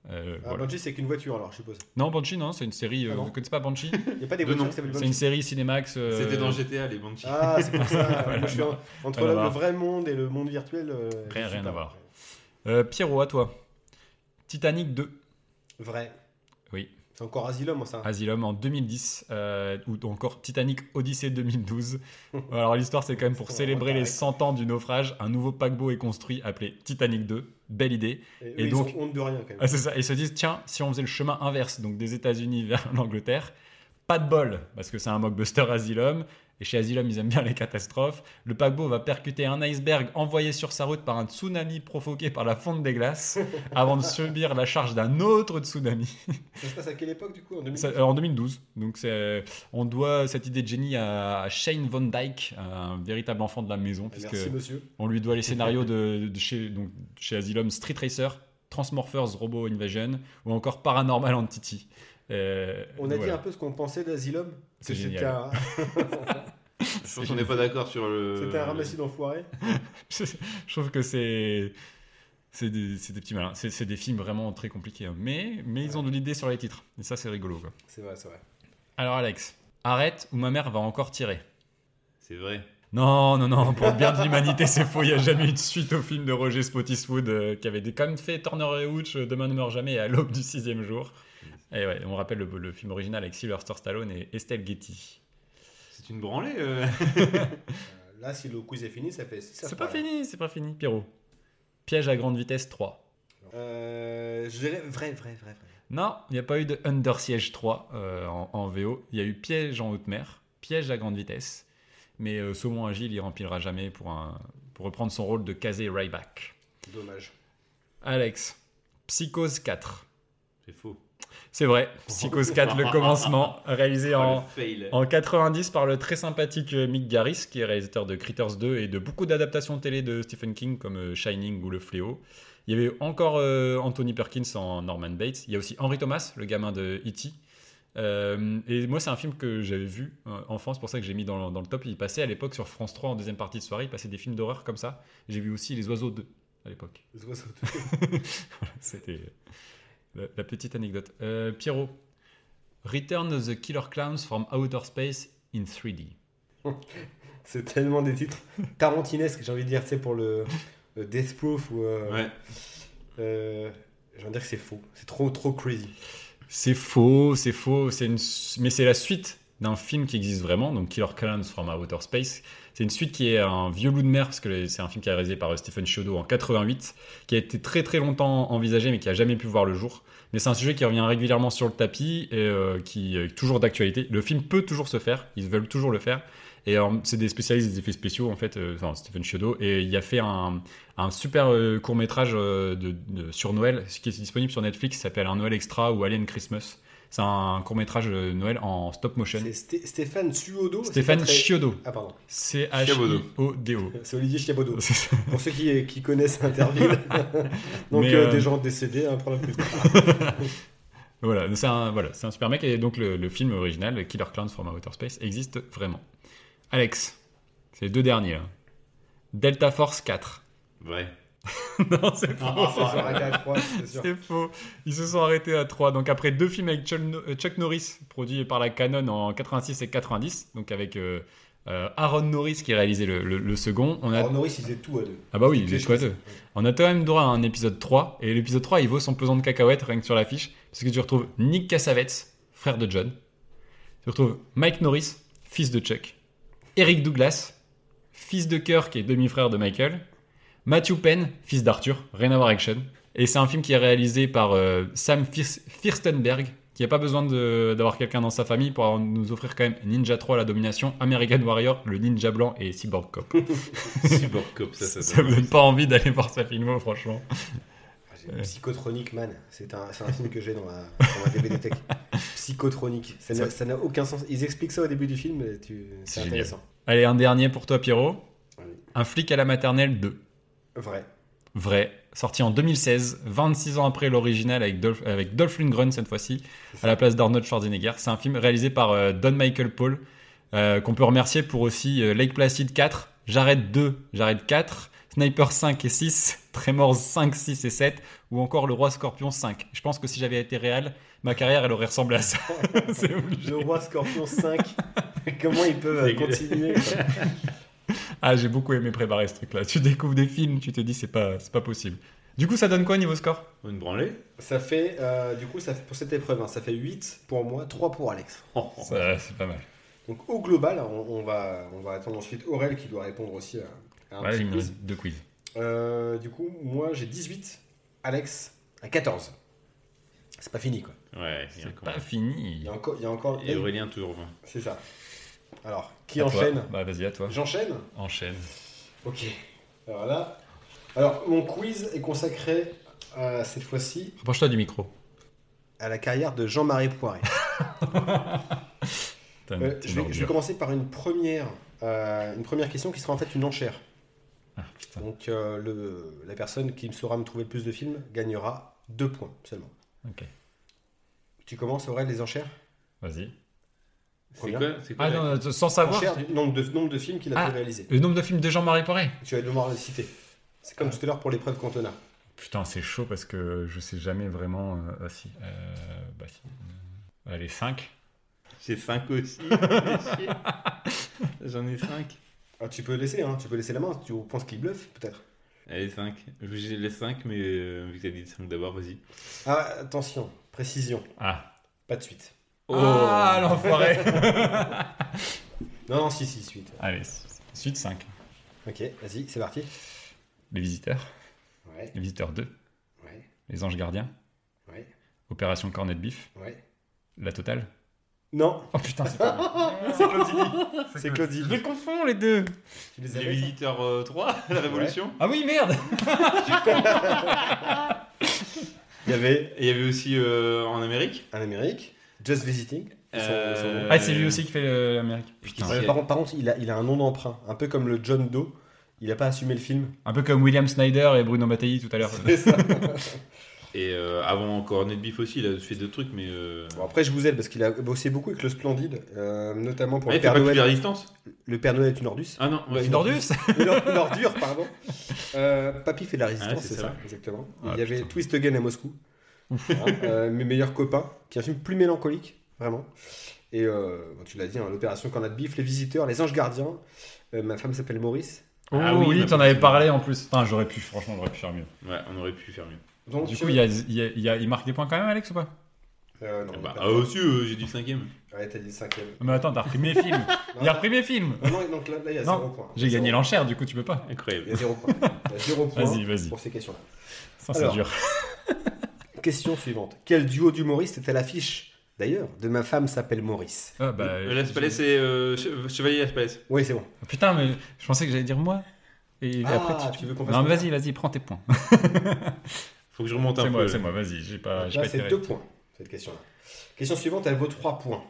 C: Euh,
A: Ah,
C: voilà.
A: Banshee, c'est qu'une voiture, alors, je suppose.
C: Non, Banshee, non, c'est une série. euh,
A: Ah non.
C: vous connaissez pas Banshee
A: Il n'y a pas des
B: De
A: voitures
B: nom.
A: qui s'appellent
C: C'est une
A: Banshee.
C: série Cinemax. euh,
B: C'était dans GTA, les Banshees.
A: Ah, c'est pour ça.
C: Voilà.
A: Moi, je suis en- entre
C: Rien à
A: le,
C: voir.
A: vrai monde et le monde virtuel. euh, je
C: Rien-
A: suis
C: rien
A: pas-
C: à voir. euh, Pierrot, à toi. Titanic 2.
A: Vrai.
C: Oui.
A: C'est encore Asylum, ça.
C: Asylum en 2010, euh, ou encore Titanic Odyssey 2012. Alors l'histoire, c'est quand même pour
A: Ils sont
C: célébrer
A: en
C: les
A: retard.
C: 100 ans du naufrage, un nouveau paquebot est construit appelé Titanic 2. Belle idée.
A: eux,
C: et
A: ils
C: donc-
A: ont honte de rien, quand même.
C: Ah, c'est ça. Ils se disent, tiens, si on faisait le chemin inverse, donc des États-Unis vers l'Angleterre, pas de bol, parce que c'est un mockbuster Asylum. Et chez Asylum, ils aiment bien les catastrophes. Le paquebot va percuter un iceberg envoyé sur sa route par un tsunami provoqué par la fonte des glaces, avant de subir la charge d'un autre tsunami.
A: Ça se passe à quelle époque, du coup En 2000
C: Ça- euh, en 2012. Donc c'est- euh, on doit cette idée de génie à Shane Van Dyke, un véritable enfant de la maison, puisque
A: Ah, Merci, monsieur.
C: on lui doit les scénarios de, de chez, donc, chez Asylum, Street Racer, Transmorphers, Robo Invasion, ou encore Paranormal Entity. Euh,
A: On a dit
C: voilà.
A: un peu ce qu'on pensait d'Asylum.
C: C'est
A: que
C: génial.
A: c'était un-
B: Je pense qu'on n'est pas d'accord sur le.
A: C'était
C: Euh,
A: un ramassis d'enfoirés.
C: je, je trouve que c'est c'est des, c'est des petits malins. C'est c'est des films vraiment très compliqués, hein. mais mais ils ont de l'idée sur les titres. Et ça c'est rigolo. quoi.
A: C'est vrai, c'est vrai.
C: Alors Alex, arrête ou ma mère va encore tirer.
B: C'est vrai.
C: Non, non, non, pour le bien de l'humanité, c'est faux. Il n'y a jamais eu de suite au film de Roger Spottiswoode euh, qui avait des- quand même fait Turner et Hooch, euh, Demain ne meurt jamais, et à l'aube du sixième jour. Et ouais, on rappelle le, le film original avec Sylvester Stallone et Estelle Getty.
B: C'est une branlée. euh.
A: Euh, Là, si le quiz est fini, ça fait 6
C: C'est pas fini, c'est pas fini, Pierrot. Piège à grande vitesse 3.
A: Euh, Je dirais vrai, vrai, vrai. vrai.
C: Non, il n'y a pas eu de Under Siege 3 euh, en, en VO. Il y a eu Piège en haute mer, Piège à grande vitesse. Mais euh, Saumon Agile, il remplira jamais pour, un- pour reprendre son rôle de Casey Ryback.
A: Dommage.
C: Alex, Psychose 4.
B: C'est faux.
C: C'est vrai, Psychose 4, le commencement, réalisé
B: Oh,
C: en,
B: le fail.
C: en 90 par le très sympathique euh, Mick Garris, qui est réalisateur de Critters 2 et de beaucoup d'adaptations télé de Stephen King, comme euh, Shining ou Le Fléau. Il y avait encore euh, Anthony Perkins en Norman Bates. Il y a aussi Henry Thomas, le gamin de E.T. Euh, et moi, c'est un film que j'avais vu euh, enfant, c'est pour ça que j'ai mis dans le, dans le top. Il passait à l'époque sur France 3 en deuxième partie de soirée, il passait des films d'horreur comme ça. J'ai vu aussi Les Oiseaux 2 à l'époque.
A: Les oiseaux de-
C: C'était la, la petite anecdote. Euh, Pierrot, Return of the Killer Clowns from Outer Space in 3D.
A: C'est tellement des titres tarantinesques, j'ai envie de dire, tu sais, pour le, le Death Proof ou. euh,
B: Ouais.
A: euh, j'ai envie de dire que c'est faux. C'est trop, trop crazy.
C: C'est faux, c'est faux, c'est une su- mais c'est la suite d'un film qui existe vraiment, donc Killer Clowns from Outer Space. C'est une suite qui est un vieux loup de mer, parce que le- c'est un film qui est réalisé par euh, Stephen Chiodo en 88, qui a été très très longtemps envisagé, mais qui a jamais pu voir le jour. Mais c'est un sujet qui revient régulièrement sur le tapis, et euh, qui est toujours d'actualité. Le film peut toujours se faire, ils veulent toujours le faire. Et euh, c'est des spécialistes des effets spéciaux, en fait, euh, enfin, Stephen Chiodo, et il a fait un, un super euh, court métrage sur Noël, ce qui est disponible sur Netflix, qui s'appelle Un Noël Extra ou Alien Christmas. C'est un court métrage Noël en stop motion.
A: C'est Sté- Stéphane Suodo. c'est
C: Stéphane
A: pas très-
C: Chiodo,
A: Ah, pardon.
C: C-H-I-O-D-O.
A: C'est Olivier Chiabodo. Pour ceux qui, qui connaissent Interville. Donc,
C: Mais,
A: euh,
C: euh,
A: des gens décédés, hein, pour la plus.
C: Voilà, c'est un, voilà, c'est un super mec. Et donc, le, le film original, Killer Clowns from Outer Space, existe vraiment. Alex, c'est les deux derniers. hein. Delta Force 4.
B: Vrai.
C: non, c'est faux.
A: Ça s'est arrêté à trois, c'est sûr.
C: C'est faux. Ils se sont arrêtés à 3. Donc après deux films avec Chuck No- euh, Chuck Norris, produit par la Canon en 86 et 90, donc avec euh, euh, Aaron Norris qui réalisait le, le- le second, on a...
A: Alors, Norris, il faisait tout à deux.
C: Ah bah oui,
A: Toutes
C: il est
A: les
C: quoi
A: choses.
C: deux On a quand même droit à un épisode 3, et l'épisode 3, il vaut son pesant de cacahuètes rien que sur l'affiche, parce que tu retrouves Nick Cassavetes, frère de John, tu retrouves Mike Norris, fils de Chuck, Eric Douglas, fils de Kirk et demi-frère de Michael, Matthew Penn, fils d'Arthur, rien à voir avec Sean. Et c'est un film qui est réalisé par euh, Sam Firs- Firstenberg, qui n'a pas besoin de- d'avoir quelqu'un dans sa famille pour nous offrir quand même Ninja 3, la domination, American Warrior, le Ninja Blanc et Cyborg Cop.
B: Cyborg Cop, ça, ça.
C: Ça me donne pas envie d'aller voir sa filmo, franchement.
A: Ah, j'ai Psychotronic Man, c'est un, c'est un film que j'ai dans ma, dans ma DVD Tech. Psychotronic, ça n'a- ça n'a aucun sens. Ils expliquent ça au début du film, et tu-
C: C'est
A: c'est
C: génial.
A: intéressant.
C: Allez, un dernier pour toi, Pierrot.
A: Allez.
C: Un flic à la maternelle 2.
A: Vrai.
C: Vrai, sorti en 2016, 26 ans après l'original avec Dolph, avec Dolph Lundgren cette fois-ci, à la place d'Arnold Schwarzenegger. C'est un film réalisé par euh, Don Michael Paul, euh, qu'on peut remercier pour aussi euh, Lake Placid 4, J'arrête 2, J'arrête 4, Sniper 5 et 6, Tremors 5, 6 et 7, ou encore Le Roi Scorpion 5. Je pense que si j'avais été réel, ma carrière elle aurait ressemblé à ça. C'est obligé.
A: Le roi Scorpion 5. Comment ils peuvent
B: C'est
A: euh, continuer quoi.
C: Ah, j'ai beaucoup aimé préparer ce truc-là. Tu découvres des films, tu te dis c'est pas, c'est pas possible. Du coup, ça donne quoi niveau score
B: Oh, Une branlée
A: Ça fait, euh, du coup, ça fait, pour cette épreuve, hein, ça fait 8 pour moi, 3 pour Alex.
B: Oh, oh.
C: Ça, C'est pas mal.
A: Donc au global, on, on va, on va attendre ensuite Aurel qui doit répondre aussi à, à un
C: Ouais,
A: petit
C: il me
A: quiz.
C: reste deux quiz.
A: Euh, du coup, moi j'ai 18, Alex à 14. C'est pas fini quoi.
B: Ouais, il y a
C: C'est
B: encore-
C: pas fini.
A: Il y a encore. Il y a encore
B: Et Aurélien toujours vingt.
A: C'est ça. Alors, qui
C: À toi.
A: enchaîne
C: Bah vas-y, à toi.
A: J'enchaîne
C: Enchaîne.
A: Ok. Alors là. Alors, mon quiz est consacré euh, cette fois-ci
C: Rapproche-toi du micro.
A: à la carrière de Jean-Marie Poiré.
C: T'as une
A: Euh, je, vais,
C: petite
A: je vais
C: ordure.
A: commencer par une première, euh, une première question qui sera en fait une enchère.
C: Ah, putain.
A: Donc, euh, le, la personne qui me saura me trouver le plus de films gagnera deux points seulement.
C: Ok.
A: Tu commences, Aurel, les enchères
C: Vas-y.
B: C'est
A: Combien
B: quoi, c'est quoi
C: Ah
B: la-
C: non, sans savoir
A: Enchère du nombre de, nombre de films qu'il a
C: Ah.
A: pu réaliser.
C: le nombre de films de Jean-Marie Poiré.
A: Tu vas devoir les citer. C'est
C: Ah.
A: comme tout à l'heure pour l'épreuve Cantona.
C: Putain, c'est chaud parce que je sais jamais vraiment. euh, ah si. Euh, bah si. Euh, Allez, 5.
B: J'ai 5 aussi. J'en ai 5.
A: Ah, tu peux laisser, hein, tu peux laisser la main. Tu penses qu'il bluffe, peut-être
B: Allez, 5. J'ai les 5, mais euh, vu que t'as dit 5 d'abord, vas-y.
A: Ah, attention, précision,
C: Ah.
A: pas de suite.
B: Oh.
C: Ah, l'enfoiré
A: Non, non, si, si, suite.
C: Allez, s- suite 5.
A: Ok, vas-y, c'est parti.
C: Les visiteurs.
A: Ouais,
C: Les visiteurs 2.
A: ouais,
C: Les anges gardiens.
A: ouais,
C: Opération Cornet de Bif.
A: ouais.
C: La totale.
A: Non,
C: Oh putain, c'est pas mal.
A: c'est Claudie. C'est Claudie.
C: Je les confonds les deux.
A: Tu les
B: Les
A: avais, ça
B: visiteurs 3, la révolution.
C: Ah oui, merde
A: Il y avait
B: Et il y avait aussi euh, en Amérique.
A: un Amérique, Just Visiting. Son- son
B: Euh,
A: nom.
C: Ah, c'est lui aussi qui fait le- l'Amérique. Putain.
A: Ouais, par, contre- par contre, il a, il a un nom d'emprunt, un peu comme le John Doe. Il n'a pas assumé le film.
C: Un peu comme William Snyder et Bruno Mattei tout à l'heure.
A: C'est ça.
B: Et euh, avant encore Net Beef aussi, il a fait d'autres trucs, mais. Euh...
A: Bon, après, je vous aide parce qu'il a bossé beaucoup avec le Splendide, euh, notamment pour
B: Ouais,
A: le
B: il fait
A: Père
B: pas que
A: Noël.
B: la résistance
A: Le Père Noël est une ordure.
B: Ah non, ouais.
C: Bah, Une ordure, ça
A: Une or- une ordure, pardon. Euh, Papy fait de la résistance,
B: Ah, c'est
A: c'est ça,
B: ça.
A: exactement.
C: Ah,
A: il y avait
C: putain.
A: Twist Again à Moscou. Hein, euh, mes meilleurs copains, qui est un film plus mélancolique, vraiment. Et euh, bon, tu l'as dit, hein, l'opération Cornet de Bif, Les Visiteurs, Les Anges Gardiens. Euh, ma femme s'appelle Maurice.
C: Oh
B: Ah oui,
C: oui,
B: bah,
C: t'en avais parlé en plus. Putain, j'aurais pu, franchement, j'aurais pu faire mieux.
B: Ouais, on aurait pu faire mieux.
A: Donc,
C: Du
A: tu
C: coup,
A: veux-
C: il, y a- il y a- il y a- il marque des points quand même, Alex, ou pas
A: Euh,
C: Eh
A: non,
B: Bah,
A: pas-
B: ah,
C: oh,
B: aussi, euh, j'ai dit 5 Non,
A: Ouais, t'as dit le cinquième.
C: Ah, Mais attends, t'as repris mes films
A: Non,
C: Il a repris mes films
A: non, non, donc là, là, il y a
C: Non,
A: zéro point.
C: J'ai gagné
A: Zéro-
C: l'enchère, du coup, tu peux pas.
A: Il y
B: Incroyable.
A: a zéro point. Il y a zéro point
C: Vas-y, vas-y.
A: pour ces questions-là.
C: Ça, c'est
A: Alors.
C: dur.
A: Question suivante. Quel duo d'humoristes était à l'affiche, d'ailleurs, de Ma femme s'appelle Maurice
C: Ah, bah,
B: Euh, L'Aspalais, c'est. euh, Che- Chevalier L'Aspalais.
A: Oui, c'est bon.
C: Ah, Putain, mais je pensais que j'allais dire moi. Et
A: Ah,
C: après, tu,
A: tu veux qu'on fasse
C: Non, mais
A: comme
C: vas-y, vas-y, prends tes points.
B: Faut que je remonte un
C: C'est
B: peu.
C: moi, c'est moi, vas-y, j'ai pas, j'ai
A: Là,
C: pas été
A: c'est deux points, cette question-là. Question suivante, elle vaut trois points.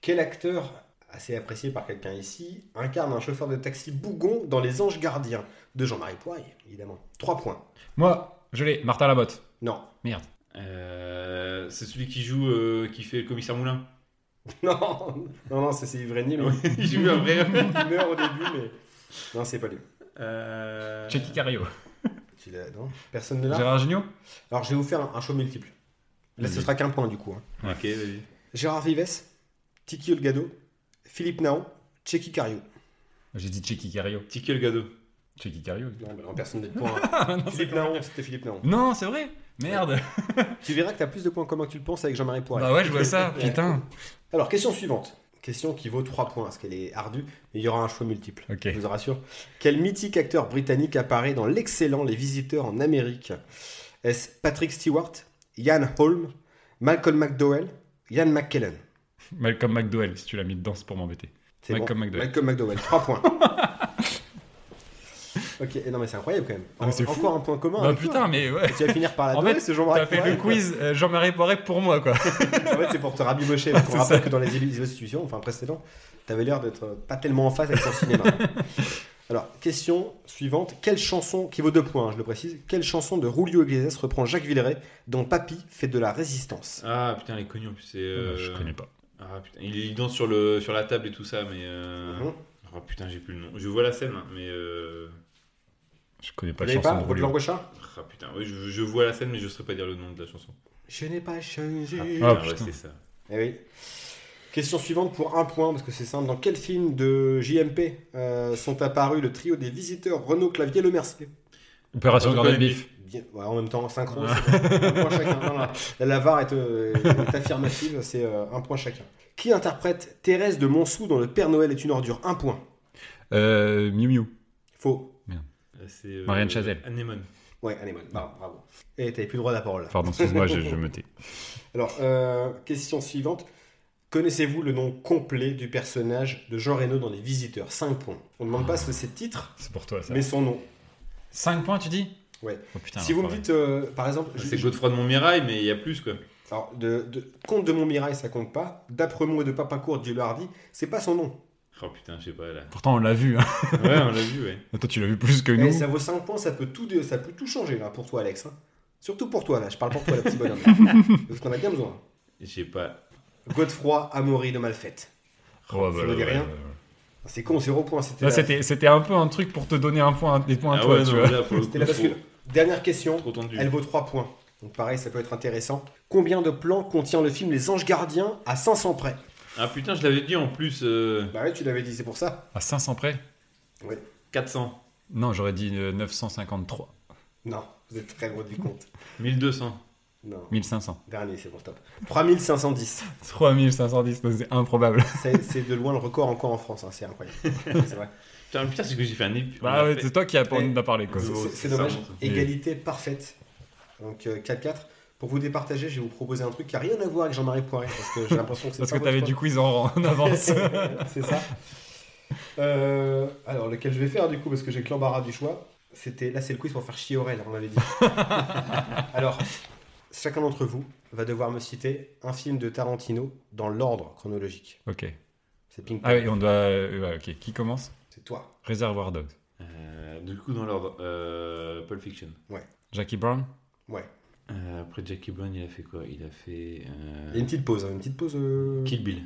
A: Quel acteur, assez apprécié par quelqu'un ici, incarne un chauffeur de taxi bougon dans Les Anges Gardiens De Jean-Marie Poirier, évidemment. Trois points.
C: Moi, je l'ai, Martin Labotte.
A: Non.
C: Merde.
B: Euh, c'est celui qui joue, euh, qui fait le commissaire Moulin.
A: Non, non, non, c'est c'est Ivreni, mais
B: il joue un vrai.
A: il meurt au début, mais... Non, c'est pas lui.
B: Euh...
C: Checky Cario.
A: Tu l'as- non Personne ne l'a
C: Gérard Jugnot
A: Alors, je vais vous faire un, un show multiple. Là, ce
C: Vas-y.
A: sera qu'un point, du coup. hein.
B: Ok, vas-y.
A: Gérard Vives, Tiki Olgado, Philippe Naon, Checky Cario.
C: J'ai dit Checky Cario.
B: Ticket le gado.
C: Checky Cario.
A: Non, bah non, personne n'est de point. Philippe Naon, c'était Philippe Naon.
C: Non, c'est vrai Merde
A: Tu verras que tu as plus de points communs que tu le penses avec Jean-Marie Poiré.
C: Bah ouais, je vois ça,
A: Ouais.
C: putain.
A: Alors, question suivante. Question qui vaut 3 points, parce qu'elle est ardue, mais il y aura un choix multiple.
C: Ok.
A: Je vous en rassure. Quel mythique acteur britannique apparaît dans l'excellent Les Visiteurs en Amérique Est-ce Patrick Stewart, Ian Holm, Malcolm McDowell, Ian McKellen
C: Malcolm McDowell, si tu l'as mis dedans, c'est pour m'embêter.
A: C'est
C: Malcolm McDowell.
A: Malcolm McDowell, 3 points. ok, et non mais c'est incroyable quand même.
C: Ah, mais c'est
A: Encore
C: fou.
A: un point commun.
C: Bah
A: avec toi.
C: putain, mais ouais.
A: Tu vas finir par la
C: En
A: donner,
C: fait,
A: ce Jean-Marie
C: T'as fait
A: Poiret.
C: le quiz euh, Jean-Marie Poiret pour moi, quoi.
A: En fait, c'est pour te rabibocher. Parce
C: Ah,
A: qu'on
C: c'est
A: rappelle
C: ça.
A: euh, que dans les émissions enfin précédentes, t'avais l'air d'être pas tellement en phase avec ton cinéma. Alors, question suivante. Quelle chanson, qui vaut deux points, hein, je le précise, quelle chanson de Julio Iglesias reprend Jacques Villeray dans Papy, fait de la résistance
B: Ah putain, elle est connue en plus. c'est, euh,
C: Je connais pas.
B: Ah putain, il, il danse sur, le, sur la table et tout ça, mais. euh,
A: Mhm.
B: Oh putain, j'ai plus le nom. Je vois la scène, mais. euh,
C: Je connais pas
A: Vous
C: la
A: n'avez
C: chanson
A: pas
C: de
A: votre
C: Rolio.
A: langue au chat
B: Ah putain, oui, je, je vois la scène, mais je saurais pas dire le nom de la chanson.
A: Je n'ai pas changé.
B: Ah
C: Ah,
B: ouais,
C: putain.
B: c'est ça.
A: Eh oui. Question suivante pour un point, parce que c'est simple. Dans quel film de JMP euh, sont apparus le trio des visiteurs Renaud Clavier Le Mercier
C: Opération
B: Opération
C: Gordon
B: Gordon
C: Beef.
A: Bien- ouais, En même temps, synchro. c'est un point chacun. Non, non. La- La VAR est, euh, est affirmative, c'est euh, un point chacun. Qui interprète Thérèse de Montsou dans Le Père Noël est une ordure Un point.
C: Euh, Miu Miu.
A: Faux.
B: Euh, C'est, euh,
C: Marianne Chazelle.
B: Anémone.
A: Ouais, allez, bon, bravo, bravo. Et t'avais plus le droit à la parole. là.
C: Pardon, excuse-moi, je, je me tais.
A: Alors, euh, question suivante. Connaissez-vous le nom complet du personnage de Jean Reno dans Les Visiteurs 5 points. On ne demande pas ce que c'est le titre,
C: C'est pour toi, ça.
A: mais son nom.
E: 5 points, tu dis
C: Oh, putain,
A: si vous me
C: l'enfoiré.
A: dites, euh, par exemple, je-
B: Ah, C'est
A: je-
B: Godefroy de Montmirail, mais il y a plus quoi.
A: alors, de, de- Comte de Montmirail, ça compte pas. D'Apremont et de Papacourt, Dieu le hardi, c'est pas son nom.
B: Oh putain, je sais pas là.
C: Pourtant, on l'a vu. Hein.
B: Ouais, on l'a vu, ouais.
C: Toi, tu l'as vu plus que
A: Et
C: nous.
A: Eh, ça vaut 5 points, ça peut tout, dé- ça peut tout changer là pour toi, Alex. hein. Surtout pour toi là, je parle pour toi, la petite bonhomme. Parce qu'on a bien besoin.
B: Je sais pas.
A: Godefroy Amaury de Malfête.
C: Oh, bah,
A: Ça vous dit rien Ah, C'est con, 0 points. C'était
C: Là,
A: la-
C: Bah, c'était c'était un peu un truc pour te donner un point, des points à toi, tu vois.
B: Ah là, pour le
A: c'était
B: coup,
A: la
B: trop-
A: bascule. Dernière question.
B: Trop tendu.
A: Elle vaut 3 points. Donc pareil, ça peut être intéressant. Combien de plans contient le film Les Anges Gardiens à 500 près
B: Ah putain, je l'avais dit en plus. euh,
A: Bah ouais, tu l'avais dit, c'est pour ça.
C: À 500 près
B: 400,
C: Non, j'aurais dit euh, 953.
A: Non, vous êtes très gros du compte.
B: 1200.
A: Non,
C: 1500.
A: dernier, c'est bon, stop. 3510.
C: 3510, non, c'est improbable.
A: C'est c'est de loin le record encore en France, hein, c'est incroyable. C'est vrai.
B: Putain, le pire, c'est que j'ai fait un épisode.
C: Bah ouais, c'est toi qui as pas
A: Eh,
C: envie d'en parler, quoi.
A: C'est-
B: Oh,
A: c'est-
B: c'est
A: C'est dommage.
B: ça,
C: oui.
A: Égalité parfaite. Donc euh, 4-4. Pour vous départager, je vais vous proposer un truc qui n'a rien à voir avec Jean-Marie Poiret, parce que j'ai l'impression que c'est
C: Parce
A: pas
C: que t'avais
A: votre
C: du quiz en, en avance.
A: c'est ça. Euh, alors, lequel je vais faire du coup, parce que j'ai que l'embarras du choix. C'était là, c'est le quiz pour faire chier Aurel, on l'avait dit. alors, chacun d'entre vous va devoir me citer un film de Tarantino dans l'ordre chronologique.
C: ok.
A: C'est ping pong.
C: Ah oui, on doit. euh, ouais, ok, qui commence
A: C'est toi.
C: Reservoir Dogs.
B: Euh, du coup, dans l'ordre, euh, Pulp Fiction.
C: Jackie Brown
A: Ouais.
B: Euh, après Jackie Brown, il a fait quoi Il a fait. euh,
A: Il y a une petite pause, hein, une petite pause. euh,
B: Kill Bill.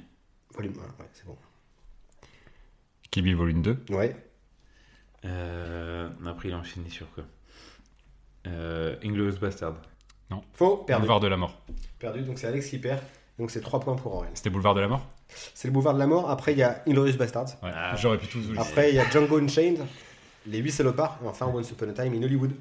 A: Volume un, ouais, c'est bon.
C: Kill Bill Volume 2.
A: Ouais.
B: Euh, après, il a enchaîné sur quoi euh, Inglourious Bastard.
A: Faux, perdu.
C: Boulevard de la Mort.
A: Perdu, donc c'est Alex qui perd. Donc c'est 3 points pour Aurel.
C: C'était Boulevard de la Mort
A: C'est le boulevard de la mort. Après, il y a Inglorious Bastards.
C: Ouais.
B: Ah.
C: J'aurais pu tout.
A: Après, il y a Django Unchained, Les 8 salopards, et enfin Once Upon a Time in Hollywood.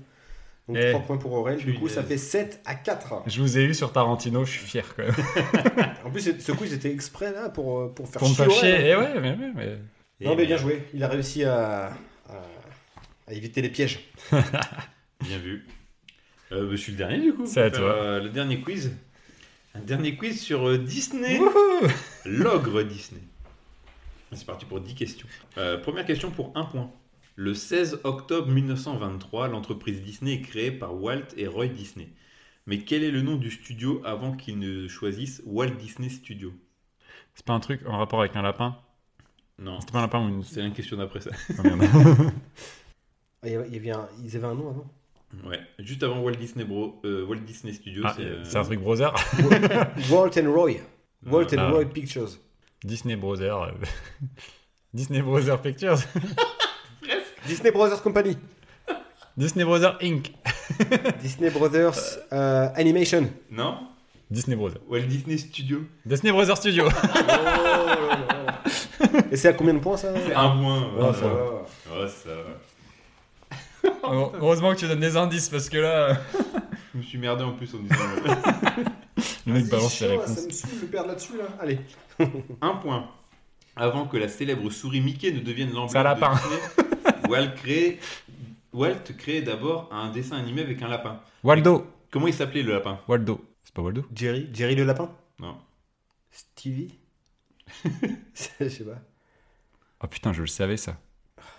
A: Donc
C: Eh.
A: 3 points pour Aurel. Du coup,
B: Punaise.
A: ça fait 7 à 4.
C: Je vous ai eu sur Tarantino, je suis fier quand même.
A: En plus, ce coup, j'étais exprès là pour, euh, pour faire
C: Pour me
A: chier
C: faire
A: Aurel.
C: chier. ben. Eh ouais, mais. mais, mais-
A: Non,
B: Et
A: mais bien joué. Il a réussi à, à, à éviter les pièges.
B: Bien vu. Euh, bah, je suis le dernier du coup.
C: C'est à
B: Faire,
C: toi.
B: euh, le dernier quiz. Un dernier quiz sur euh, Disney. L'ogre Disney. C'est parti pour 10 questions. Euh, première question pour un point. Le 16 octobre 1923, l'entreprise Disney est créée par Walt et Roy Disney. Mais quel est le nom du studio avant qu'ils ne choisissent Walt Disney Studio
C: C'est pas un truc en rapport avec un lapin
B: Non,
C: C'était pas un lapin ou une.
B: c'est une question d'après ça.
C: Oh, merde.
A: Ah, il y avait- il y avait un- ils avaient un nom avant
B: Ouais, juste avant Walt Disney Bro, euh, Walt Disney Studio,
C: Ah,
B: c'est euh,
C: c'est un truc browser
A: Walt and Roy. Walt and
C: Ah.
A: Roy Pictures.
C: Disney Browser. euh, Disney Browser Pictures.
A: Disney Brothers Company.
C: Disney Browser Inc.
A: Disney Brothers euh, Animation.
B: Non
C: Disney Browser.
B: Walt Disney Studio.
C: Disney Browser Studio.
A: Et c'est à combien de points ça
B: C'est un point.
A: Ah,
B: voilà.
A: ça va.
B: Oh, ça va.
C: Heureusement Ah, que tu donnes des indices parce que là.
B: Je me suis merdé en plus en disant.
C: Le mec
A: Vas-y,
C: balance les
A: chiant, là, Ça
C: réponses.
A: me saoule de perdre là-dessus là. Allez.
B: un point. Avant que la célèbre souris Mickey ne devienne
C: C'est un
B: l'emblème de
C: lapin.
B: Disney, Walt crée, Walt crée d'abord un dessin animé avec un lapin.
C: Waldo.
B: Comment il s'appelait le lapin
C: Waldo. C'est pas Waldo
A: Jerry, Jerry le lapin
B: Non.
A: Stevie Je sais pas.
C: Ah putain, je le savais ça.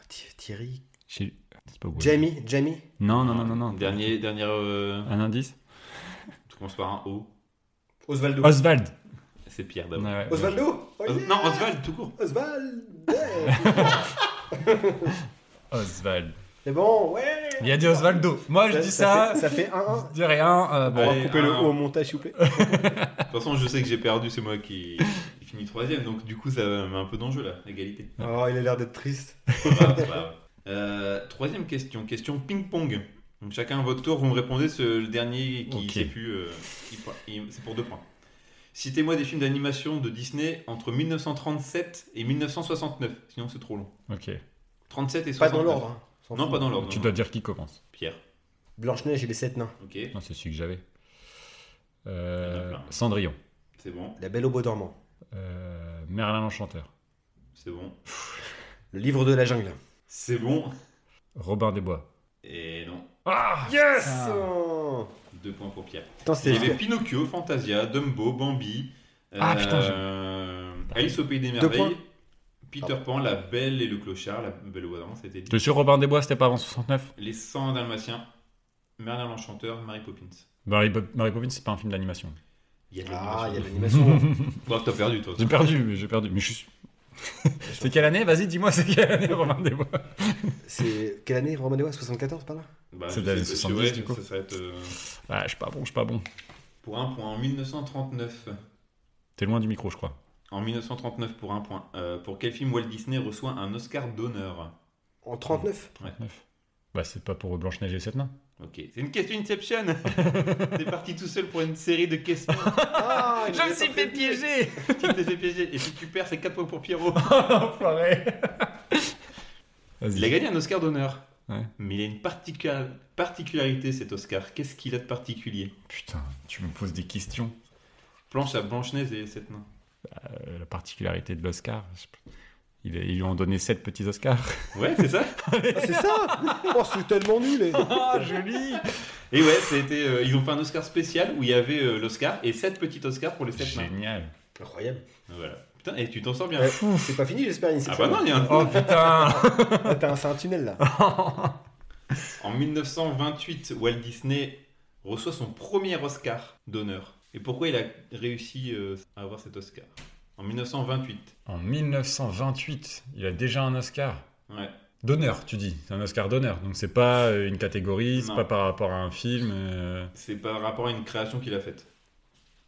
A: Thi- Thierry.
C: J'ai- C'est pas Waldo.
A: Jamie, Jamie.
C: Non, non, non, non, non.
B: Dernier, dernière. euh,
C: Un indice
B: Tu commences par un O.
A: Osvaldo.
C: Oswald.
B: C'est Pierre d'abord. Euh,
C: Ouais, ouais.
A: Osvaldo Oh
B: Os-
A: yeah
B: Non, Oswald, tout court.
A: Osvald
C: Oswald.
A: C'est bon, ouais
C: Il a dit Osvaldo. Moi, je dis ça.
A: fait- Ça fait 1-1.
C: Je dis rien. euh, bon.
A: On va
B: Allez,
A: couper le
B: un.
A: haut au montage, s'il vous plaît.
B: De toute façon, je sais que j'ai perdu, c'est moi qui qui finis troisième, donc du coup, ça met un peu d'enjeu là, l'égalité.
A: Oh, il a l'air d'être triste.
B: Voilà, voilà. Euh, troisième question, question ping-pong. Donc chacun à votre tour, vous me répondez ce le dernier qui
C: Ok.
B: sait plus. euh, il point- il- c'est pour deux points. Citez-moi des films d'animation de Disney entre 1937 et 1969. Sinon, c'est trop long.
C: Ok.
B: 37 et 69.
A: Pas dans l'ordre. hein. S'en
B: Non,
A: fout.
B: pas dans l'ordre.
C: Tu
B: non,
C: dois
B: non.
C: dire qui commence.
B: Pierre.
A: Blanche-Neige et les sept nains.
B: Ok,
C: Non, c'est celui que j'avais.
B: Il y
C: Euh,
B: en a plein.
C: Cendrillon.
B: c'est bon,
A: La Belle au Beau Dormant.
C: Euh, Merlin l'Enchanteur.
B: c'est bon,
A: Le livre de la jungle.
B: c'est bon.
C: Robin des Bois.
B: Et non,
C: Ah
A: Yes
C: Ah.
A: Oh.
B: deux points pour Pierre.
A: Putain,
B: Il y
A: c'est
B: avait Pinocchio, Fantasia, Dumbo, Bambi.
C: Ah, putain, j'ai-
B: euh, Alice au pays des
A: Deux points.
B: merveilles. Peter Pan, La Belle et le Clochard, La Belle au bois dormant, c'était dit.
C: T'es sûr Robin des Bois, c'était pas avant 69
B: Les 100 Dalmatiens, Merlin l'Enchanteur, Mary Poppins.
C: Mary, Pop- Mary Poppins, c'est pas un film d'animation.
B: Il y a de
A: Ah, il y a de
B: l'animation.
A: l'animation.
B: Bon, t'as perdu toi.
C: J'ai perdu, mais j'ai perdu. Mais je suis. c'est quelle année Vas-y, dis-moi, c'est quelle année Robin des Bois
A: c'est quelle année Romain Dewa 74 par là
B: Bah, je
C: C'est de la
B: sais pas,
C: 70,
B: ouais,
C: du coup.
B: ça serait être, euh,
C: Ah, je suis pas bon, je suis pas bon.
B: pour un point en 1939.
C: T'es loin du micro, je crois.
B: En 1939 pour un point. Euh, pour quel film Walt Disney reçoit un Oscar d'honneur
A: En 39
C: Neuf. Bah, c'est pas pour Blanche-Neige et les Sept Nains.
B: Ok, c'est une question Inception T'es parti tout seul pour une série de questions
A: Ah, il avait pas prévu.
C: piéger
B: tu t'es fait piéger et si tu perds c'est 4 points pour Pierrot Il a
C: Vas-y.
B: gagné un Oscar d'honneur.
C: Ouais.
B: Mais il a une particu- particularité cet Oscar. Qu'est-ce qu'il a de particulier
C: Putain, tu me poses des questions.
B: Planche à Blanche-Neige et les sept nains.
C: Euh, la particularité de l'Oscar. je sais pas. Il a- Ils lui ont donné 7 petits Oscars.
B: Ouais, c'est ça
A: Ah, c'est ça Oh, c'est tellement nul les-
C: Ah, joli
B: Et ouais, c'était, euh, ils ont fait un Oscar spécial où il y avait euh, l'Oscar et sept petits Oscars pour les sept nains.
C: Génial.
A: Incroyable.
B: Voilà. Putain, et tu t'en sors bien.
A: Ouais. C'est pas fini, j'espère, Inception.
B: Ah bah non, il y a un...
C: Oh putain
A: Ah, t'as un- C'est un tunnel là.
B: En 1928, Walt Disney reçoit son premier Oscar d'honneur. Et pourquoi il a réussi euh, à avoir cet Oscar En 1928.
C: En 1928, il a déjà un Oscar.
B: Ouais.
C: D'honneur, tu dis. C'est un Oscar d'honneur. Donc c'est pas euh, une catégorie, c'est
B: Non.
C: pas par rapport à un film. euh,
B: C'est par rapport à une création qu'il a faite.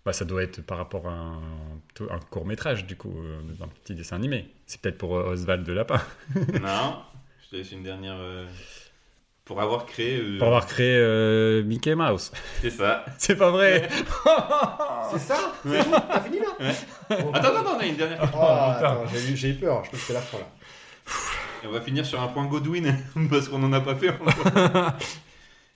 C: Bah, ça doit être par rapport à un, un court métrage, du coup, euh, un petit dessin animé. C'est peut-être pour euh, Oswald de Lapin.
B: non. Je te laisse une dernière. euh, Pour avoir créé. euh,
C: Pour avoir créé euh, Mickey Mouse.
B: C'est ça.
C: C'est pas vrai
A: C'est ça
B: Ah. Ouais.
A: C'est tout T'as fini là Oh,
B: Attends, attends, attends, on a une dernière.
A: Oh, attends, j'ai eu- j'ai eu peur, je trouve que c'est la fin là.
B: Et on va finir sur un point Godwin, parce qu'on n'en a pas fait.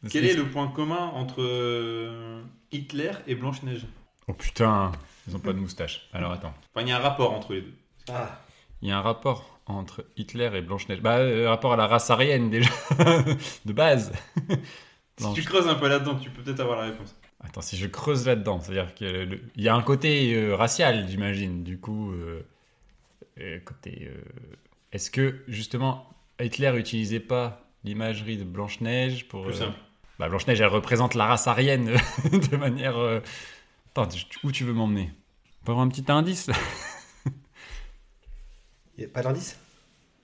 B: Quel est le point commun entre euh, Hitler et Blanche-Neige
C: Oh putain, ils ont pas de moustache. Alors attends.
B: Enfin, il y a un rapport entre les deux.
A: Ah,
C: Il y a un rapport entre Hitler et Blanche-Neige. Bah, euh, rapport à la race aryenne déjà, de base.
B: Si tu creuses un peu là-dedans, tu peux peut-être avoir la réponse.
C: Attends, si je creuse là-dedans, c'est-à-dire qu'il y a un côté euh, racial, j'imagine, du coup. euh, euh, côté. euh, Est-ce que, justement, Hitler n'utilisait pas l'imagerie de Blanche-Neige pour.
B: Plus
C: euh,
B: simple.
C: Bah, Blanche-Neige, elle représente la race aryenne de manière. euh, Attends, tu- où tu veux m'emmener On peut avoir un petit indice là
A: y a pas d'indice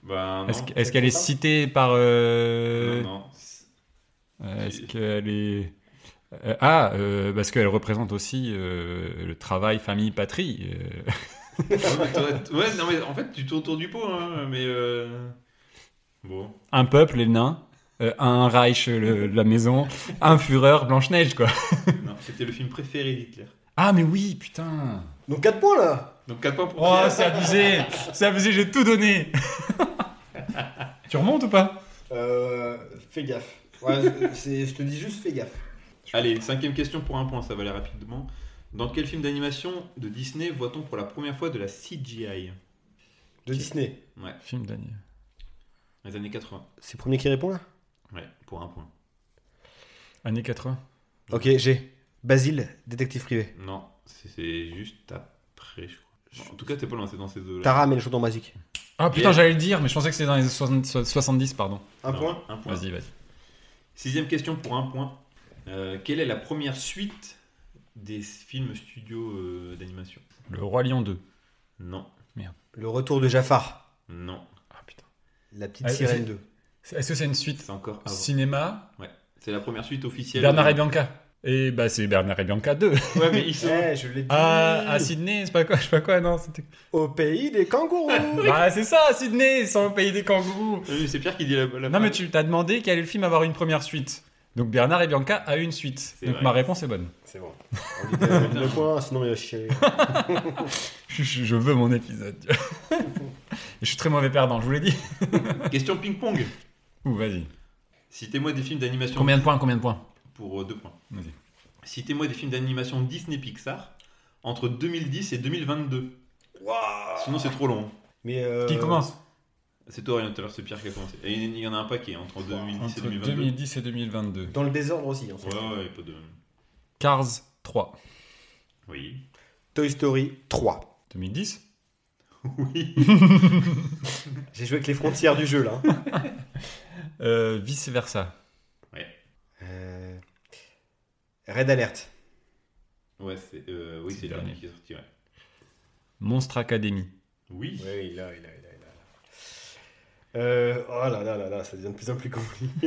B: Bah, non.
C: Est-ce que- est-ce qu'elle est,
A: ça
C: citée par. euh,
B: Non, non.
C: Euh, Est-ce
B: J'ai-
C: qu'elle est. Euh, ah, euh, parce qu'elle représente aussi euh, le travail, famille, patrie. euh.
B: ouais, toi- ouais, non, mais en fait, tu tournes autour du pot, hein, mais. euh, Bon.
C: un peuple, les nains. euh, un Reich, le- la maison. Un Führer, Blanche-Neige, quoi.
B: Non, c'était le film préféré d'Hitler.
C: Ah, mais oui, putain.
A: Donc 4 points là
B: Donc 4 points pour
C: Oh,
B: Pierre.
C: c'est abusé. C'est abusé, j'ai tout donné. tu remontes ou pas
A: Euh. Fais gaffe. Ouais, c'est- je te dis juste fais gaffe.
B: Allez, cinquième question pour un point, ça va aller rapidement. Dans quel film d'animation de Disney voit-on pour la première fois de la CGI
A: De Disney.
C: Film d'année.
B: Les années 80.
A: C'est le premier qui répond là
B: Ouais, pour un point.
C: Années 80.
A: Ok, j'ai. Basile, détective privé.
B: Non, c'est- c'est juste après, je crois. Bon, En tout cas, t'es pas loin, c'est dans ces deux-là.
A: Tara, mais le chaudron magique.
C: Ah, putain,
B: Et-
C: j'allais le dire, mais je pensais que c'était dans les 70, 70, pardon.
A: Un
B: Non,
A: point
B: Un point.
C: Vas-y, vas-y.
B: Sixième question pour un point. Euh, quelle est la première suite des films studio euh, d'animation
C: Le Roi Lion 2.
B: Non,
A: Le retour de Jafar.
B: non.
C: Ah, putain.
A: La petite
C: Ah,
A: sirène
C: c'est-
A: 2.
C: Est-ce que c'est une suite
B: C'est encore avant.
C: Cinéma,
B: C'est la première suite officielle.
C: Bernard et Bianca. Et bah c'est Bernard et Bianca 2.
B: Ouais, mais ils sont-
A: Eh, je l'ai dit.
C: Ah, à Sydney, c'est pas quoi, je sais pas quoi, non. c'était-
A: Au pays des kangourous.
C: Ah, c'est ça, à Sydney, sans le pays des kangourous.
B: Oui, C'est Pierre qui dit la, la
C: Non, mais tu t'as demandé quel est le film à avoir une première suite. Donc Bernard et Bianca a une suite.
B: C'est
C: Donc
B: vrai.
C: ma réponse est bonne.
A: C'est bon. On dit euh, le point, sinon il va chier.
C: Je, je- je veux mon épisode. je suis très mauvais perdant, je vous l'ai dit.
B: Question ping-pong.
C: Ouh, vas-y.
B: Citez-moi des films d'animation
C: Combien de points, combien de points
B: pour euh, deux points.
C: Vas-y.
B: Citez-moi des films d'animation Disney Pixar entre 2010 et 2022. Sinon c'est trop long.
A: Mais euh,
C: Qui commence
B: C'est toi rien tout à l'heure, c'est Pierre qui a commencé. Et il y en a un paquet entre 2010 et
C: Entre
B: 2022.
C: 2010 et 2022.
A: Dans le désordre aussi. En
B: Ouais, ouais, pas de.
C: Cars 3.
B: Oui.
A: Toy Story 3.
C: 2010
B: Oui.
A: J'ai joué avec les frontières du jeu là.
C: euh, Vice versa.
A: Euh, Red Alert.
B: Ouais, c'est euh, oui,
C: C'est
B: c'est le
C: le
B: dernier qui est sorti, ouais.
C: Monstre Academy.
B: Oui.
A: Oui, il a, il a, il a, Euh, oh là là là là, ça devient de plus en plus compliqué.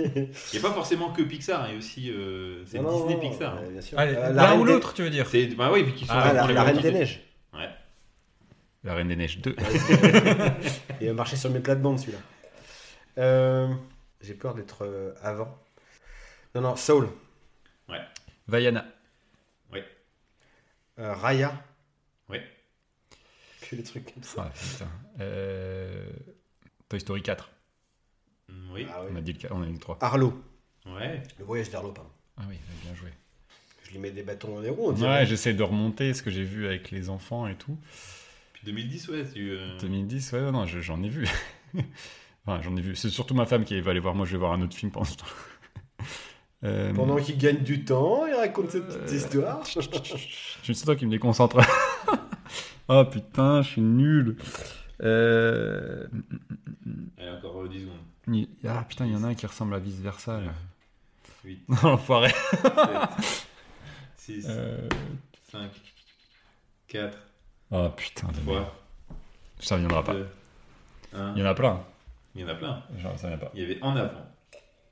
B: Il n'y a pas forcément que Pixar, il y a aussi euh, c'est
A: Non, non,
B: Disney
A: non,
B: Pixar.
A: euh, bien sûr.
C: hein. Allez,
A: Euh, la
C: l'un
A: Reine
C: ou
A: des-
C: l'autre, tu veux dire
B: C'est bah ouais, vu qu'ils sont
A: Ah, la,
B: dans les
A: la Reine des
B: quantités.
A: Neiges.
B: Ouais.
C: La Reine des Neiges 2.
A: Il va marcher sur mes plates-bandes celui-là. Euh, J'ai peur d'être euh, avant. Non, non, Soul.
C: Vaiana.
A: Euh, Raya.
B: Ouais.
A: Que des trucs comme ça.
C: Ah, putain. Euh, Toy Story 4.
B: Mm, Oui.
A: Ah, ouais.
C: On a dit le, qua- on a dit le 3.
A: Harlow.
B: Ouais.
A: Le voyage d'Arlo, pardon.
C: Ah oui, on a bien joué.
A: Je lui mets des bâtons dans les roues, on dirait.
C: Ouais, j'essaie de remonter ce que j'ai vu avec les enfants et tout.
B: Puis 2010 ouais, tu euh,
C: 2010, ouais, ouais, non, je- j'en ai vu. enfin, j'en ai vu. C'est surtout ma femme qui va aller voir. Moi, je vais voir un autre film pendant ce temps. Euh,
A: Pendant qu'il gagne du temps, il raconte cette petite
C: Euh,
A: histoire.
C: Je c'est toi qui me déconcentre. oh putain, je suis nul. Euh,
B: Allez, encore euh, 10 secondes.
C: il- Ah putain, il y en a un qui ressemble à vice versa. Là.
B: 8
C: Non, l'enfoiré.
B: 6
C: Euh,
B: 5 4
C: Oh putain, de merde.
B: 3
C: ça viendra pas.
B: 2 1
C: Il y en a plein.
B: Il y en a plein.
C: Genre, ça vient pas.
B: Il y avait En avant.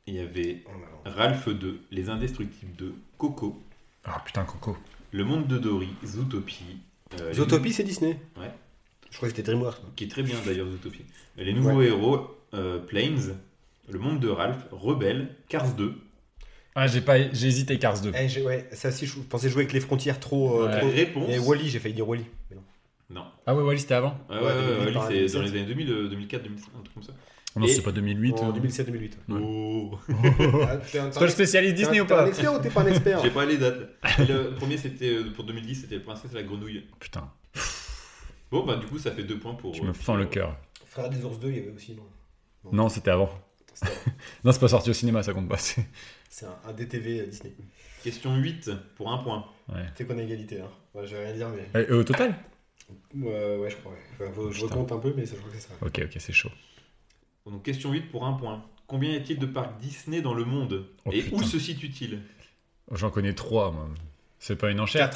B: Il y avait
A: En avant.
B: Ralph 2, Les Indestructibles 2, Coco,
C: Ah putain, Coco.
B: Le Monde de Dory, Zootopie. euh,
A: Zootopie, c'est Disney.
B: Ouais.
A: Je crois que c'était DreamWorks.
B: qui est très bien d'ailleurs Zootopie. Les nouveaux héros, euh, Planes, Le Monde de Ralph, Rebelle, Cars 2.
C: Ah, j'ai pas, j'ai hésité Cars 2.
A: Eh, j'ai- ouais, ça aussi, je pensais jouer avec les frontières trop. euh,
C: Euh. Ouais.
A: trop-
B: Réponse.
A: Et Wally, j'ai failli dire Wally. mais non.
B: Non.
C: Ah ouais, Wally, c'était avant
B: Ouais, ouais,
A: Ouais,
B: ouais,
A: 2008,
B: Wally,
A: par
B: c'est dans
A: 2007.
B: les années 2000, euh, 2004, 2005, un truc comme ça.
C: Non,
B: Et-
C: c'est pas 2008.
A: en
C: euh.
A: 2007-2008. ouais.
C: Ouais.
B: Oh.
A: Ah, t'es un- t'es
C: Toi,
A: un-
C: le spécialiste
A: t'es un-
C: Disney ou
A: t'es un
C: pas
A: expert ou t'es pas un expert
B: J'ai pas les dates. Et Le premier, c'était euh, pour 2010, c'était La Princesse et la Grenouille.
C: Putain,
B: Bon, bah, du coup, ça fait deux points pour.
C: je
B: euh,
C: me fends le cœur.
A: Frère des ours 2, il y avait aussi, non
C: Non, c'était avant.
A: C'était-
C: Non, c'est pas sorti au cinéma, ça compte pas. c'est-
A: C'est un, un DTV euh, Disney.
B: Question 8 pour un point.
A: C'est qu'on a égalité, hein. Ouais, je vais rien dire, mais.
C: Et, et au total
A: Ouais, ouais, je crois. ouais. Enfin, faut- je
C: Putain.
A: remonte un peu, mais ça, je crois que c'est ça.
C: Ok, ok, c'est chaud.
B: Donc, question 8 pour un point. Combien y a-t-il de parcs Disney dans le monde
C: Oh,
B: Et
C: putain.
B: où se situe-t-il
C: J'en connais trois, moi. C'est pas une enchère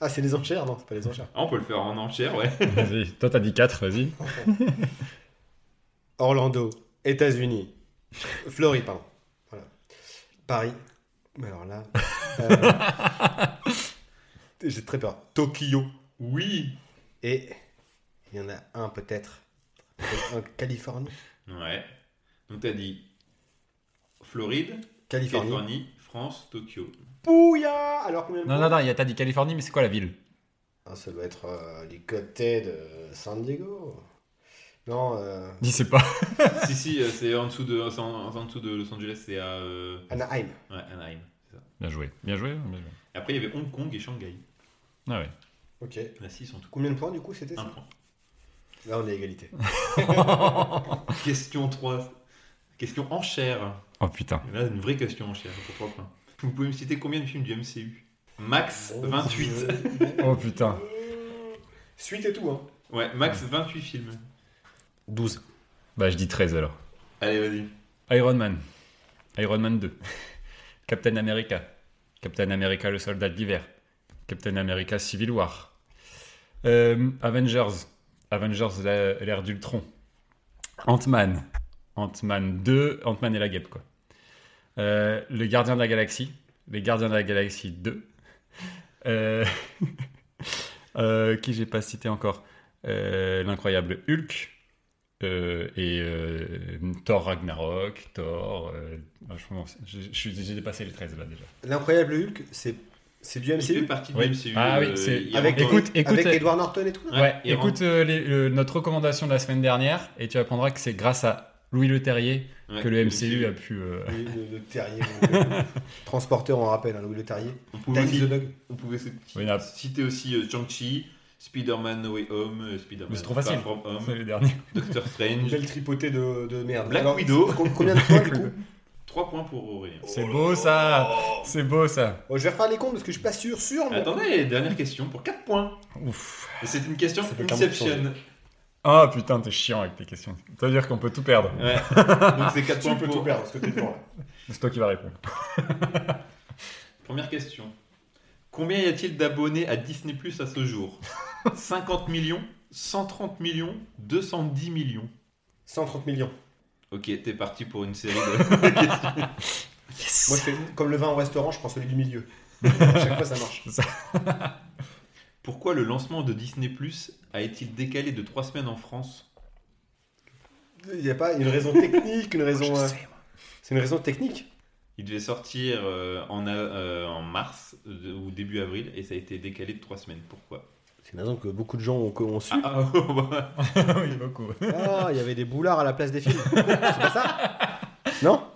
A: Ah, c'est les enchères, non C'est pas les enchères.
B: ah, On peut le faire en enchère, ouais.
C: Vas-y, toi, t'as dit quatre, vas-y.
A: Orlando, États-Unis, Floride, pardon. Voilà. Paris. Mais alors là. euh, J'ai très peur. Tokyo.
B: Oui
A: Et il y en a un peut-être. En Californie.
B: Ouais. Donc, t'as dit Floride,
A: Californie.
B: Californie, France, Tokyo.
A: Pouya Alors combien de
C: Non,
A: points
C: non, non, il y a- t'as dit Californie, mais c'est quoi la ville
A: Ah, Ça doit être euh, du côté de San Diego. Non, euh,
C: Dis, c'est pas.
B: si, si, euh, c'est en, dessous de- c'est en, en dessous de Los Angeles, c'est à euh,
A: Anaheim.
B: ouais, Anaheim. c'est ça.
C: Bien joué. Bien joué, bien joué.
B: Et Après, il y avait Hong Kong et Shanghai.
C: Ah ouais.
A: Ok.
B: Il y en a 6 en tout.
A: Combien de points du coup c'était
B: Un
A: ça
B: point.
A: Là on est à égalité.
B: Question 3. Question enchère.
C: Oh putain.
B: Là, une vraie question enchère pour 3 points. Vous pouvez me citer combien de films du MCU Max
A: Bon,
B: 28.
C: Oh putain.
A: euh, Suite et tout, hein.
B: Ouais, max 28 films.
A: 12.
C: Bah, je dis 13 alors.
B: Allez, vas-y.
C: Iron Man. Iron Man 2. Captain America. Captain America le soldat de l'hiver. Captain America Civil War. Euh, Avengers. Avengers la- l'ère d'Ultron. Ant-Man. Ant-Man 2, Ant-Man et la guêpe, quoi. Euh, le Gardien de la Galaxie, les Gardiens de la Galaxie 2. Euh, euh, qui j'ai pas cité encore Euh, L'incroyable Hulk. euh, et euh, Thor Ragnarok, Thor. euh, ah, je pense- j'ai- je suis- j'ai dépassé les 13 là déjà.
A: L'incroyable Hulk, c'est c'est du
B: Il fait
A: MCU
B: partie
C: Oui.
B: du MCU.
C: Ah oui,
B: euh,
C: c'est-
B: il
A: avec-
B: rentre dans le-
C: Écoute, écoute,
A: avec
C: euh,
A: Edward Norton et tout. là
B: Ouais,
C: Ouais,
B: il
C: écoute euh, les- le- notre recommandation de la semaine dernière et tu apprendras que c'est grâce à Louis Leterrier
B: Ouais,
C: que le MCU a pu. euh,
A: Oui, Le, le terrier. le- transporteur, on rappelle, hein, Louis le terrier.
B: On pouvait,
A: Danny
B: aussi,
A: the Dog.
B: on pouvait aussi
C: Oui, là,
B: citer aussi euh, Shang-Chi, Spider-Man No Way Home, euh, Spider-Man
C: Mais c'est trop facile.
B: Far From Home,
C: c'est le dernier.
B: Doctor Strange.
A: Belle tripotée de, de merde.
B: Black
A: Alors,
B: Widow.
A: com- Combien de fois du coup
B: 3 points pour Aurélien.
C: C'est beau ça C'est beau ça
A: Bon, Je vais refaire les comptes parce que je suis pas sûr, sûr. mais-
B: Attendez, dernière question pour 4 points.
C: Ouf
B: Et C'est une question
A: Ça fait quarante
B: Inception.
C: Ah putain, t'es chiant avec tes questions. Ça veut dire qu'on peut tout perdre.
B: Ouais. Donc c'est 4
A: Tu
B: points
A: peux
B: pour.
A: tout perdre parce que t'es devant là.
C: C'est toi qui vas répondre.
B: Première question. Combien y a-t-il d'abonnés à Disney Plus à ce jour 50 millions, 130 millions, 210 millions.
A: 130 millions.
B: Ok, t'es parti pour une série de.
A: Moi, je fais comme le vin au restaurant, je prends celui du milieu. à chaque fois, ça marche.
B: Pourquoi le lancement de Disney Plus a été décalé de 3 semaines en France
A: Il n'y a pas une raison technique, une raison. euh, C'est une raison technique.
B: Il devait sortir euh, en, a- euh, en mars euh, ou début avril et ça a été décalé de 3 semaines. Pourquoi
A: C'est une raison que beaucoup de gens ont, ont su.
B: Ah, bah,
C: oui, beaucoup.
A: Ah, il y avait des boulards à la place des films. C'est pas ça Non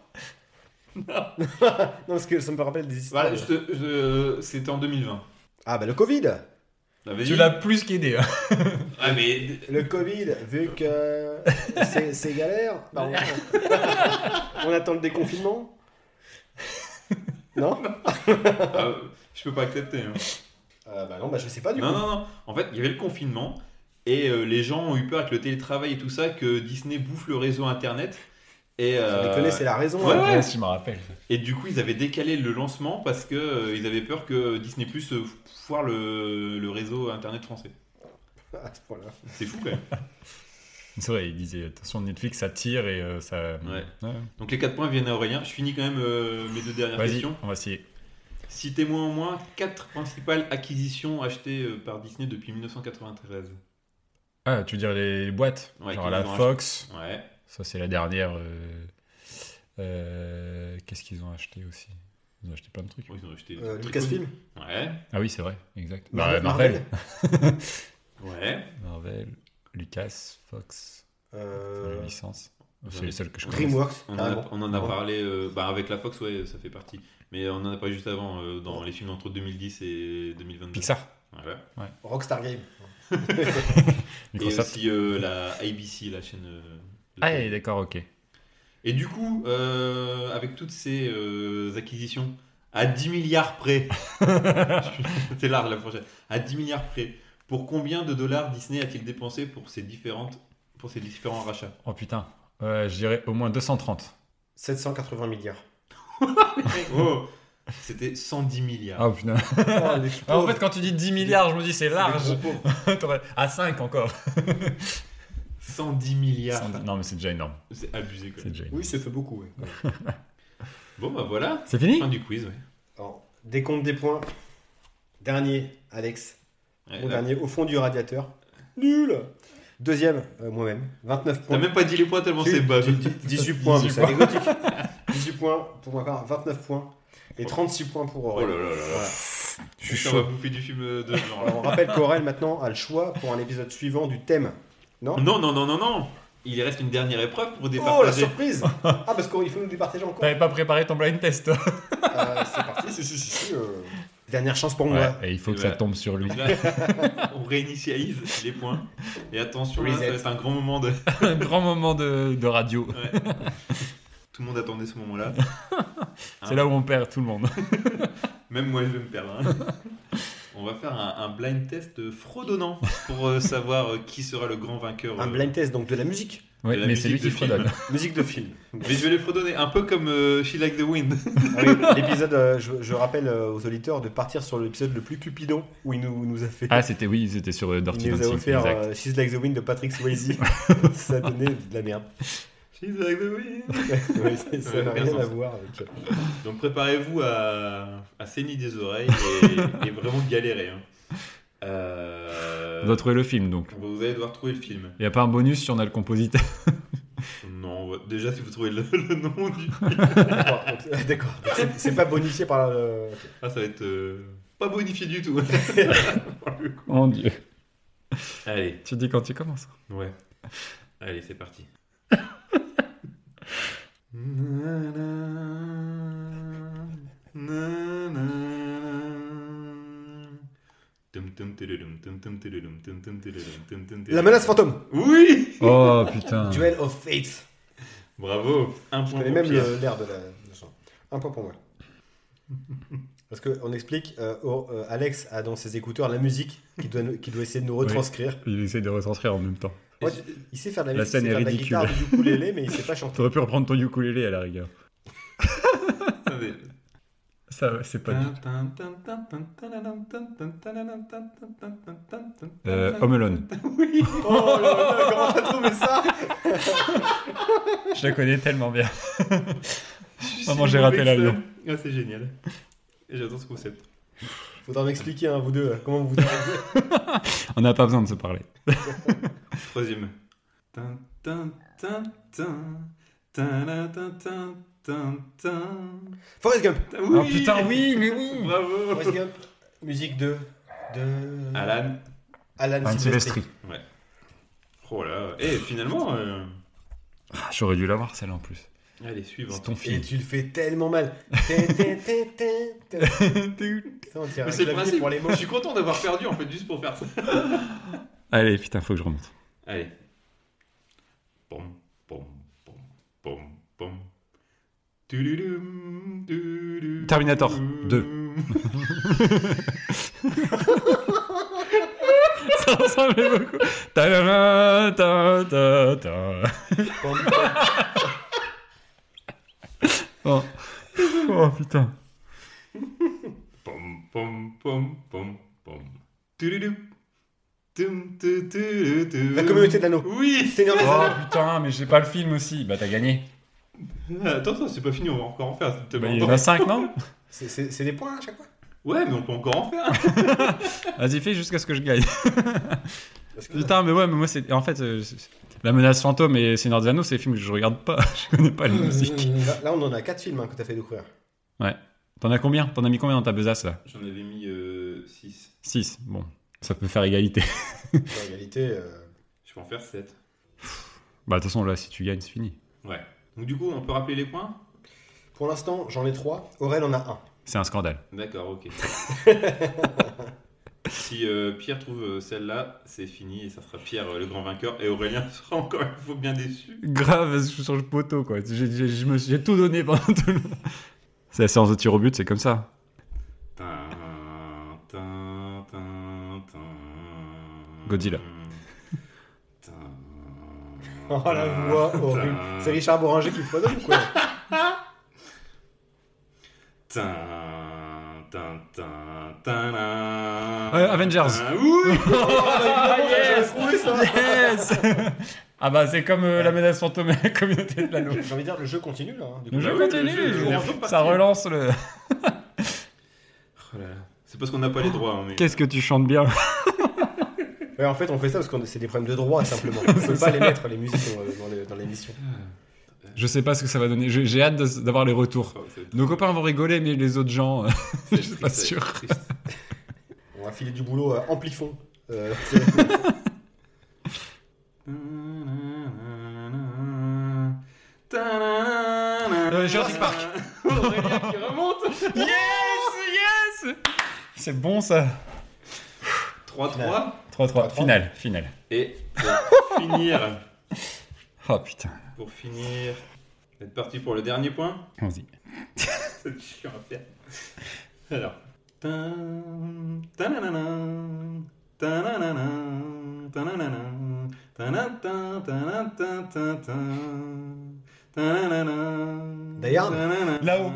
A: Non. parce que ça me rappelle des histoires.
B: voilà, je te- je- C'était en 2020.
A: Ah, bah le Covid
B: Ah, vas-y.
C: Tu l'as plus qu'aidé. hein.
B: Ah, mais
A: Le Covid, vu que c'est- c'est galère, bah, on... on attend le déconfinement. Non
B: ah, je peux pas accepter. hein.
A: Euh, Bah non, bah je sais pas du
B: Non,
A: coup.
B: non, non. En fait, il y avait le confinement et euh, les gens ont eu peur avec le télétravail et tout ça que Disney bouffe le réseau internet. Et,
A: Vous
B: euh,
A: déconnez, c'est la raison.
B: Ouais,
A: hein.
B: ouais.
C: Ah, je me rappelle.
B: et du coup, ils avaient décalé le lancement parce que euh, ils avaient peur que Disney Plus euh, foire le, le réseau internet français.
A: À ce point-là.
B: C'est fou quand même.
C: C'est vrai, il disait attention, Netflix ça tire et euh, ça.
B: Ouais. Donc les 4 points viennent à Aurélien. Je finis quand même euh, mes deux dernières
C: Vas-y,
B: questions.
C: on va essayer.
B: Citez-moi au moins 4 principales acquisitions achetées euh, par Disney depuis 1993.
C: Ah, tu veux dire les boîtes
B: Ouais,
C: Genre
B: qu'ils
C: la
B: ont
C: Fox,
B: Ouais.
C: ça c'est la dernière. euh, euh, Qu'est-ce qu'ils ont acheté aussi Ils ont acheté plein de trucs.
B: Bon, ils ont acheté. des
A: Euh,
B: trucs
A: Lucasfilm
B: connus. Ouais.
C: Ah oui, c'est vrai, exact. Bah,
A: Marvel-
B: Ouais.
C: Marvel, Lucas, Fox,
A: Euh,
C: les licences. C'est
B: ouais.
C: les seuls que je connais.
A: Dreamworks,
B: On en
A: carrément.
B: a, on en a
A: Ouais.
B: parlé euh, bah, avec la Fox, ouais, ça fait partie. Mais on en a parlé juste avant euh, dans les films entre 2010 et 2022.
C: Pixar,
B: Voilà.
A: Rockstar Game.
B: Et
C: Microsoft.
B: aussi euh, la ABC, la chaîne. euh, de
C: Ah,
B: télé.
C: et d'accord, ok.
B: et du coup, euh, avec toutes ces euh, acquisitions, à 10 milliards près, c'est large la prochaine, à 10 milliards près, pour combien de dollars Disney a-t-il dépensé pour ces, différentes, pour ces différents rachats
C: Oh putain, Euh, je dirais au moins 230.
A: 780 milliards.
B: Oh, C'était 110 milliards.
C: Ah putain.
A: Oh, les
C: Ah, en
A: pauvres.
C: fait, quand tu dis 10 milliards, je me dis c'est
A: Les
C: large.
A: gros pauvres.
C: T'aurais- à 5 encore.
B: 110 milliards.
C: Non, mais c'est déjà énorme.
B: C'est abusé quand
C: C'est
B: même.
C: déjà énorme.
A: Oui, ça fait beaucoup. ouais.
B: Bon bah voilà,
C: C'est fini
B: fin du quiz. Ouais.
A: Alors, décompte des points. Dernier, Alex.
B: Ouais,
A: Mon
B: là,
A: dernier, au fond du radiateur. Nul Deuxième, euh, moi-même. 29
B: T'as
A: points.
B: même pas dit les points tellement
A: Si,
B: c'est bas.
A: j'ai dit 18 points, mais c'est anecdotique. 18 points pour ma part, 29 points. Et 36 points pour
B: Oh là
A: Aurel.
B: là là là.
A: Voilà.
C: Je suis
B: Putain, on va
C: chaud.
B: bouffer du film euh, de ce genre.
A: Alors, on rappelle qu'Aurel, maintenant, a le choix pour un épisode suivant du thème. Non
B: Non non non non non. Il reste une dernière épreuve pour
A: Oh, la
B: départager.
A: surprise Ah, parce qu'il faut nous départager encore.
C: T'avais pas préparé ton blind test. toi
A: Euh, c'est parti, si, si, si, si, euh. Dernière chance pour moi.
C: et il faut
B: Et
C: que
B: voilà.
C: ça tombe sur lui.
B: Donc là, on réinitialise les points. Et attention, là, ça
A: Reset.
B: va être un grand moment de.
C: Un grand moment de, de radio.
B: Ouais. Tout le monde attendait ce moment-là.
C: C'est là où on perd tout le monde.
B: Même moi, je vais me perdre. hein. On va faire un, un blind test euh, fredonnant pour euh, savoir euh, qui sera le grand vainqueur.
A: Un
B: euh,
A: blind test, donc de la musique.
C: Ouais,
B: De la
C: mais c'est lui qui
B: musique de
C: fredonne.
A: Musique de film.
B: Mais je vais les fredonner, un peu comme euh, She Like the Wind.
A: Ah oui, L'épisode, euh, je, je rappelle euh, aux auditeurs de partir sur l'épisode le plus cupidon où il nous, nous a fait.
C: Ah, c'était oui, c'était sur euh, Dirty
A: il nous a
C: Dancing.
A: offert
C: exact.
A: euh, She's Like the Wind de Patrick Swayze. Ça donnait de la merde.
B: She's like the wind.
A: Ouais, c'est- ça n'a
B: Ouais,
A: rien à
B: personne.
A: voir avec.
B: Donc préparez-vous à, à saigner des oreilles et, et vraiment galérer. hein. Euh,
C: On doit trouver le film donc.
B: Vous allez devoir trouver le film.
C: Il n'y a pas un bonus si on a le compositeur.
B: Non, ouais, déjà si vous trouvez le, le nom du
A: D'accord, donc- euh, D'accord. C'est- C'est pas bonifié par. le- ok.
B: Ah, ça va être euh, pas bonifié du tout.
C: Oh, Mon dieu.
B: Allez,
C: Tu dis quand tu commences.
B: ouais. Allez, c'est parti.
A: La menace fantôme.
B: Oui
C: Oh putain.
A: Duel of Fate.
B: Bravo Un
A: Je
B: point
A: connais
B: pour
A: même euh,
B: Pierre.
A: le- l'air de la. de la chanson. Un point pour moi. Parce qu'on explique, euh, oh, euh, Alex a dans ses écouteurs la musique qu'il doit, nous- qu'il doit essayer de nous retranscrire.
C: Il essaie de retranscrire en même temps.
A: Ouais, il sait faire de la
C: La
A: musique,
C: scène
A: il sait
C: est
A: faire de la
C: ridicule.
A: guitare, du ukulélé, mais il sait pas chanter.
C: T'aurais pu reprendre ton ukulélé à la rigueur.
B: Attendez.
C: Ça, c'est pas
A: Hein
C: du Euh, Home Alone.
A: Oh là là, comment t'as trouvé ça
C: Je la connais tellement bien.
B: Je
C: Maman,
B: suis
C: j'ai
B: mauvais que
C: raté
B: ça.
C: l'avion.
B: Ah, c'est génial. Et J'adore ce concept.
A: Faudra m'expliquer, hein, vous deux, euh, comment vous.
C: On n'a pas besoin de se parler.
B: Troisième. Tin, tin, tin, tin. Tin,
C: Ah,
B: la, tin, tin, tin, tin.
A: Forrest Gump
B: Ah, oui
C: Ah, putain, oui, mais oui.
B: Bravo
A: Forrest Gump, musique de. de...
B: Alan.
A: Alan Silvestri.
B: Oh là. Et finalement. euh,
C: Ah, J'aurais dû l'avoir celle-là en plus.
B: Allez,
C: C'est
B: suivante.
C: ton
A: Et
C: film.
A: tu le fais tellement mal. Tin, tin, tin, tin, tin. Ça, on dirait
B: Mais
A: un
B: c'est le
A: clavier
B: principe.
A: pour les mots.
B: Je suis content d'avoir perdu en fait, juste pour faire ça.
C: Allez, putain, faut que je remonte.
B: Allez. Pom, pom, pom, pom, pom. Tududum, tududum.
C: Terminator 2. Ça ressemblait beaucoup. Ta-da-da, ta-da-da.
A: Pom,
C: Oh. Oh, putain.
B: Pom, pom, pom, pom, pom. Tududum. Tum, tu, tu, tu.
A: La communauté de l'anneau.
B: Oui
A: Seigneur des
C: Oh
A: Anneaux.
C: putain, mais j'ai pas le film aussi. Bah t'as gagné.
B: Ah, Attends, attends, c'est pas fini, on va encore en faire. ça te
C: Bah,
B: plaît.
C: il y en a 5, non
A: C'est- C'est c'est des points à chaque fois.
B: Ouais, mais on peut encore en faire.
C: Vas-y, fais jusqu'à ce que je gagne.
A: Parce que-
C: Putain, mais ouais, mais moi c'est. En fait, euh, c'est- La menace fantôme et Seigneur des Anneaux, c'est des films que je regarde pas. Je connais pas les musiques.
A: Mmh. Là, là, on en a 4 films hein, que t'as fait découvrir.
C: T'en as combien T'en as mis combien dans ta besace là
B: J'en avais mis euh, 6.
C: 6. Bon, ça peut faire égalité.
A: En réalité, euh,
B: Je peux en faire 7.
C: Bah de toute façon, là, si tu gagnes, c'est fini.
B: Ouais. Donc du coup, on peut rappeler les points
A: pour l'instant, j'en ai 3. Aurel en a
C: C'est un scandale.
B: D'accord, ok. si euh, Pierre trouve euh, celle-là, c'est fini et ça sera Pierre euh, le grand vainqueur et Aurélien sera encore une fois bien déçu.
C: Grave, je suis sur le poteau quoi. J'ai- j'ai- je me suis- J'ai tout donné pendant tout le. C'est la séance de tir au but, c'est comme ça.
B: Tin, tin, tin, tin.
C: Godzilla.
B: Tin,
A: un. Oh la
C: Ah,
B: tin,
A: voix horrible.
B: tin,
A: C'est Richard Boranger qui fredonne ou quoi
B: tin, tin, tin, tin, tin.
C: Euh, Avengers.
B: Tin, oui
A: Ah,
C: bah, yes.
A: trouvé ça
C: Yes Ah bah c'est comme euh, la menace fantôme et la communauté de l'anneau.
A: J'ai envie de dire, le jeu continue là. hein, du
C: Le
A: coup.
C: jeu
B: oui,
C: continue,
B: le jeu-
C: je-
B: on repartit.
C: ça relance le...
B: Oh là là. C'est parce qu'on n'a pas les droits. hein, mais...
C: Qu'est-ce que tu chantes bien
A: Ouais, en fait, on fait ça parce que c'est des problèmes de droit simplement. On peut pas les mettre les musiques dans, dans le- dans l'émission.
C: Je sais pas ce que ça va donner, Je- j'ai hâte de- d'avoir les retours.
B: Oh, c'est-
C: Nos copains vont rigoler, mais les autres gens, euh, je suis
B: c'est
C: pas
B: triste,
C: sûr.
B: c'est triste.
A: On va filer du boulot à Amplifon. Euh,
B: Euh,
C: Jurassic Park.
B: Aurélien qui remonte
C: Yes Yes C'est bon ça
B: 3-3
C: 3-3, finale, finale.
B: Et pour finir,
C: Oh putain,
B: pour finir, vous êtes parti pour le dernier point
C: vas-y.
B: C'est chiant à faire. Alors. Tin, tanananan, tanananan, tanananan, tanatan, tanatan, tanatan, tanananan,
A: Dayard
B: tanananan.
C: Là-haut.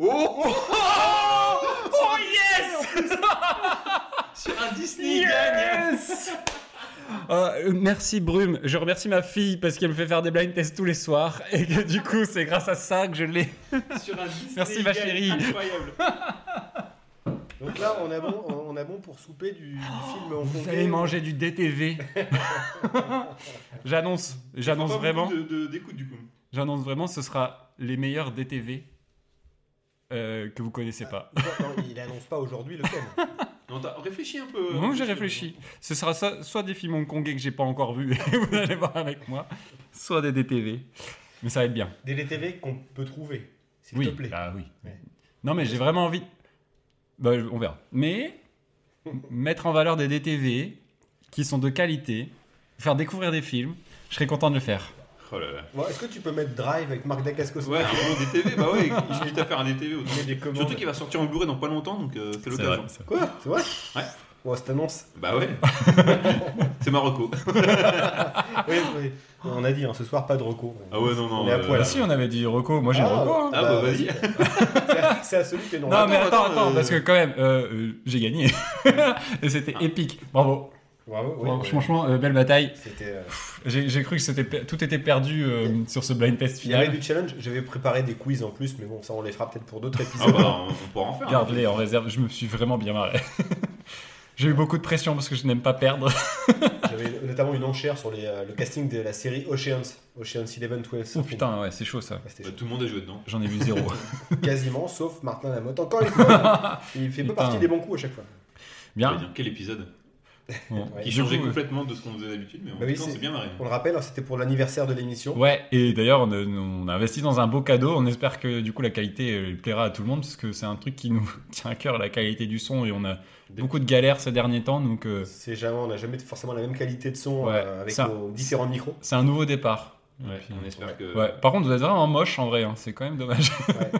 B: Oh, oh, oh, oh, yes Sur un Disney gagne
C: euh, merci Brume. Je remercie ma fille parce qu'elle me fait faire des blind tests tous les soirs et que du coup, c'est grâce à ça que je l'ai.
B: Sur un Disney
C: Merci, ma
B: Guy
C: chérie.
B: Incroyable.
A: Donc là, on a bon, on on a bon pour souper du, du film hongkongais.
C: Oh, Vous allez manger du DTV. j'annonce, j'annonce
B: Pas
C: vraiment,
B: beaucoup de- de- D'écoute du coup.
C: j'annonce vraiment, ce sera les meilleurs DTV euh, que vous connaissez pas.
A: Non, non, il annonce pas aujourd'hui lequel.
B: Non, t'as réfléchi un peu. euh,
C: Moi, j'ai réfléchi. Ce sera so- soit des films hongkongais que j'ai pas encore vus et vous allez voir avec moi, soit des DTV. Mais ça va être bien.
A: Des DTV qu'on peut trouver, s'il
C: oui.
A: te plaît.
C: Bah oui.
A: Ouais.
C: Non, mais j'ai vraiment envie. Bah, on verra. Mais mettre en valeur des DTV qui sont de qualité, faire découvrir des films, je serais content de le faire.
B: Oh là là.
A: Bon, Est-ce que tu peux mettre Drive avec Marc Dacascos
B: Ouais, un gros DTV, bah ouais, il invite à faire un DTV autant.
A: Il y a des commandes.
B: Surtout qu'il va sortir en Blu-ray dans pas longtemps, donc euh, c'est
C: C'est
B: l'occasion.
C: vrai, c'est vrai.
A: Quoi C'est vrai
B: Ouais.
A: Bon, cette annonce.
B: Bah ouais. c'est Marocco.
A: Oui, oui. On a dit, hein, ce soir, pas de recours.
B: Ah ouais, non, non.
A: On est à poil.
C: Ah si, on avait dit Rocco. Moi, j'ai
A: Ah,
C: Rocco. hein.
B: Ah bah, vas-y.
A: C'est- C'est à celui qui est dans
C: Non,
A: la-
C: mais attends,
B: attends,
C: attends,
B: euh,
C: parce que quand même, euh, euh, j'ai gagné. Et c'était épique. Bravo.
A: Bravo, oui,
C: Bravo.
A: oui.
C: Franchement, euh, belle bataille.
A: C'était, euh,
C: J'ai j'ai cru que c'était pe- tout était perdu euh, sur ce blind test
A: Il y avait
C: final.
A: du challenge. J'avais préparé des quiz en plus, mais bon, ça, on les fera peut-être pour d'autres
B: Ah
A: épisodes.
B: bah, on, on pourra en faire. hein.
C: Garde-les en réserve. Je me suis vraiment bien marré. j'ai eu beaucoup de pression parce que je n'aime pas perdre.
A: J'avais notamment une enchère sur les, euh, le casting de la série Oceans. Oceans 11, 12.
C: Oh putain, ouais, c'est chaud ça.
A: Ouais, c'était
B: Bah,
A: chaud.
B: tout le monde a joué dedans.
C: J'en ai vu zéro.
A: Quasiment, sauf Martin Lamotte. Encore une fois, il fait pas
C: Putain.
A: partie des bons coups à chaque fois.
B: Je veux
C: Bien.
B: dire, quel épisode
C: Bon.
A: Ouais.
B: Qui
C: Du
B: changeait
C: coup, euh,
B: complètement de ce qu'on faisait d'habitude, mais en
A: Bah
B: tout
A: oui,
B: cas, on
A: c'est-
B: s'est bien marré.
A: On le rappelle, hein, c'était pour l'anniversaire de l'émission.
C: Ouais, et d'ailleurs, on, a- on a investi dans un beau cadeau. On espère que du coup la qualité euh, plaira à tout le monde parce que c'est un truc qui nous tient à cœur, la qualité du son. Et on a beaucoup de galères ces derniers temps, donc euh,
A: C'est jamais, on n'a jamais forcément la même qualité de son
C: Ouais,
A: euh, avec
C: ça-
A: nos différents micros.
C: c'est un nouveau départ.
B: Ouais,
C: Puis,
B: on espère
A: Euh.
B: que.
C: ouais. Par contre, vous êtes vraiment moche en vrai, hein. c'est quand même dommage.
A: Ouais.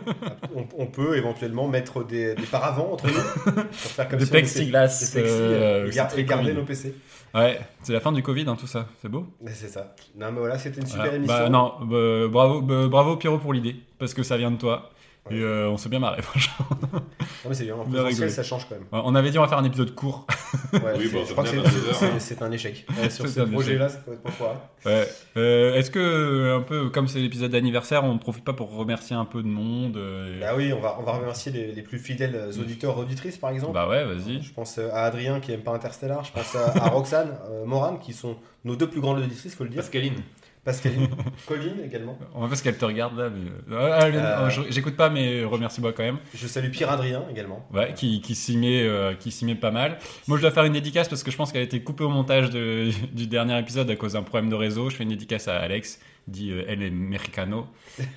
A: on, on peut éventuellement mettre des, des paravents entre nous pour faire comme
C: Des
A: si on
C: plexiglas,
A: était- des plexi,
C: euh,
A: et
C: c'est
A: gar-
C: très
A: et garder
C: cool.
A: nos PC.
C: Ouais, c'est la fin du Covid, hein, tout ça, c'est beau.
A: Mais C'est ça. Non mais voilà, c'était une super
C: Voilà.
A: émission.
C: Bah, non, bah, bravo, bah, bravo Pierrot pour l'idée, parce que ça vient de toi.
A: Ouais.
C: Et euh, on s'est bien marré, franchement.
A: Non, mais c'est bien. En
C: Bien
A: présentiel,
C: rigolé.
A: ça change quand même.
C: Ouais, On avait dit on va faire un épisode court.
A: Ouais,
B: Oui, bah,
A: c'est-
B: bon,
A: je crois que c'est,
B: comme d'hab, à deux heures,
A: c'est-
B: hein.
A: c'est un échec. Ouais, sur
C: C'est
A: ce
C: un échec.
A: projet-là, ça peut être pourquoi.
C: Ouais. Euh, Est-ce que, euh, un peu comme c'est l'épisode d'anniversaire, on ne profite pas pour remercier un peu de monde euh, et-
A: Bah oui, on va, on va remercier les, les plus fidèles euh, auditeurs auditrices par exemple.
C: Bah ouais, vas-y.
A: Je pense euh, à Adrien qui aime pas Interstellar, je pense à, à Roxane, euh, Morane qui sont nos deux plus grandes auditrices, faut le dire.
B: Pascaline.
A: Pascaline, Colline également.
C: On va pas ce qu'elle te regarde là, mais. Ah, ah,
A: Euh.
C: non, je- J'écoute pas, mais remercie-moi quand même.
A: Je salue Pierre Adrien également.
C: Ouais, qui, qui s'y met, euh, qui s'y met pas mal. Moi, je dois faire une dédicace parce que je pense qu'elle a été coupée au montage de- du dernier épisode à cause d'un problème de réseau. Je fais une dédicace à Alex, dit euh, El Americano,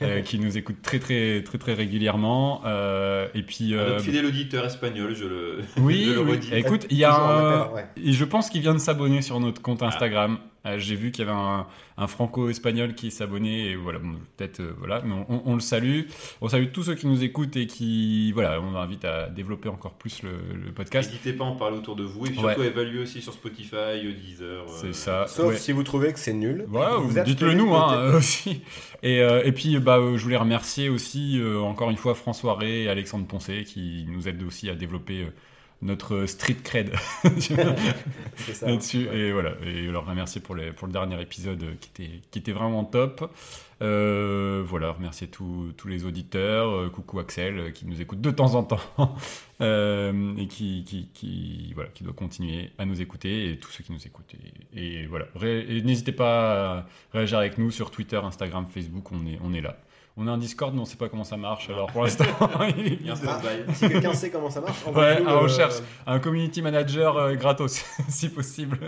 C: euh, qui nous écoute très très très très régulièrement. Euh, et puis,
B: Un
A: Ah,
C: euh,
B: autre fidèle auditeur espagnol, je le.
C: oui,
B: je le
C: oui.
B: redis.
C: écoute, il y a
A: Toujours, on
C: un-
A: appelle, ouais.
C: et je pense qu'il vient de s'abonner sur notre compte Instagram. Euh, J'ai vu qu'il y avait un, un franco-espagnol qui s'abonnait et voilà, bon, peut-être euh, voilà, mais on, on le salue. On salue tous ceux qui nous écoutent et qui voilà, on invite à développer encore plus le, le podcast.
B: N'hésitez pas à en parler autour de vous et puis
C: Ouais.
B: surtout à évaluer aussi sur Spotify, Deezer. euh,
C: C'est ça.
A: Sauf
C: ouais.
A: si vous trouvez que c'est nul.
C: Voilà,
A: Vous
C: ou
A: êtes
C: dites-le
A: tenu
C: nous
A: de
C: hein,
A: noter.
C: euh, aussi. Et, euh, et puis, bah, euh, je voulais remercier aussi euh, encore une fois François Ray et Alexandre Poncé qui nous aident aussi à développer euh, notre street cred
A: C'est ça.
C: là-dessus.
A: Ouais.
C: Et voilà, et leur remercier pour, les- pour le dernier épisode euh, qui était, qui était vraiment top. Euh, voilà, remercier tous tous les auditeurs. Euh, coucou Axel euh, qui nous écoute de temps en temps Euh, et qui, qui, qui, voilà, qui doit continuer à nous écouter et tous ceux qui nous écoutent. Et, et voilà, Ré- et n'hésitez pas à réagir avec nous sur Twitter, Instagram, Facebook, on est, on est là. On a un Discord, mais on sait pas comment ça marche. Alors pour l'instant, il est
B: Il y a un
C: bien.
B: stand-by.
A: Si quelqu'un sait comment ça marche,
C: Ouais,
A: envoyez-nous euh,
C: à
A: le-
C: recherche. Un community manager euh, gratos, si possible.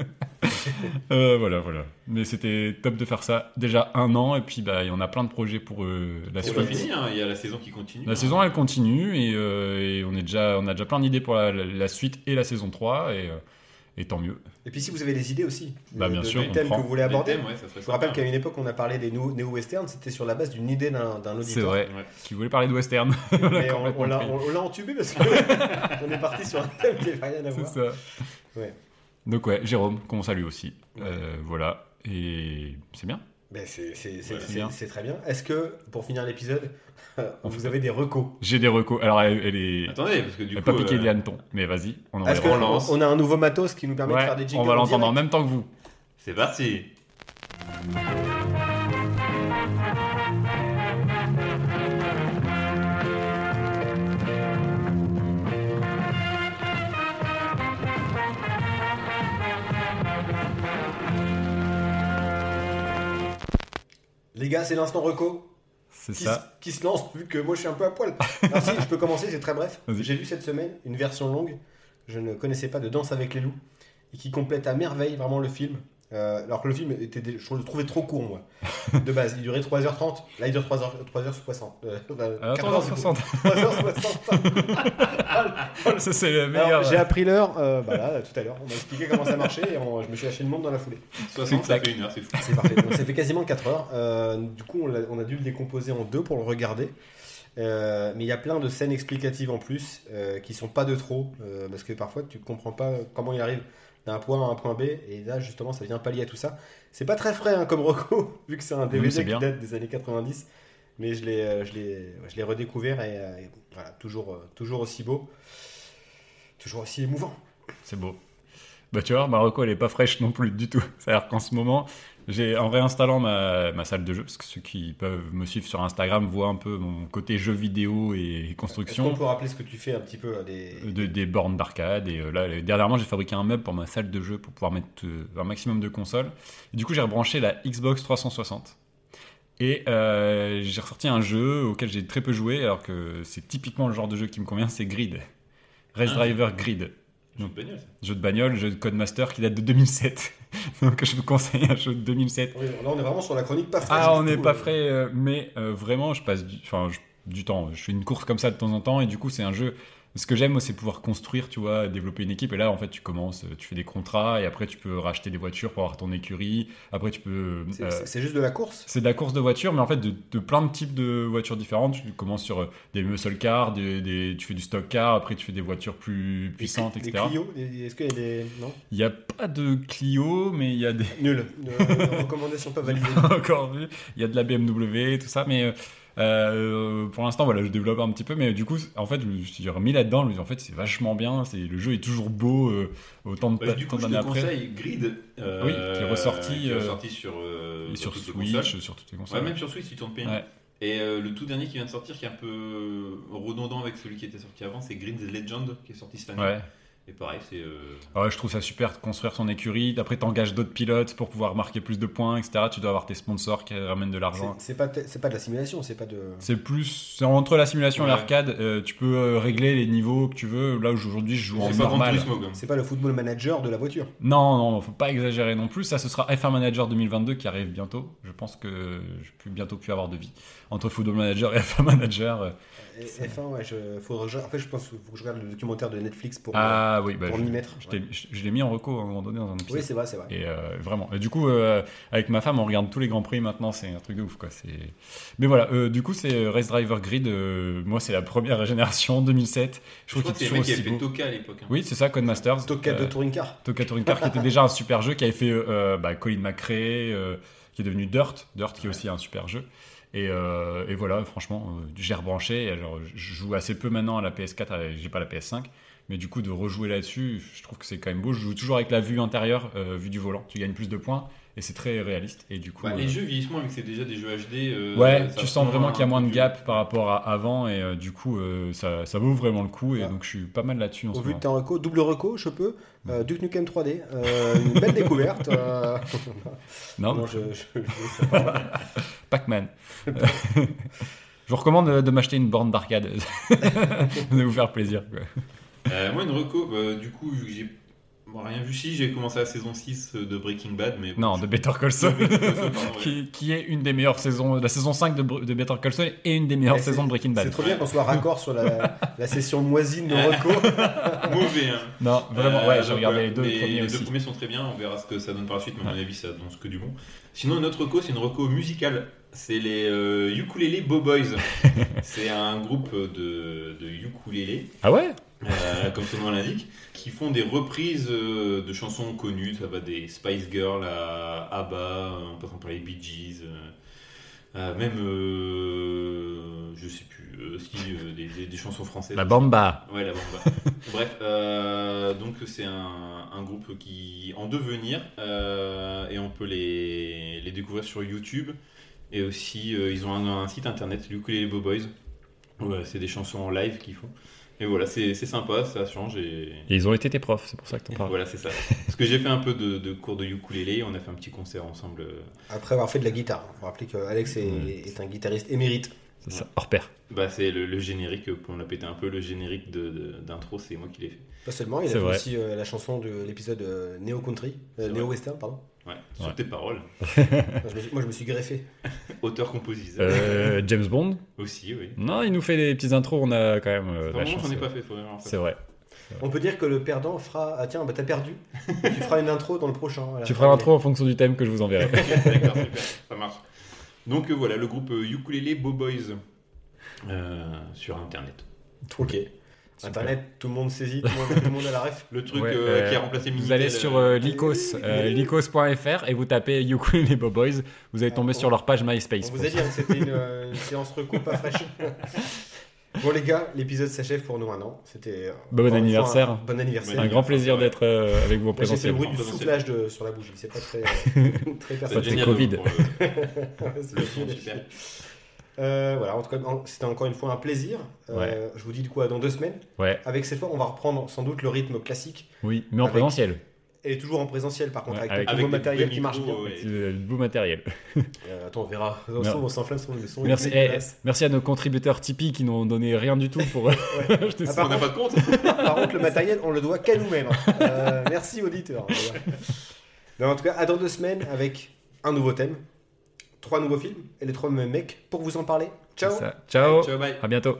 C: Euh, voilà, voilà. Mais c'était top de faire ça. Déjà un an, et puis bah, il y en a plein de projets pour euh, la
B: C'est
A: Pour
C: suite.
B: pas fini, hein, il y a la saison qui continue.
C: La
B: hein.
C: saison, elle continue, et, euh, et on, est déjà, on a déjà plein d'idées pour la, la- la suite et la saison 3, et, euh, et tant mieux.
A: Et puis si vous avez des idées aussi,
C: Bah,
A: de-
C: bien
A: de-
C: sûr,
A: des
C: on
A: thèmes
C: prend.
A: que vous voulez
B: Les
A: aborder.
B: thèmes, ouais, ça serait
A: Je vous rappelle
B: sympa.
A: qu'à une époque, on a parlé des néo- néo-westerns, c'était sur la base d'une idée d'un d'un
C: C'est
A: auditeur.
C: vrai.
B: Ouais.
C: Qui voulait parler de western.
A: Mais on,
C: complètement
A: on l'a-
C: pris.
A: on- on l'a entubé parce qu'on est parti sur un thème qui n'avait rien à
C: C'est
A: voir.
C: ça.
A: Ouais.
C: Donc, ouais, Jérôme, qu'on salue aussi.
A: Ouais.
C: Euh, voilà. Et c'est bien.
A: Ben, c'est- c'est- c'est-
B: Ouais.
A: c'est-
C: Bien.
A: C'est très bien. Est-ce que, pour finir l'épisode, vous avez des recos
C: J'ai des recos. Alors, elle, elle est.
B: Attendez, parce que du
C: elle est
B: coup.
C: pas piquée
B: euh,
C: des hannetons. Mais vas-y, on en
A: Est-ce
C: verra.
A: que
B: relance.
A: on a un nouveau matos qui nous permet de
C: Ouais,
A: faire des jingles
C: on va l'entendre en
A: direct
C: même temps que vous.
B: C'est parti
A: Les gars, c'est l'instant reco
C: C'est
A: qui,
C: ça.
A: se- qui se lance vu que moi je suis un peu à poil. Merci, je peux commencer, c'est très bref.
C: Vas-y.
A: J'ai vu cette semaine une version longue, je ne connaissais pas de Danse avec les loups, et qui complète à merveille vraiment le film. Euh, alors que le film était, dé- je le trouvais trop court moi. De base, il durait 3h30, là il dure 3h, 3h60. Euh, bah,
C: Ah,
A: 4h60.
C: 3h60.
A: 3h60.
C: Ça, c'est la
A: Alors,
C: meilleure.
A: J'ai appris l'heure, euh, bah là, tout à l'heure, on m'a expliqué comment ça marchait et on- je me suis acheté le monde dans la foulée.
B: 60, ça fait une heure, c'est fou.
A: C'est parfait. Donc, ça fait quasiment 4 heures. Euh, du coup, on, l'a- on a dû le décomposer en deux pour le regarder. Euh, mais il y a plein de scènes explicatives en plus euh, qui sont pas de trop euh, parce que parfois tu comprends pas comment il arrive d'un point A à un point B et là justement ça vient pallier à tout ça. C'est pas très frais hein, comme Rocco vu que c'est un
C: c'est
A: DVD qui
C: bien.
A: date des années 90 mais je l'ai euh, je l'ai ouais, je l'ai redécouvert et, euh, et voilà, toujours euh, toujours aussi beau. Toujours aussi émouvant.
C: C'est beau. Bah tu vois, Marocco, elle est pas fraîche non plus du tout. C'est-à-dire qu'en ce moment, j'ai en réinstallant ma, ma salle de jeu, parce que ceux qui peuvent me suivre sur Instagram voient un peu mon côté jeu vidéo et
A: Est-ce qu'on
C: construction
A: peut rappeler ce que tu fais un petit peu euh, des...
C: de, des bornes d'arcade. Et euh, là, euh, dernièrement, j'ai fabriqué un meuble pour ma salle de jeu pour pouvoir mettre euh, un maximum de consoles. Et du coup, j'ai rebranché la Xbox 360. Et euh, j'ai ressorti un jeu auquel j'ai très peu joué, alors que c'est typiquement le genre de jeu qui me convient, c'est Grid. Race
B: Ah.
C: Driver Grid.
B: Jeu de bagnole, ça.
C: Jeu de bagnole, jeu de Codemaster qui date de 2007. Donc je vous conseille un jeu de 2007.
A: Oui, Là on est vraiment sur la chronique pas frais.
C: Ah,
A: du
C: on
A: tout,
C: n'est pas
A: euh.
C: frais, euh, mais euh, vraiment, je passe du, enfin, je- du temps. Je fais une course comme ça de temps en temps, et du coup, c'est un jeu. Ce que j'aime, moi, c'est pouvoir construire, tu vois, développer une équipe. Et là, en fait, tu commences, euh, tu fais des contrats, et après, tu peux racheter des voitures pour avoir ton écurie. Après, tu peux.
A: C'est-
C: euh,
A: C'est c'est juste de la course.
C: c'est de la course de voiture, mais en fait de, de plein de types de voitures différentes. Tu commences sur euh, des muscle cars, des, des- tu fais du stock car, après tu fais des voitures plus
A: Des-
C: puissantes,
A: des
C: etc.
A: Clio, des- Est-ce qu'il y a des. Non
C: Il n'y a pas de Clio, mais il y a des,
A: Nul. Euh, recommandation pas validée.
C: encore vu. Il y a de la BMW et tout ça, mais euh, euh, pour l'instant, voilà, je développe un petit peu. Mais euh, du coup, en fait, je me suis remis là-dedans. Je me suis dit, en fait, c'est vachement bien. C'est le jeu est toujours beau euh, autant de
B: Bah, du
C: tant
B: coup, je
C: d'années
B: te
C: après.
B: conseille Grid. euh,
C: Oui, qui est ressorti,
B: qui est
C: euh,
B: ressorti sur, euh,
C: Et sur
B: toutes les consoles.
C: Switch, sur toutes les
B: Ouais,
C: consoles.
B: même sur Switch, tu tournes pays.
C: Ouais.
B: Et euh, le tout dernier qui vient de sortir, qui est un peu euh, redondant avec celui qui était sorti avant, c'est Grid Legend, qui est sorti cette année.
C: Ouais.
B: Et pareil, c'est. euh,
C: Ah ouais, je trouve ça super de construire son écurie. Après, t'engages d'autres pilotes pour pouvoir marquer plus de points, etc. Tu dois avoir tes sponsors qui ramènent de
A: C'est-
C: l'argent.
A: C'est pas, t- c'est pas de la simulation, c'est pas de.
C: C'est plus c'est entre la simulation
B: Ouais.
C: et l'arcade. euh, tu peux euh, régler les niveaux que tu veux. Là aujourd'hui, je joue en
B: C'est pas Grand
C: normal.
B: Turismo, quand même.
A: C'est pas le football manager de la voiture.
C: Non, non, faut pas exagérer non plus. Ça, ce sera FR Manager 2022 qui arrive bientôt. Je pense que je peux bientôt plus avoir de vie entre Football Manager et FR Manager. euh.
A: Et- F1, ouais, je, faudrait, je- en fait, je pense qu'il faut que je regarde le documentaire de Netflix pour,
C: Ah oui, bah,
A: euh, pour
C: je,
A: m'y mettre.
C: je t'ai- je- je l'ai mis en reco à un moment donné dans un épisode.
A: Oui, c'est vrai, c'est vrai.
C: Et euh, vraiment. Et du coup, euh, avec ma femme, on regarde tous les grands prix maintenant. C'est un truc de ouf, quoi. C'est. Mais voilà. euh, du coup, c'est Race Driver Grid. euh, moi, c'est la première génération 2007. Je
B: Je
C: trouve
B: crois
C: qu'il
B: que
C: est
B: c'est le mec qui avait
C: aussi
B: fait
C: beau.
B: Toka à l'époque. hein.
C: Oui, c'est ça, Codemasters.
A: Toka de
C: Euh,
A: touring car.
C: Toka Touring Car, qui était déjà un super jeu, qui avait fait euh, bah, Colin McRae, euh, qui est devenu Dirt, Dirt qui est aussi un super jeu. Et, euh, et voilà, franchement, euh, j'ai rebranché. Alors, je joue assez peu maintenant à la PS4, euh, j'ai pas la PS5, mais du coup, de rejouer là-dessus, je trouve que c'est quand même beau. Je joue toujours avec la vue intérieure, euh, vue du volant, tu gagnes plus de points, et c'est très réaliste. Et du coup,
B: Bah,
C: euh,
B: Les jeux vieillissement, vu que c'est déjà des jeux HD. euh,
C: ouais,
B: ça
C: tu
B: prend
C: sens vraiment qu'il y a
B: un euh,
C: moins de
B: peu
C: gap par rapport à avant, et euh, du coup, euh, ça, ça vaut vraiment le coup, et
A: Ouais.
C: donc je suis pas mal là-dessus en ce
A: Au vu
C: moment. Mm.
A: de ta reco, double reco, je peux. Euh, Duke Nukem 3D, euh, une belle découverte. euh,
C: Non,
A: non, je, je- je-
C: Pac-Man. Euh, je vous recommande euh, de m'acheter une borne d'arcade. de vous faire plaisir. quoi.
B: Euh, moi, une reco, bah, du coup, vu que j'ai bon, rien vu, si j'ai commencé la saison 6 de Breaking Bad, mais.
C: Non, de Better Call Saul.
B: Pardon, ouais.
C: qui, qui est une des meilleures saisons, la saison 5 de, Br- de Better Call Saul et une des meilleures
A: Ouais, c'est-
C: saisons de Breaking
A: C'est
C: Bad.
A: trop bien qu'on soit raccord sur la, la session moisine de reco.
B: Mauvais, hein.
C: Non, vraiment,
B: Euh,
C: ouais, j'ai
B: donc,
C: regardé
B: voilà.
C: les deux
B: Mais
C: premiers
B: les
C: aussi.
B: deux premiers sont très bien, on verra ce que ça donne par la suite, mais à mon avis, ça donne que du bon. Sinon, une autre reco, c'est une reco musicale. C'est les euh, Ukulele Bow Boys. c'est un groupe de, de ukulélé,
C: Ah ouais
B: euh, comme son nom l'indique, qui font des reprises euh, de chansons connues. Ça va des Spice Girls à ABBA, euh, en passant par les Bee Gees, euh, euh, même euh, euh, je sais plus, euh, si, euh, des, des- des chansons françaises.
C: La Bamba.
B: Ouais, la Bamba. Bref, euh, donc c'est un, un groupe qui en devenir euh, et on peut les, les découvrir sur YouTube et aussi euh, ils ont un, un site internet, les Bow Boys. Voilà, c'est des chansons en live qu'ils font. Et voilà, c'est c'est sympa, ça change et,
C: Et ils ont été tes profs, c'est pour ça que t'en parles.
B: voilà, c'est ça. Parce que j'ai fait un peu de, de cours de ukulélé, on a fait un petit concert ensemble.
A: Après avoir fait de la guitare. On rappelle que Alex est,
C: Mm.
A: est un guitariste émérite.
C: C'est ça, hors pair.
B: Bah, c'est le, le générique, on l'a pété un peu, le générique de- de- d'intro, c'est moi qui l'ai fait.
A: Pas seulement, il a
C: C'est
A: fait
C: vrai.
A: aussi euh, la chanson de l'épisode euh, Neo Country,
B: C'est vrai.
A: Neo Western, pardon.
B: Ouais, sur
C: Ouais.
B: tes paroles.
A: Moi, je me suis- moi, je me suis greffé.
B: Auteur-compositeur.
C: Euh, James Bond
B: Aussi, oui.
C: Non, il nous fait des petites intros, on a quand même euh, de la
B: Vraiment,
C: chance.
B: j'en ai
C: ouais.
B: pas fait, faut vraiment en
C: C'est
B: faire.
C: vrai.
A: On peut dire que le perdant fera. Ah tiens, bah t'as perdu. tu feras une intro dans le prochain. voilà.
C: Tu feras l'intro en fonction du thème que je vous enverrai.
B: D'accord, super, ça marche. Donc euh, voilà, le groupe euh, Ukulélé Bow Boys euh, sur internet.
A: Ok.
C: Super.
A: Internet, tout le monde saisit, tout le monde, tout le monde a la ref.
B: Le truc
C: Ouais,
B: euh,
C: euh,
B: qui a remplacé Minitel.
C: Vous allez sur
B: euh,
C: euh, Lycos, euh, lycos.fr et vous tapez Ukulele Bow Boys. Vous allez tomber sur leur page
A: Ah, On
C: MySpace.
A: vous a dit hein, que c'était une, euh, une séance reco pas fraîche. bon les gars, l'épisode s'achève pour nous maintenant. C'était euh,
C: Bon
A: encore une
C: anniversaire.
A: fois, un Bon anniversaire.
C: un grand plaisir
B: Ouais.
C: d'être euh, avec vous en
A: Moi, J'ai fait le
C: présentiel.
A: bruit du
B: Présentiel.
A: soufflage de- sur la bougie. C'est pas très très
B: ça
C: C'était
A: personnel.
B: devient le-
C: Covid.
B: euh, pour le-
A: C'est
B: le son,
A: facile.
B: super.
A: Euh, voilà, en tout cas, en- c'était encore une fois un plaisir. Euh, Je vous dis du coup à dans deux semaines.
C: Ouais,
A: Avec cette fois, on va reprendre sans doute le rythme classique.
C: oui, mais en
A: Avec-
C: présentiel.
A: Et toujours en présentiel par contre,
C: Ouais,
A: avec,
C: avec-
A: le
B: Avec
A: nouveau
B: des
A: matériel
B: vrais
A: qui marche bien.
B: micros, ouais.
C: Euh, beau matériel.
A: Euh, attends, on verra. On
C: Mer-
A: s'en- on s'enflamme sur le son. il
C: Merci,
A: est
C: eh,
A: dégueulasse.
C: merci à nos contributeurs Tipeee qui n'ont donné rien du tout pour euh, acheter
A: Ah,
C: ça.
A: par
B: On n'a pas de compte
A: Par contre, le matériel, on le doit qu'à nous-mêmes. Euh, merci, auditeur. Voilà. Non, en tout cas, à dans deux semaines avec un nouveau thème, trois nouveaux films et les trois mêmes mecs pour vous en parler. Ciao
C: C'est ça. Ciao.
B: Ciao, bye.
C: À bientôt.